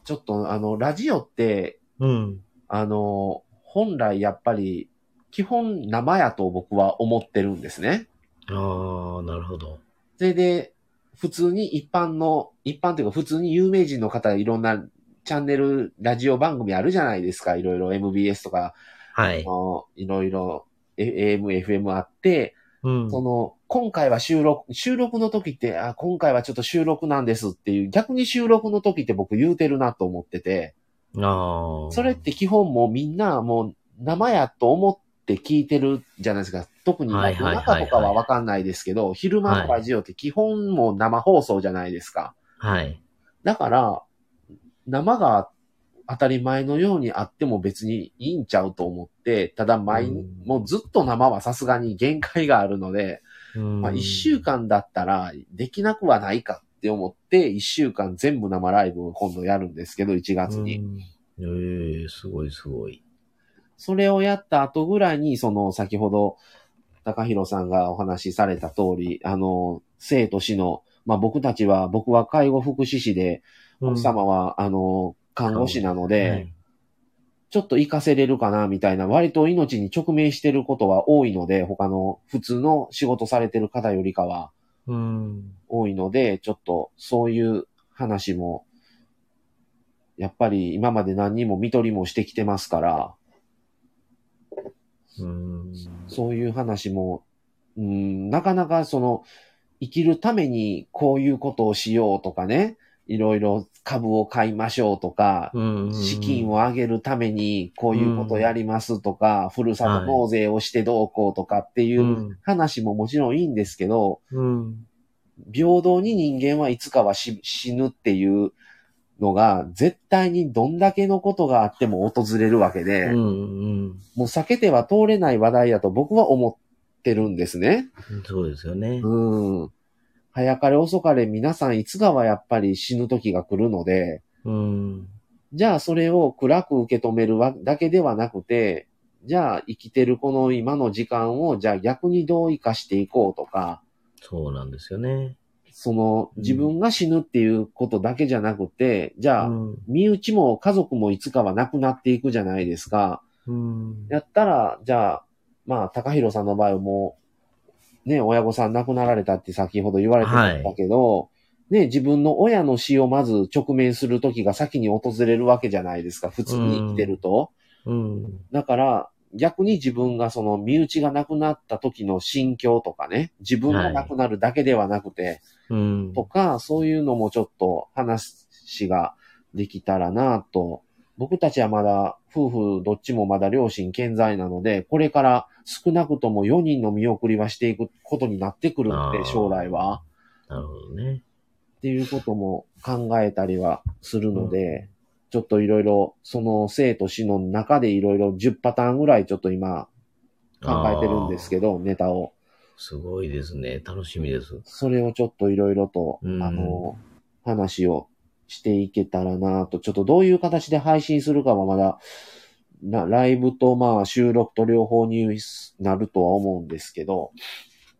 [SPEAKER 1] ちょっと、あの、ラジオって、
[SPEAKER 2] うん。
[SPEAKER 1] あの、本来やっぱり、基本生やと僕は思ってるんですね。
[SPEAKER 2] ああ、なるほど。
[SPEAKER 1] それで、普通に一般の、一般というか普通に有名人の方いろんなチャンネル、ラジオ番組あるじゃないですか。いろいろ MBS とか、
[SPEAKER 2] はい
[SPEAKER 1] あ。のいろいろ AM、FM あって、
[SPEAKER 2] うん。
[SPEAKER 1] その、今回は収録、収録の時って、あ、今回はちょっと収録なんですっていう、逆に収録の時って僕言うてるなと思ってて、
[SPEAKER 2] ああ。
[SPEAKER 1] それって基本もうみんなもう生やと思って聞いてるじゃないですか。特に
[SPEAKER 2] はい
[SPEAKER 1] 夜
[SPEAKER 2] はいはいはい
[SPEAKER 1] 中とかはわかんないですけど、昼間のラジオって基本もう生放送じゃないですか。
[SPEAKER 2] はい。
[SPEAKER 1] だから、生が当たり前のようにあっても別にいいんちゃうと思って、ただ毎、
[SPEAKER 2] うん
[SPEAKER 1] もうずっと生はさすがに限界があるので、
[SPEAKER 2] うん。
[SPEAKER 1] まあ一週。間だったらできなくはないかって思って、一週間全部生ライブを今度やるんですけど、1月に。
[SPEAKER 2] うん。ええすごいすごい。
[SPEAKER 1] それをやった後ぐらいに、その先ほど、高弘さんがお話しされた通り、あの、生と死の、まあ僕たちは、僕は介護福祉士で、
[SPEAKER 2] うん
[SPEAKER 1] 奥様は、あの、看護師なので、
[SPEAKER 2] はい
[SPEAKER 1] ちょっと活かせれるかな、みたいな、割と命に直面してることは多いので、他の普通の仕事されてる方よりかは
[SPEAKER 2] うん。
[SPEAKER 1] 多いので、ちょっとそういう話も、やっぱり今まで何人も見取りもしてきてますから、
[SPEAKER 2] うん。
[SPEAKER 1] そういう話も、うん、なかなかその、生きるためにこういうことをしようとかね、いろいろ株を買いましょうとか、
[SPEAKER 2] うん。
[SPEAKER 1] 資金
[SPEAKER 2] を。。
[SPEAKER 1] を上げるためにこういうことをやりますとか、ふるさと納税をしてどうこうとかっていううん話ももちろんいいんですけど、
[SPEAKER 2] うん。
[SPEAKER 1] 平等に人間はいつかはし死ぬっていうのが、絶対にどんだけのことがあっても訪れるわけで、
[SPEAKER 2] うん。うん。
[SPEAKER 1] もう避けては通れない話題だと僕は思ってるんですね。
[SPEAKER 2] そうですよね。
[SPEAKER 1] うん。早かれ遅かれ皆さんいつかはやっぱり死ぬ時が来るので、
[SPEAKER 2] うん。
[SPEAKER 1] じゃあそれを暗く受け止めるわだけではなくて、じゃあ生きてるこの今の時間をじゃあ逆にどう生かしていこうとか、
[SPEAKER 2] そうなんですよね。
[SPEAKER 1] その
[SPEAKER 2] うん
[SPEAKER 1] 自分が死ぬっていうことだけじゃなくて、じゃ
[SPEAKER 2] う
[SPEAKER 1] あ
[SPEAKER 2] ん
[SPEAKER 1] 身内も家族もいつかはなくなっていくじゃないですか。
[SPEAKER 2] うん。
[SPEAKER 1] やったら、じゃあ、まあ、高弘さんの場合はもう、ね、親御さん亡くなられたって先ほど言われてましたけど、ね、自分の親の死をまず直面する時が先に訪れるわけじゃないですか、普通に生きてると。
[SPEAKER 2] うん。
[SPEAKER 1] だから、逆に自分がその身内が亡くなった時の心境とかね、自分が亡くなるだけではなくて、
[SPEAKER 2] うん。
[SPEAKER 1] とか、そういうのもちょっと話ができたらなと。僕たちはまだ、夫婦どっちもまだ両親健在なので、これから少なくとも4人の見送りはしていくことになってくるの
[SPEAKER 2] あ
[SPEAKER 1] で、
[SPEAKER 2] ー
[SPEAKER 1] 将来は。。
[SPEAKER 2] なるほどね。
[SPEAKER 1] っていうことも考えたりはするので、ちょっといろいろ、その生と死の中でいろいろ10パターンぐらいちょっと今考えてるんですけど、ネタを。
[SPEAKER 2] あすごいですね。楽しみです。
[SPEAKER 1] それをちょっといろいろと、
[SPEAKER 2] うん
[SPEAKER 1] あの、話をしていけたらなと、ちょっとどういう形で配信するかはまだ、な、ライブとまあ収録と両方になるとは思うんですけど、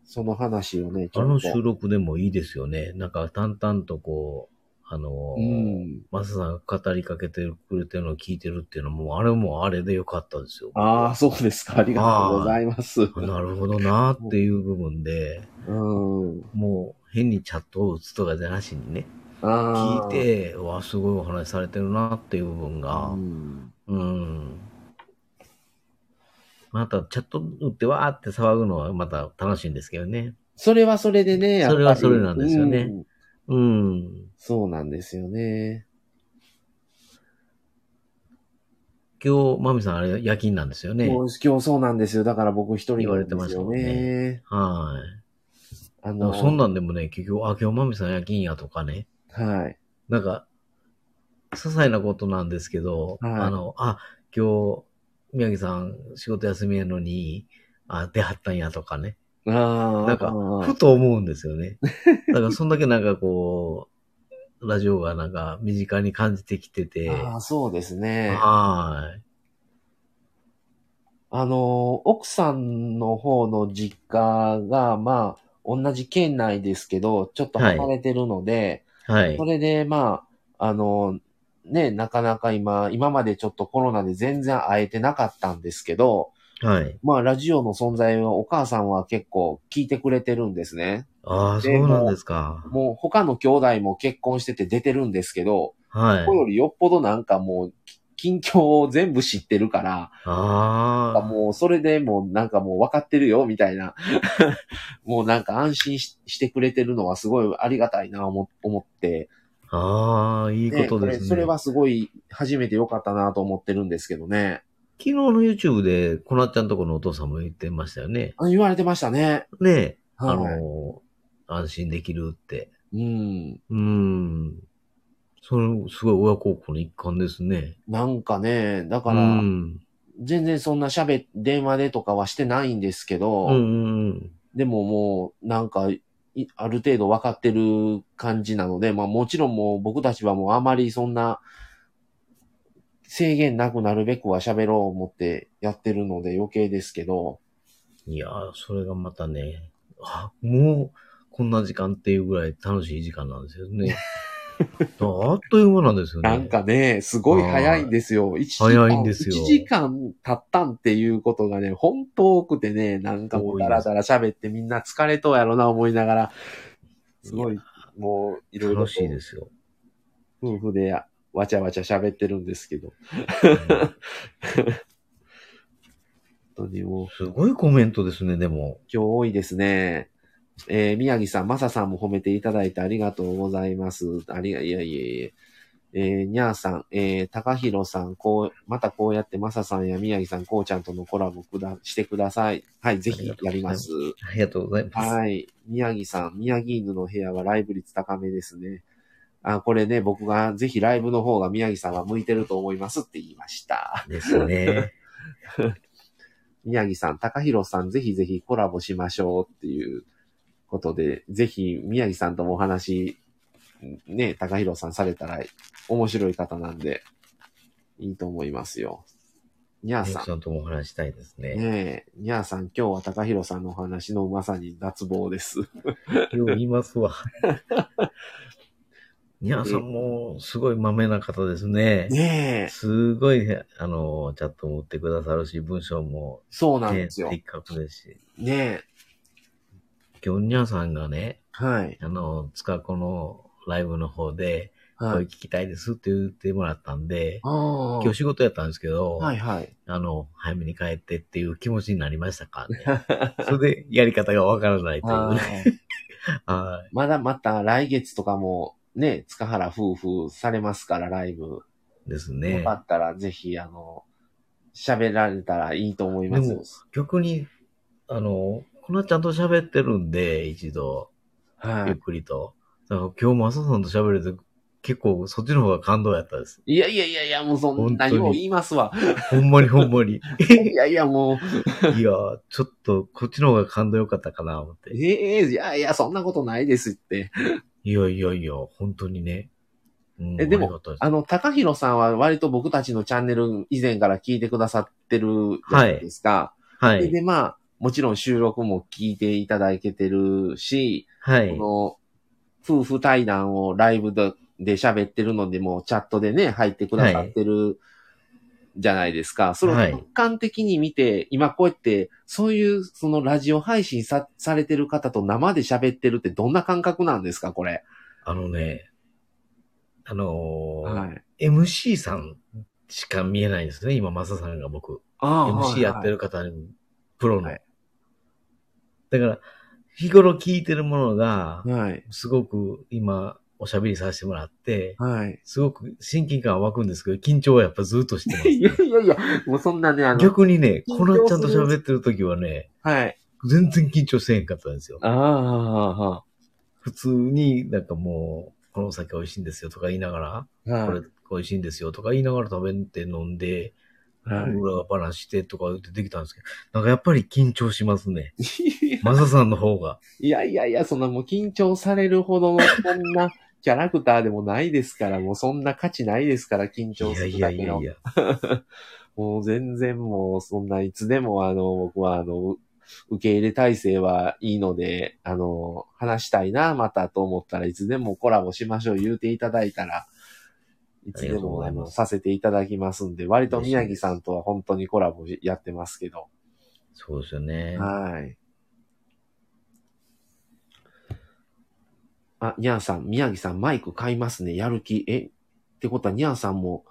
[SPEAKER 1] その話をね、ち
[SPEAKER 2] あ
[SPEAKER 1] ょ
[SPEAKER 2] の
[SPEAKER 1] っと
[SPEAKER 2] 収。録でもいいですよね。なんか淡々とこう、あの
[SPEAKER 1] う、ん。
[SPEAKER 2] マサさんが語りかけてくれてるのを聞いてるっていうのも、あれもあれでよかったですよ。
[SPEAKER 1] ああ、そうですか。ありがとうございます。
[SPEAKER 2] なるほどなーっていう部分で、
[SPEAKER 1] うん。
[SPEAKER 2] もう変にチャットを打つとかじゃなしにね、
[SPEAKER 1] あ
[SPEAKER 2] 聞
[SPEAKER 1] あ。
[SPEAKER 2] いて、うわ、すごいお話されてるなっていう部分が
[SPEAKER 1] う、ん。
[SPEAKER 2] うん。また、チャット打ってわーって騒ぐのはまた楽しいんですけどね。
[SPEAKER 1] それはそれでね、やっぱり
[SPEAKER 2] それはそれなんですよね
[SPEAKER 1] うん
[SPEAKER 2] うん。
[SPEAKER 1] そうなんですよね。
[SPEAKER 2] 今日、マミさん、あれ、夜勤なんですよね。
[SPEAKER 1] もう今日そうなんですよ。だから僕一人
[SPEAKER 2] 言
[SPEAKER 1] な
[SPEAKER 2] わ
[SPEAKER 1] ん
[SPEAKER 2] れて
[SPEAKER 1] で
[SPEAKER 2] ますした
[SPEAKER 1] よ
[SPEAKER 2] もんね
[SPEAKER 1] ね。
[SPEAKER 2] は
[SPEAKER 1] あ
[SPEAKER 2] い。
[SPEAKER 1] の、
[SPEAKER 2] そんなんでもね、結局、あ、今日マミさん夜勤やとかね。
[SPEAKER 1] はい。
[SPEAKER 2] なんか、些細なことなんですけど、
[SPEAKER 1] はい
[SPEAKER 2] あの、あ、今日、宮城さん仕事休みやのに、あ、出はったんやとかね。
[SPEAKER 1] ああ。
[SPEAKER 2] なんか
[SPEAKER 1] あ、
[SPEAKER 2] ふと思うんですよね。だから、そんだけなんかこう、ラジオがなんか身近に感じてきてて、
[SPEAKER 1] ああ、そうですね。
[SPEAKER 2] は
[SPEAKER 1] あの、奥さんの方の実家が、まあ、同じ県内ですけど、ちょっと離れてるので、
[SPEAKER 2] い。はい
[SPEAKER 1] そ。れで、まあ、あの、ね、なかなか今、今までちょっとコロナで全然会えてなかったんですけど、
[SPEAKER 2] はい。
[SPEAKER 1] まあ、ラジオの存在をお母さんは結構聞いてくれてるんですね。
[SPEAKER 2] ああ、そ
[SPEAKER 1] で
[SPEAKER 2] うなんですか。
[SPEAKER 1] もう他の兄弟も結婚してて出てるんですけど、
[SPEAKER 2] はい
[SPEAKER 1] こ。こよりよっぽどなんかもう、近況を全部知ってるから、
[SPEAKER 2] あ
[SPEAKER 1] あ
[SPEAKER 2] あ。
[SPEAKER 1] もうそれでもうなんかもう分かってるよ、みたいな。 <laughs> もうなんか安心ししてくれてるのはすごいありがたいな、思思って。
[SPEAKER 2] ああ、いい
[SPEAKER 1] い
[SPEAKER 2] ことですね。
[SPEAKER 1] それはすごい初めて良かったなと思ってるんですけどね。
[SPEAKER 2] 昨日の YouTube で、こなっちゃんとこのお父さんも言ってましたよね。
[SPEAKER 1] あ言われてましたね。
[SPEAKER 2] ねえ、
[SPEAKER 1] はい
[SPEAKER 2] あの、安心できるって。
[SPEAKER 1] うん。
[SPEAKER 2] うーん。それ、すごい親孝行の一環ですね。
[SPEAKER 1] なんかね、だか
[SPEAKER 2] う
[SPEAKER 1] ら、
[SPEAKER 2] ん。
[SPEAKER 1] 全然そんな喋、電話でとかはしてないんですけど、
[SPEAKER 2] うんうんうん。
[SPEAKER 1] でももう、なんか、いある程度分かってる感じなので、まあもちろんもう僕たちはもうあまりそんな制限なくなるべくは喋ろう思ってやってるので余計ですけど、
[SPEAKER 2] いやー、それがまたね、 <laughs> あ、もう、こんな時間っていうぐらい楽しい時間なんですよ
[SPEAKER 1] <laughs>
[SPEAKER 2] ね。あっという間なんですよね。
[SPEAKER 1] なんかね、すごい早いんですよ。一時間
[SPEAKER 2] 早いんですよ
[SPEAKER 1] 1時間経ったんっていうことがね、本当多くてね、なんかもうダラダラ喋ってみんな疲れとうやろな思いながら、すごい、もういろいろ
[SPEAKER 2] 楽
[SPEAKER 1] と
[SPEAKER 2] しいですよ。
[SPEAKER 1] 夫婦でやわちゃわちゃ喋ってるんですけど、
[SPEAKER 2] うん
[SPEAKER 1] 本当にもう
[SPEAKER 2] すごいコメントですね、でも。
[SPEAKER 1] 今日多いですね。えー宮城さん、まささんも褒めていただいてありがとうございます。ありが、いやいやいや。えーにゃーさん、えー、たかひろさん、こう、またこうやってまささんや宮城さん、こうちゃんとのコラボくだ、してください。はい、ぜひやります。
[SPEAKER 2] ありがとうございます。
[SPEAKER 1] はい。宮城さん、宮城犬の部屋はライブ率高めですね。あ、これね、僕がぜひライブの方が宮城さんは向いてると思いますって言いました。
[SPEAKER 2] ですね。
[SPEAKER 1] 宮城さん、高弘さん、ぜひぜひコラボしましょうっていうことで、ぜひ宮城さんともお話、ね、高弘さんされたら面白い方なんで、いいと思いますよ。にゃー
[SPEAKER 2] ミ
[SPEAKER 1] さ
[SPEAKER 2] ク
[SPEAKER 1] ん。
[SPEAKER 2] さんともお話したいですね。
[SPEAKER 1] ねえ、にゃーさん、今日は高弘さんのお話のまさに脱帽です。
[SPEAKER 2] よう言いま
[SPEAKER 1] <laughs>
[SPEAKER 2] すわ。にゃーさんもすごいまめな方ですね。
[SPEAKER 1] ねえ、
[SPEAKER 2] すごい、あの、チャットも打ってくださるし、文章も、
[SPEAKER 1] そうなん
[SPEAKER 2] ね、
[SPEAKER 1] ですよ。
[SPEAKER 2] 的確ですし。
[SPEAKER 1] ねえ、
[SPEAKER 2] 今日にゃーさんがね、
[SPEAKER 1] はい、
[SPEAKER 2] あの、つかこのライブの方で、
[SPEAKER 1] は
[SPEAKER 2] 声
[SPEAKER 1] い
[SPEAKER 2] 聞。きたいですって言ってもらったんで、
[SPEAKER 1] あ
[SPEAKER 2] 今日仕事やったんですけど、
[SPEAKER 1] あ、はい、はい。
[SPEAKER 2] あの、早めに帰ってっていう気持ちになりました
[SPEAKER 1] <laughs>
[SPEAKER 2] からね。それでやり方がわからないとい
[SPEAKER 1] あ
[SPEAKER 2] うね。
[SPEAKER 1] ー
[SPEAKER 2] は
[SPEAKER 1] まだまた来月とかも、ね、塚原夫婦されますから、ライブ。
[SPEAKER 2] い。です
[SPEAKER 1] よ
[SPEAKER 2] ね
[SPEAKER 1] か。ったら、ぜひ、あの、喋られたらいいと思います
[SPEAKER 2] でも。逆に、あの、このちゃんと喋ってるんで、一度、
[SPEAKER 1] は
[SPEAKER 2] ゆっ
[SPEAKER 1] い。
[SPEAKER 2] くりと。だから今日も朝さんと喋れて結構そっちの方が感動やったです。
[SPEAKER 1] いやいやいやいや、もうそん
[SPEAKER 2] 本当
[SPEAKER 1] な
[SPEAKER 2] に
[SPEAKER 1] にも言いますわ。
[SPEAKER 2] ほんまにほん
[SPEAKER 1] <laughs>
[SPEAKER 2] まに。
[SPEAKER 1] いやいや、もう、
[SPEAKER 2] いやー、ちょっとこっちの方が感動良かったかな、思って。
[SPEAKER 1] ええいやいや、そんなことないですって。
[SPEAKER 2] いやいやいや、本当にね。うん
[SPEAKER 1] えでも
[SPEAKER 2] ありがたいす
[SPEAKER 1] あの、高弘さんは割と僕たちのチャンネル以前から聞いてくださってるじゃないですか。
[SPEAKER 2] は
[SPEAKER 1] で
[SPEAKER 2] い。
[SPEAKER 1] で、まあ、もちろん収録も聞いていただけてるし、
[SPEAKER 2] はい。
[SPEAKER 1] この、夫婦対談をライブでで喋ってるので、もうチャットでね、入ってくださってるじゃないですか。それを
[SPEAKER 2] はい
[SPEAKER 1] 客観的に見て、今こうやって、そういう、そのラジオ配信さ、されてる方と生で喋ってるってどんな感覚なんですか、これ。
[SPEAKER 2] あのね、あのー
[SPEAKER 1] はい。
[SPEAKER 2] MC さんしか見えないんですね、今、マサさんが僕。
[SPEAKER 1] あ
[SPEAKER 2] MC やって
[SPEAKER 1] る。
[SPEAKER 2] る方に、プロの。
[SPEAKER 1] はい
[SPEAKER 2] だから、日頃聞いてるものが、
[SPEAKER 1] はい。
[SPEAKER 2] すごく今、おしゃべりさせてもらって、
[SPEAKER 1] はい。 <laughs>
[SPEAKER 2] すごく親近感は湧くんですけど、緊張はやっぱずっとしてま
[SPEAKER 1] <laughs> いやいやいや、もうそんなね、あ
[SPEAKER 2] す。
[SPEAKER 1] の、
[SPEAKER 2] 逆にね、
[SPEAKER 1] 緊張
[SPEAKER 2] このちゃんと喋ってる時はね、
[SPEAKER 1] はい。
[SPEAKER 2] 全然緊張せえへんかったんですよ。
[SPEAKER 1] ああ、
[SPEAKER 2] 普通になんかもう、このお酒美味しいんですよとか言いながら、こ
[SPEAKER 1] は
[SPEAKER 2] れ美味しいんですよとか言いながら食べて飲んで、
[SPEAKER 1] い。はい。
[SPEAKER 2] <laughs> 裏話してとか言ってできたんですけど、なんかやっぱり緊張しますね。マサさんの方が。
[SPEAKER 1] いやいやいや、そんなもう緊張されるほどの、
[SPEAKER 2] <laughs>
[SPEAKER 1] そんなキャラクターでもないですから、もうそんな価値ないですから、緊
[SPEAKER 2] い
[SPEAKER 1] 張す
[SPEAKER 2] や
[SPEAKER 1] る
[SPEAKER 2] いや
[SPEAKER 1] だ
[SPEAKER 2] い
[SPEAKER 1] け
[SPEAKER 2] や
[SPEAKER 1] の
[SPEAKER 2] い。や。
[SPEAKER 1] もう全然もう、そんないつでも、あの、僕は、あの、受け入れ体制はいいので、あの、話したいな、またと思ったらいつでもコラボしましょう言うていただいたら、いつで
[SPEAKER 2] ありがとう
[SPEAKER 1] も
[SPEAKER 2] ござ
[SPEAKER 1] あ
[SPEAKER 2] います
[SPEAKER 1] のさせていただきますんで、割と宮城さんとは本当にコラボやってますけど。
[SPEAKER 2] そうですよね。
[SPEAKER 1] はい。あ、にゃんさん、宮城さん、マイク買いますね。やる気。えってことは、にゃんさんも、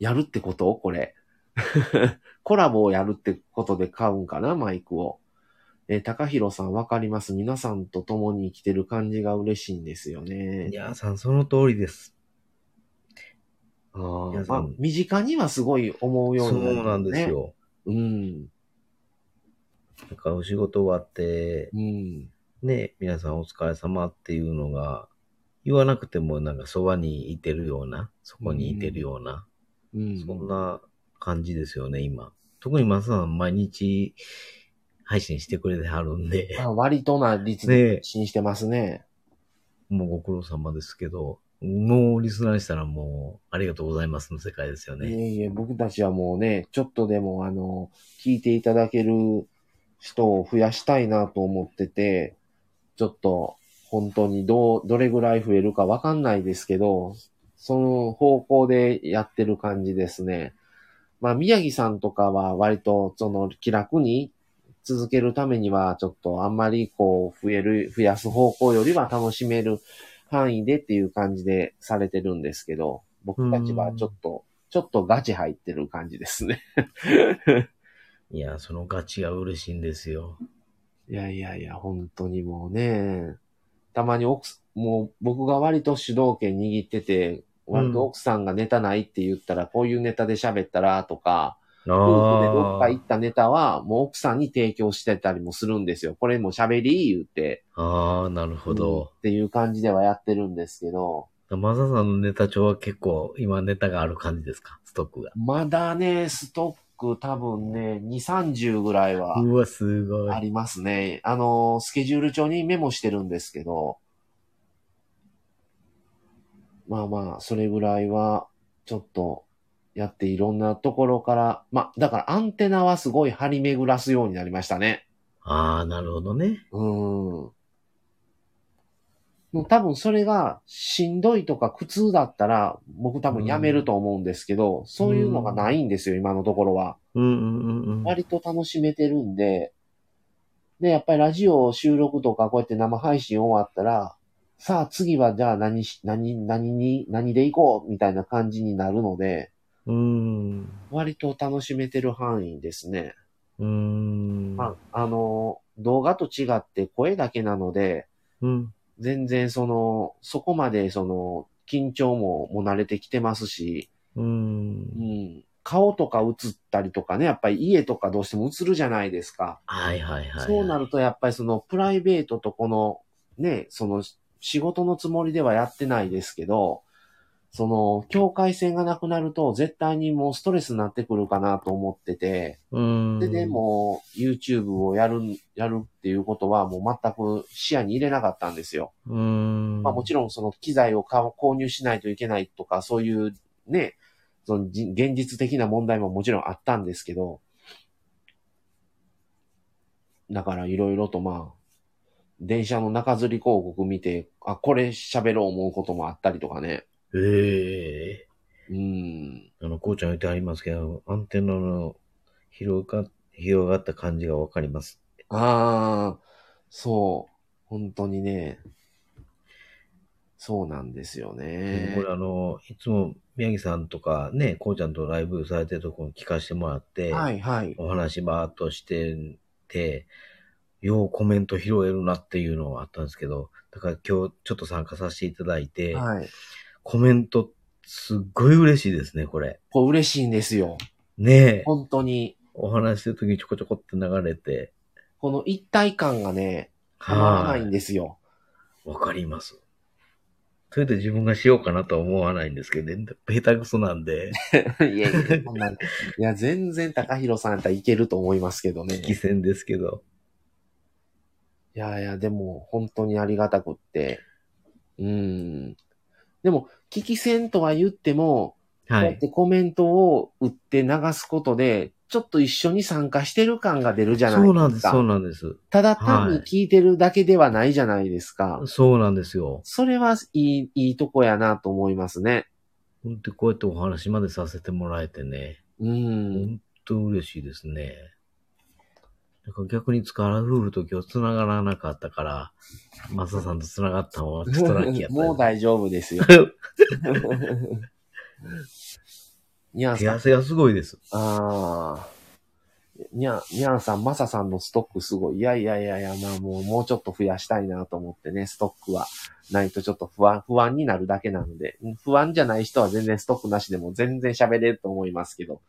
[SPEAKER 1] やるってことこれ。 <laughs> コラボをやるってことで買うんかなマイクを。えー、高弘さん、わかります。皆さんと共に生きてる感じが嬉しいんですよね
[SPEAKER 2] い。やさん、その通りです。
[SPEAKER 1] あ
[SPEAKER 2] に
[SPEAKER 1] ー
[SPEAKER 2] ゃんさ
[SPEAKER 1] ま
[SPEAKER 2] ん
[SPEAKER 1] あ、身近にはすごい思うようにな
[SPEAKER 2] そ
[SPEAKER 1] る、
[SPEAKER 2] うなんです。よ。
[SPEAKER 1] うん。
[SPEAKER 2] なんかお仕事終わって、
[SPEAKER 1] うん。
[SPEAKER 2] ね、皆さんお疲れ様っていうのが、言わなくてもなんかそばにいてるような、そこにいてるような、
[SPEAKER 1] うん。
[SPEAKER 2] そんな感じですよね、今。特に松田さん毎日配信してくれてはるんで <laughs>
[SPEAKER 1] ま、あ、割とな率
[SPEAKER 2] ねえ
[SPEAKER 1] で発信してますね
[SPEAKER 2] もうご苦労様ですけど、もうリスナーにしたらもう、ありがとうございますの世界ですよね。
[SPEAKER 1] いえいえ、僕たちはもうね、ちょっとでもあの、聞いていただける人を増やしたいなと思ってて、ちょっと本当にどう、どれぐらい増えるかわかんないですけど、その方向でやってる感じですね。まあ、宮城さんとかは割とその気楽に続けるためには、ちょっとあんまりこう増える、増やす方向よりは楽しめる範囲でっていう感じでされてるんですけど、僕たちはちょっと、ちょっとガチ入ってる感じですね。
[SPEAKER 2] いや、そのガチが嬉しいんですよ。
[SPEAKER 1] いやいやいや、本当にもうね、たまに奥す、もう僕が割と主導権握ってて、割と奥さんがネタないって言ったら、こういうネタで喋ったらとか、
[SPEAKER 2] あ
[SPEAKER 1] 夫婦でどっか
[SPEAKER 2] あ
[SPEAKER 1] 行ったネタは、もう奥さんに提供してたりもするんですよ。これも喋り言って、
[SPEAKER 2] ああ、なるほど。
[SPEAKER 1] っていう感じではやってるんですけど、
[SPEAKER 2] マサさんのネタ帳は結構今ネタがある感じですかストックが。
[SPEAKER 1] まだね、ストック多分ね、2、30ぐらいは
[SPEAKER 2] うわ、すご
[SPEAKER 1] あ
[SPEAKER 2] い。
[SPEAKER 1] りますね。あの、スケジュール帳にメモしてるんですけど、まあまあ、それぐらいは、ちょっと、やっていろんなところから、まあ、だからアンテナはすごい張り巡らすようになりましたね。
[SPEAKER 2] ああ、なるほどね。
[SPEAKER 1] うーん。もう多分それがしんどいとか苦痛だったら、僕多分やめると思うんですけど、そういうのがないんですよ、今のところは。
[SPEAKER 2] うんうんうんうん。
[SPEAKER 1] 割と楽しめてるんで、で、やっぱりラジオ収録とかこうやって生配信終わったら、さあ次はじゃあ何し、何、何に、何で行こうみたいな感じになるので、
[SPEAKER 2] うーん。
[SPEAKER 1] 割と楽しめてる範囲ですね。
[SPEAKER 2] うーん。
[SPEAKER 1] まあ、あの、動画と違って声だけなので、
[SPEAKER 2] うん。
[SPEAKER 1] 全然その、そこまでその、緊張ももう慣れてきてますし、
[SPEAKER 2] うー。
[SPEAKER 1] うんん、顔とか映ったりとかね、やっぱり家とかどうしても映るじゃないですか。
[SPEAKER 2] はいはいはい。
[SPEAKER 1] そうなるとやっぱりそのプライベートとこのね、その仕事のつもりではやってないですけど、その、境界線がなくなると、絶対にもうストレスになってくるかなと思ってて、
[SPEAKER 2] うん。
[SPEAKER 1] でね、もう YouTube をやる、やるっていうことはもう全く視野に入れなかったんですよ。
[SPEAKER 2] うん。
[SPEAKER 1] まあもちろんその機材を買う購入しないといけないとか、そういうね、そのじ現実的な問題ももちろんあったんですけど、だからいろいろとまあ、電車の中吊り広告見て、あ、これ喋ろう思うこともあったりとかね。
[SPEAKER 2] ええ
[SPEAKER 1] うん。
[SPEAKER 2] あの、こうちゃん言ってありますけど、アンテナの広が、広がった感じがわかります。
[SPEAKER 1] ああ、そう。本当にね。そうなんですよね。
[SPEAKER 2] これあの、いつも宮城さんとかね、こうちゃんとライブされてるところ聞かせてもらって、
[SPEAKER 1] はいはい。
[SPEAKER 2] お話ばーっとしてて、ようコメント拾えるなっていうのはあったんですけど、だから今日ちょっと参加させていただいて、
[SPEAKER 1] はい。
[SPEAKER 2] コメントすっごい嬉しいですね、これ。
[SPEAKER 1] こう嬉しいんですよ。
[SPEAKER 2] ねえ、
[SPEAKER 1] 本当に。
[SPEAKER 2] お話しするときにちょこちょこって流れて、
[SPEAKER 1] この一体感がね、たまらないんですよ。
[SPEAKER 2] わかります。それで自分がしようかなとは思わないんですけど、ね、下手くそなんで、
[SPEAKER 1] い <laughs> やいや、そんな、いや、全然高弘さんやったらいけると思いますけどね。
[SPEAKER 2] 危
[SPEAKER 1] い
[SPEAKER 2] 険ですけど。
[SPEAKER 1] やいや、でも、本当にありがたくって。うん。でも、聞き戦とは言っても、
[SPEAKER 2] は
[SPEAKER 1] こうやっ
[SPEAKER 2] い。
[SPEAKER 1] てコメントを打って流すことで、ちょっと一緒に参加してる感が出るじゃないです
[SPEAKER 2] そ
[SPEAKER 1] か。
[SPEAKER 2] うなんです、そうなんです。
[SPEAKER 1] ただ単に聞いてるだけではないじゃないですか。
[SPEAKER 2] そうなんですよ。
[SPEAKER 1] それはいい、いいとこやなと思いますね。
[SPEAKER 2] ほんとこうやってお話までさせてもらえてね、
[SPEAKER 1] うん。
[SPEAKER 2] 本当嬉しいですね。だから逆に塚原夫婦と今日繋がらなかったから、マサさんと繋がったのはちょっとラッキーやった
[SPEAKER 1] もう
[SPEAKER 2] よ
[SPEAKER 1] 大丈夫ですよ。 <laughs> にゃん
[SPEAKER 2] 手
[SPEAKER 1] さん、
[SPEAKER 2] 汗がすごいです。
[SPEAKER 1] あーにゃん、にゃんさん、まささんのストックすごい。いやいやいやいや、まあもう、もうちょっと増やしたいなと思ってね、ストックは。ないとちょっと不安、不安になるだけなので、うん不安じゃない人は全然ストックなしでも全然喋れると思いますけど。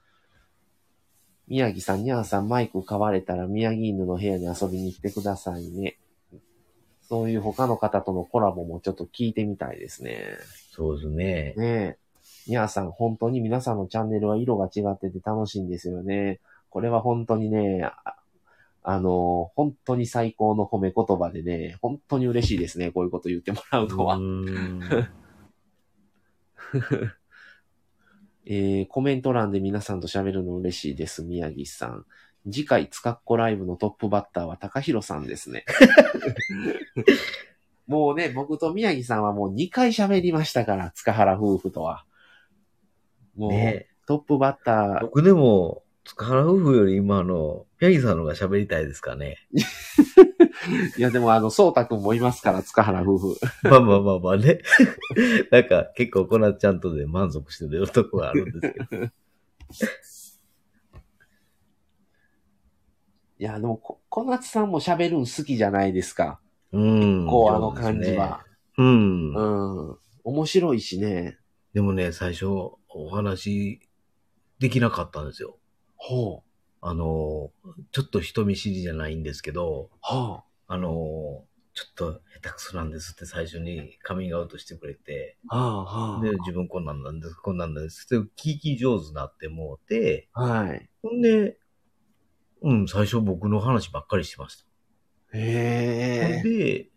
[SPEAKER 1] 宮城さん、にゃんさん、マイク買われたら宮城犬の部屋に遊びに来てくださいね。そういう他の方とのコラボもちょっと聞いてみたいですね。
[SPEAKER 2] そうですね。
[SPEAKER 1] ねえ。にゃーさん、本当に皆さんのチャンネルは色が違ってて楽しいんですよね。これは本当にね、ああの、本当に最高の褒め言葉でね、本当に嬉しいですね。こういうこと言ってもらうのは。
[SPEAKER 2] うーん
[SPEAKER 1] えーコメント欄で皆さんと喋るの嬉しいです。宮城さん。次回、つかっこライブのトップバッターは高弘さんです
[SPEAKER 2] <laughs>
[SPEAKER 1] ね。もうね、僕と宮城さんはもう2回喋りましたから、塚原夫婦とは。もう、
[SPEAKER 2] ね
[SPEAKER 1] トップバッター、
[SPEAKER 2] 僕でも、塚原夫婦より今の、ヤギさんの方が喋りたいです
[SPEAKER 1] <laughs>
[SPEAKER 2] かね。
[SPEAKER 1] いや、でも、あの、そうたくんもいますから、塚原夫婦。
[SPEAKER 2] まあまあまあまあね。 <laughs> なんか結構コナちゃんとで満足してるとこはあるんですけど。
[SPEAKER 1] いや、でも、こ小夏さんも喋るん好きじゃないですか。
[SPEAKER 2] うん。
[SPEAKER 1] こう、あの感じは。
[SPEAKER 2] そうですね。うん。
[SPEAKER 1] うん。面白いしね。
[SPEAKER 2] でもね、最初お話できなかったんですよ。
[SPEAKER 1] ほう。
[SPEAKER 2] あの、ちょっと人見知りじゃないんですけど、
[SPEAKER 1] は
[SPEAKER 2] あの、ちょっと下手くそなんですって最初にカミングアウトしてくれて、
[SPEAKER 1] あ。はあ、は
[SPEAKER 2] で、自分こんなんなんです、こんなんなんですって聞き上手になってもうて、
[SPEAKER 1] あ。はい。
[SPEAKER 2] ほんで、うん、最初僕の話ばっかりしてました。ほん
[SPEAKER 1] へえ。
[SPEAKER 2] で、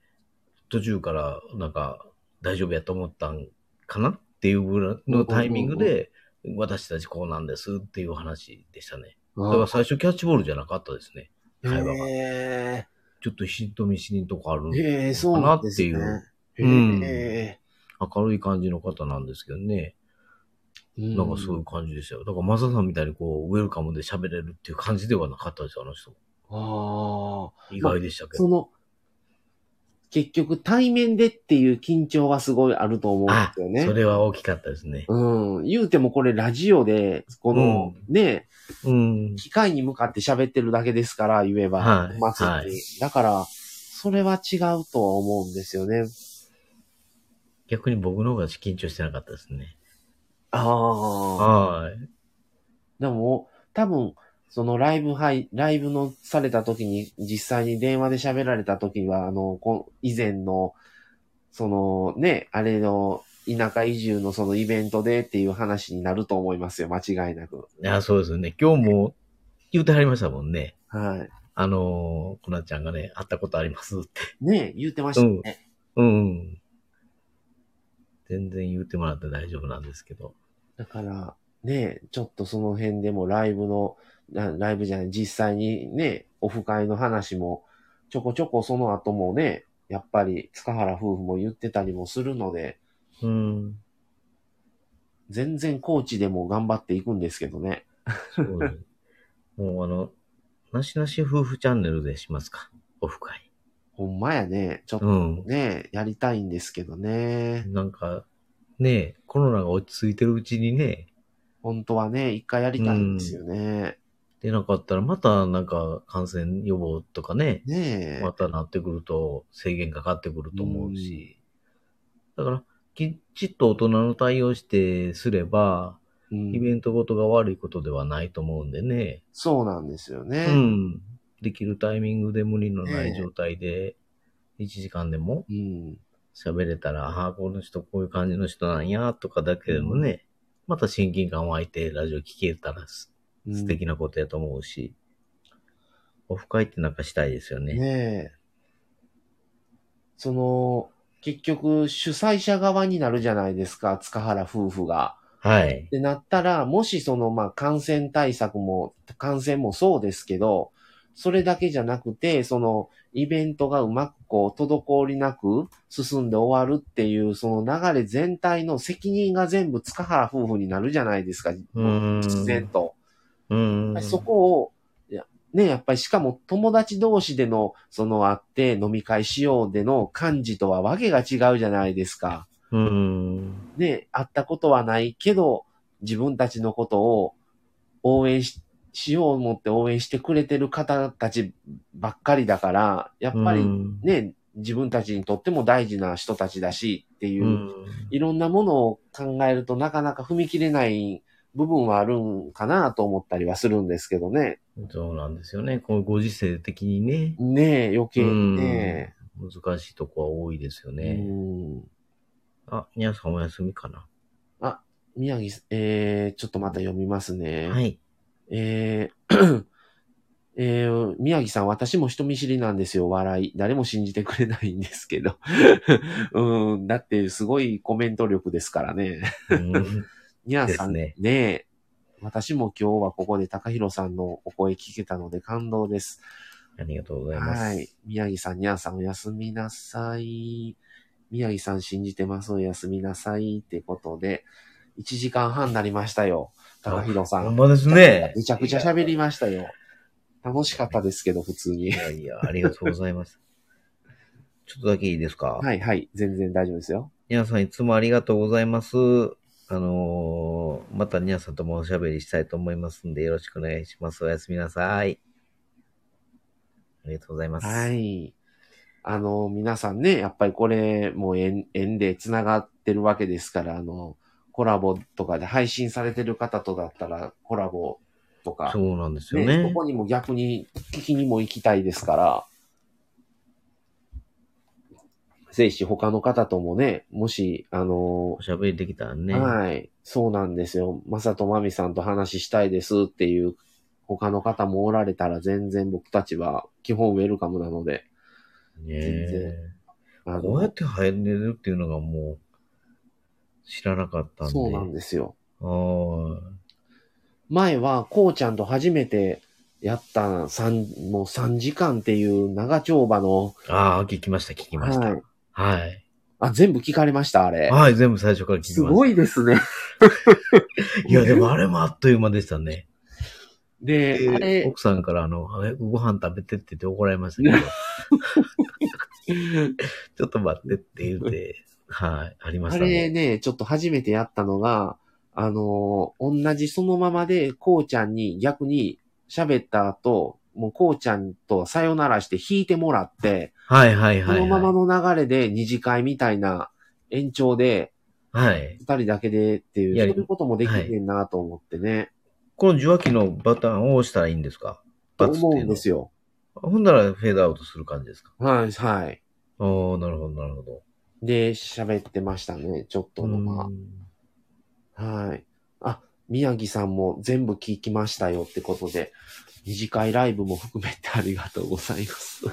[SPEAKER 2] 途中から、なんか、大丈夫やと思ったんかなっていうぐらいのタイミングで、私たちこうなんですっていう話でしたね。だから最初キャッチボールじゃなかったですね。会話が
[SPEAKER 1] へ
[SPEAKER 2] ちょっと人見知りのとこある
[SPEAKER 1] え。へえ、そう
[SPEAKER 2] かな
[SPEAKER 1] なん
[SPEAKER 2] っ
[SPEAKER 1] で
[SPEAKER 2] て
[SPEAKER 1] す
[SPEAKER 2] い
[SPEAKER 1] ね
[SPEAKER 2] う。うん
[SPEAKER 1] へ
[SPEAKER 2] 明るい感じの方なんですけどね。
[SPEAKER 1] え。
[SPEAKER 2] なんかそうい
[SPEAKER 1] いう
[SPEAKER 2] 感じでしたよ。だからマサさんみたいにこう、ウェルカムで喋れるっていう感じではなかったですよ、あの人。
[SPEAKER 1] ああ。
[SPEAKER 2] 意外でしたけど。
[SPEAKER 1] その、結局、対面でっていう緊張はすごいあると思うん
[SPEAKER 2] あ
[SPEAKER 1] ですよね。
[SPEAKER 2] それは大きかったですね。
[SPEAKER 1] うん。言うてもこれラジオで、この、ね、
[SPEAKER 2] うん。
[SPEAKER 1] 機械に向かって喋ってるだけですから、言えば。
[SPEAKER 2] はい
[SPEAKER 1] まずに
[SPEAKER 2] はい
[SPEAKER 1] だから、それは違うとは思うんですよね。
[SPEAKER 2] 逆に僕の方が緊張してなかったですね。
[SPEAKER 1] ああ。
[SPEAKER 2] はい。
[SPEAKER 1] でも、多分、そのライブ配、ライブのされた時に、実際に電話で喋られた時は、あの、こ以前の、そのね、あれの、田舎移住のそのイベントでっていう話になると思いますよ、間違いなく。
[SPEAKER 2] いや、そうですよね。今日も言うてはりましたもんね。
[SPEAKER 1] は
[SPEAKER 2] あのー、コナちゃんがね、会ったことありますって。
[SPEAKER 1] い。ねえ、言ってましたね。
[SPEAKER 2] うんうん。全然言うてもらって大丈夫なんですけど。
[SPEAKER 1] だから、ねえ、ちょっとその辺でもライブの、なライブじゃない、実際にね、オフ会の話も、ちょこちょこその後もね、やっぱり塚原夫婦も言ってたりもするので、
[SPEAKER 2] うん。
[SPEAKER 1] 全然コーチでも頑張っていくんですけどね。
[SPEAKER 2] そうですもうあの、なしなし夫婦チャンネルでしますか。オフ会。
[SPEAKER 1] ほんまやね、ちょっと
[SPEAKER 2] うん。
[SPEAKER 1] ね、やりたいんですけどね。
[SPEAKER 2] なんか、ねえ、コロナが落ち着いてるうちにね、
[SPEAKER 1] 本当はね、一回やりたいんですよね。
[SPEAKER 2] 出なかったらまたなんか感染予防とかね、
[SPEAKER 1] ねえ。
[SPEAKER 2] またなってくると制限かかってくると思うし、だからきっちっと大人の対応してすれば、
[SPEAKER 1] うん
[SPEAKER 2] イベントごとが悪いことではないと思うんでね、
[SPEAKER 1] そうなんですよね。
[SPEAKER 2] うん、できるタイミングで無理のない状態で、1時間でも
[SPEAKER 1] うん。
[SPEAKER 2] 喋れたら、ああ、この人こういう感じの人なんや、とかだけでもね、また親近感湧いてラジオ聞けたらす
[SPEAKER 1] うん
[SPEAKER 2] 素敵なことやと思うし、オフ会ってなんかしたいですよね。
[SPEAKER 1] ねえ。その、結局、主催者側になるじゃないですか、塚原夫婦が。
[SPEAKER 2] はい
[SPEAKER 1] っ。てなったら、もしその、まあ、感染対策も、感染もそうですけど、それだけじゃなくて、その、イベントがうまくこう、滞りなく進んで終わるっていう、その流れ全体の責任が全部塚原夫婦になるじゃないですか、
[SPEAKER 2] ん
[SPEAKER 1] 自然と。
[SPEAKER 2] うん。
[SPEAKER 1] そこを、いやね、やっぱりしかも友達同士での、そのあって飲み会しようでの感じとはわけが違うじゃないですか。
[SPEAKER 2] うん。
[SPEAKER 1] ね、会ったことはないけど、自分たちのことを応援し、しよう思って応援してくれてる方たちばっかりだから、やっぱり
[SPEAKER 2] うん、
[SPEAKER 1] ね、自分たちにとっても大事な人たちだしっていうう、
[SPEAKER 2] ん。
[SPEAKER 1] いろんなものを考えるとなかなか踏み切れない部分はあるんかなと思ったりはするんですけどね。
[SPEAKER 2] そうなんですよね。こうご時世的にね、
[SPEAKER 1] ねえ、余計にね。
[SPEAKER 2] 難しいとこは多いですよ
[SPEAKER 1] う
[SPEAKER 2] ね。
[SPEAKER 1] ん
[SPEAKER 2] あ、にゃんさんお休みかな。
[SPEAKER 1] 宮城す、えー、ちょっとまた読みますね。
[SPEAKER 2] はい。
[SPEAKER 1] えーえー宮城さん、私も人見知りなんですよ、笑い。誰も信じてくれないんですけど。 <laughs> うん、だって、すごいコメント力ですからね。
[SPEAKER 2] うん <laughs>
[SPEAKER 1] にゃんさん、
[SPEAKER 2] で
[SPEAKER 1] ねえ私も今日はここで高弘さんのお声聞けたので感動です。
[SPEAKER 2] ありがとうございます。
[SPEAKER 1] はい。宮城さん、にゃんさん、おやすみなさい。宮城さん、信じてます。おやすみなさい。ってことで、1時間半になりましたよ。高弘さ
[SPEAKER 2] ほん
[SPEAKER 1] ん。
[SPEAKER 2] まですね。
[SPEAKER 1] めちゃくちゃ喋りましたよ。楽しかったですけど、普通
[SPEAKER 2] い
[SPEAKER 1] に。
[SPEAKER 2] やいや、ありがとうございます。 <laughs> ちょっとだけいいですか
[SPEAKER 1] はいはい。全然大丈夫ですよ。
[SPEAKER 2] ニャンさんいつもありがとうございます。あのーまたニャンさんともおしゃべりしたいと思いますんで、よろしくお願いします。おやすみなさい。ありがとうございます。
[SPEAKER 1] はい。あの、皆さんね、やっぱりこれ、もう縁縁で繋がってるわけですから、あの、コラボとかで配信されてる方とだったら、コラボとか。
[SPEAKER 2] そうなんですよ
[SPEAKER 1] ね、
[SPEAKER 2] ね。
[SPEAKER 1] どこにも逆に聞きにも行きたいですから、ぜひ他の方ともね、もし、あの
[SPEAKER 2] おしゃべりできたらね。
[SPEAKER 1] はい、そうなんですよ。まさとまみさんと話したいですっていう他の方もおられたら全然僕たちは基本ウェルカムなので、全
[SPEAKER 2] ねえ
[SPEAKER 1] 然あ
[SPEAKER 2] こうや
[SPEAKER 1] の、
[SPEAKER 2] って入れるっていうのがもう知らなかったんで。
[SPEAKER 1] そうなんですよ。
[SPEAKER 2] はーい
[SPEAKER 1] 前はこうちゃんと初めてやった三もう3時間っていう長丁場の、
[SPEAKER 2] ああ、聞きました、聞きました。
[SPEAKER 1] はい
[SPEAKER 2] はい。
[SPEAKER 1] あ、全部聞かれました、あれ。
[SPEAKER 2] はい、全部最初から聞きました。
[SPEAKER 1] すごいですね。
[SPEAKER 2] いや、でもあれもあっという間でしたね。
[SPEAKER 1] で、あ
[SPEAKER 2] で
[SPEAKER 1] れ、
[SPEAKER 2] 奥さんから、あの、早くご飯食べてって言って怒られましたけど、
[SPEAKER 1] <laughs>
[SPEAKER 2] ちょっと待ってって言って、はい、ありま
[SPEAKER 1] あ
[SPEAKER 2] した
[SPEAKER 1] れ
[SPEAKER 2] ね。
[SPEAKER 1] ね、ちょっと初めてやったのが、あのー同じそのままで、こうちゃんに逆に喋った後、もうこうちゃんとさよならして弾いてもらって、
[SPEAKER 2] はいはいはい、はい。
[SPEAKER 1] そのままの流れで二次会みたいな延長で、
[SPEAKER 2] はい。
[SPEAKER 1] 二人だけでっていう、
[SPEAKER 2] や
[SPEAKER 1] そう
[SPEAKER 2] り
[SPEAKER 1] いうこともできてんなと思ってね、
[SPEAKER 2] この受話器のボタンを押したらいいんですかバツって
[SPEAKER 1] 思
[SPEAKER 2] いううんの
[SPEAKER 1] ですよ。
[SPEAKER 2] ほんならフェードアウトする感じですか
[SPEAKER 1] はい、はい。
[SPEAKER 2] おー、なるほど、なるほど。
[SPEAKER 1] で、喋ってましたね。ちょっとの
[SPEAKER 2] うん
[SPEAKER 1] まあ。はい。あ、宮城さんも全部聞きましたよってことで、二次会ライブも含めてありがとうございます。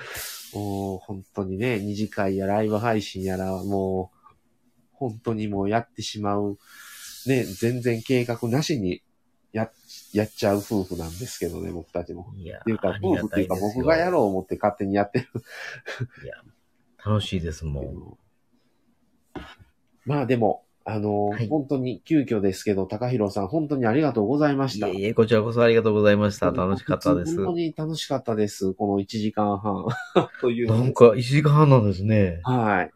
[SPEAKER 1] <laughs> もう、本当にね、二次会やライブ配信やら、もう、本当にもうやってしまう、ね、全然計画なしにや、やっちゃう夫婦なんですけどね、僕たちも。
[SPEAKER 2] いや、
[SPEAKER 1] っていうか
[SPEAKER 2] あ、り
[SPEAKER 1] 夫婦
[SPEAKER 2] が
[SPEAKER 1] って
[SPEAKER 2] た
[SPEAKER 1] いう
[SPEAKER 2] い
[SPEAKER 1] か
[SPEAKER 2] ですよ
[SPEAKER 1] 僕がやろう思って勝手にやってる
[SPEAKER 2] いや、楽しいですもん。
[SPEAKER 1] まあでも、あの
[SPEAKER 2] はい
[SPEAKER 1] 本当に急遽ですけど、高弘さん、本当にありがとうございまし
[SPEAKER 2] い
[SPEAKER 1] た。
[SPEAKER 2] えいえ、こちらこそありがとうございました。楽しかったです。
[SPEAKER 1] 本当に楽しかったです。この1時間半 <laughs> という。
[SPEAKER 2] なんか、1時間半なんですね。
[SPEAKER 1] はい。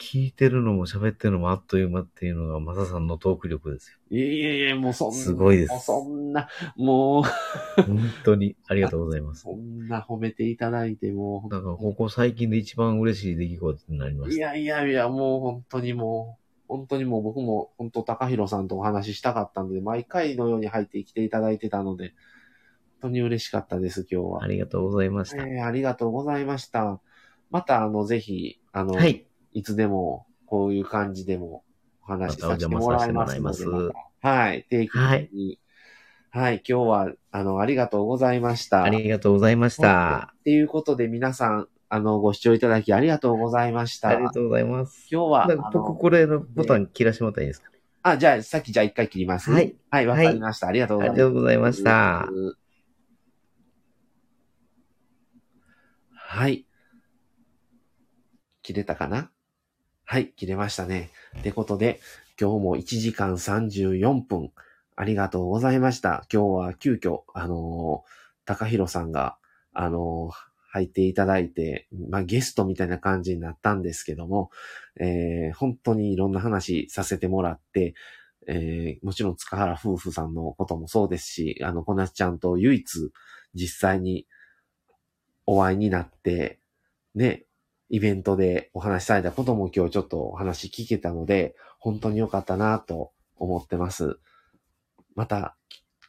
[SPEAKER 2] 聞いてるのも喋ってるのもあっという間っていうのが、マサさんのトーク力ですよ。
[SPEAKER 1] いえいえいえ、もうそんな。
[SPEAKER 2] すごいです
[SPEAKER 1] もうそんな、もう、
[SPEAKER 2] 本当にありがとうございます
[SPEAKER 1] そ。んな褒めていただいて、も
[SPEAKER 2] なんか、ここ最近で一番嬉しい出来事になりま
[SPEAKER 1] う、い
[SPEAKER 2] した。
[SPEAKER 1] やいやいや、もう本当にもう、本当にもう僕も本当高弘さんとお話ししたかったので、毎回のように入ってきていただいてたので、本当に嬉しかったです、今日は
[SPEAKER 2] あ。りがとうございました。
[SPEAKER 1] えーありがとうございました。また、あの、ぜひ、あの、、
[SPEAKER 2] はいい。
[SPEAKER 1] つでも、こういう感じでも、お話し
[SPEAKER 2] また
[SPEAKER 1] さ
[SPEAKER 2] お
[SPEAKER 1] せて
[SPEAKER 2] 邪魔
[SPEAKER 1] もらいま
[SPEAKER 2] させ
[SPEAKER 1] すの
[SPEAKER 2] ても
[SPEAKER 1] で。
[SPEAKER 2] らいます
[SPEAKER 1] またはい、定期的に。はい、今日は、あの、ありがとうございました。
[SPEAKER 2] ありがとうございまし
[SPEAKER 1] は
[SPEAKER 2] た。
[SPEAKER 1] いっていうことで、皆さん、あの、ご視聴いただきありがとうございました。
[SPEAKER 2] あり
[SPEAKER 1] 今
[SPEAKER 2] がとうございます。
[SPEAKER 1] 日は、
[SPEAKER 2] なんか
[SPEAKER 1] あの
[SPEAKER 2] 僕、これのボタン切らしてもらったらいいですかね。
[SPEAKER 1] あ、じゃあ、さっきじゃあ一回切ります。
[SPEAKER 2] はい。
[SPEAKER 1] はい、わかりました。ありがとうご
[SPEAKER 2] あ
[SPEAKER 1] ざ
[SPEAKER 2] り
[SPEAKER 1] い
[SPEAKER 2] が
[SPEAKER 1] ます
[SPEAKER 2] とうございました。。
[SPEAKER 1] はい。切れたかなはい、切れましたね。ってことで、今日も1時間34分、ありがとうございました。今日は急遽、あのー、高弘さんが、あのー、入っていただいて、まあ、ゲストみたいな感じになったんですけども、えー本当にいろんな話させてもらって、えーもちろん塚原夫婦さんのこともそうですし、あの、こなつちゃんと唯一実際にお会いになって、ね、イベントでお話しされたことも今日ちょっとお話聞けたので、本当に良かったなと思ってます。また、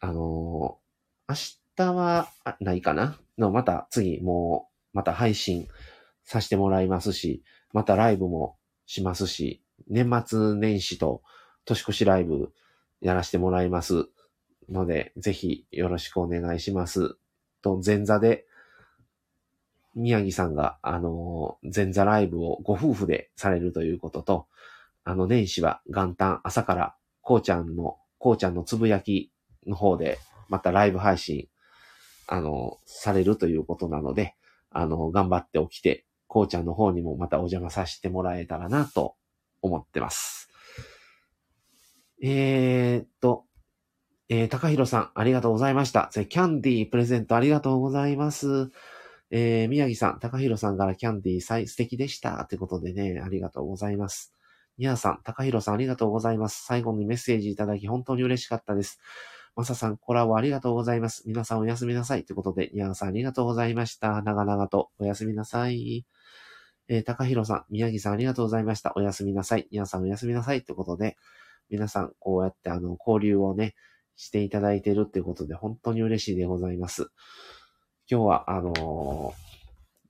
[SPEAKER 1] あのー明日はあないかなの、また次もう、また配信させてもらいますし、またライブもしますし、年末年始と年越しライブやらせてもらいますので、ぜひよろしくお願いします。と、前座で、宮城さんが、あの、前座ライブをご夫婦でされるということと、あの、年始は元旦朝から、こうちゃんの、こうちゃんのつぶやきの方で、またライブ配信、あの、されるということなので、あの、頑張って起きて、こうちゃんの方にもまたお邪魔させてもらえたらなと思ってます。えー、っと、えー、高弘さん、ありがとうございました。それキャンディープレゼントありがとうございます。えー、宮城さん、高弘さんからキャンディーさい素敵でした。ということでね、ありがとうございます。ニアさん、高弘さん、ありがとうございます。最後にメッセージいただき、本当に嬉しかったです。マサさん、コラボありがとうございます。皆さんおやすみなさい。ということで、ニアさん、ありがとうございました。長々とおやすみなさい。えー、高弘さん、宮城さん、ありがとうございました。おやすみなさい。ニアさん、おやすみなさい。ということで、皆さん、こうやって、あの、交流をね、していただいているってことで、本当に嬉しいでございます。今日は、あのー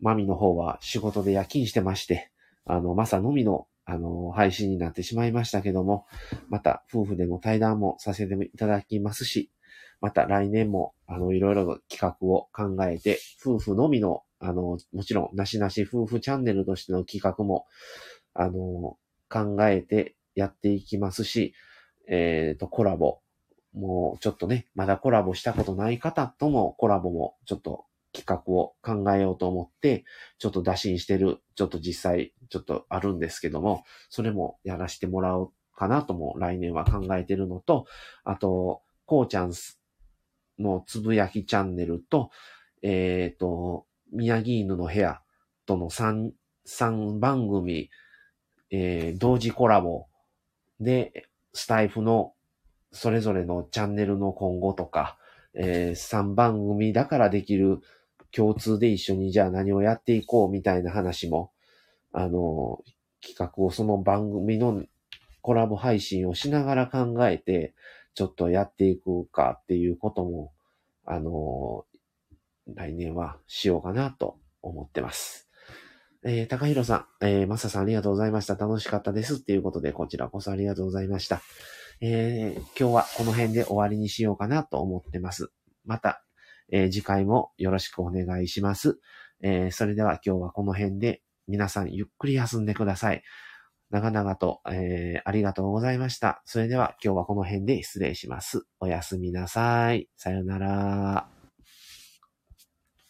[SPEAKER 1] マミの方は仕事で夜勤してまして、あの、マサのみの、あのー配信になってしまいましたけども、また、夫婦での対談もさせていただきますし、また来年も、あの、いろいろな企画を考えて、夫婦のみの、あの、もちろん、なしなし夫婦チャンネルとしての企画も、あの、考えてやっていきますし、えっ、と、コラボ、もうちょっとね、まだコラボしたことない方ともコラボもちょっと企画を考えようと思って、ちょっと打診してる、ちょっと実際ちょっとあるんですけども、それもやらせてもらおうかなとも来年は考えてるのと、あと、こうちゃんのつぶやきチャンネルと、えっ、と、宮城犬の部屋との3、三番組、えー同時コラボで、スタイフのそれぞれのチャンネルの今後とか、え3番組だからできる共通で一緒にじゃあ何をやっていこうみたいな話も、あの、企画をその番組のコラボ配信をしながら考えて、ちょっとやっていくかっていうことも、あの、来年はしようかなと思ってます。えー、高弘さん、えー、マサさんありがとうございました。楽しかったです。っていうことで、こちらこそありがとうございました。えー、今日はこの辺で終わりにしようかなと思ってます。また、えー次回もよろしくお願いします。えーそれでは今日はこの辺で皆さんゆっくり休んでください。長々と、えーありがとうございました。それでは今日はこの辺で失礼します。おやすみなさい。さよなら。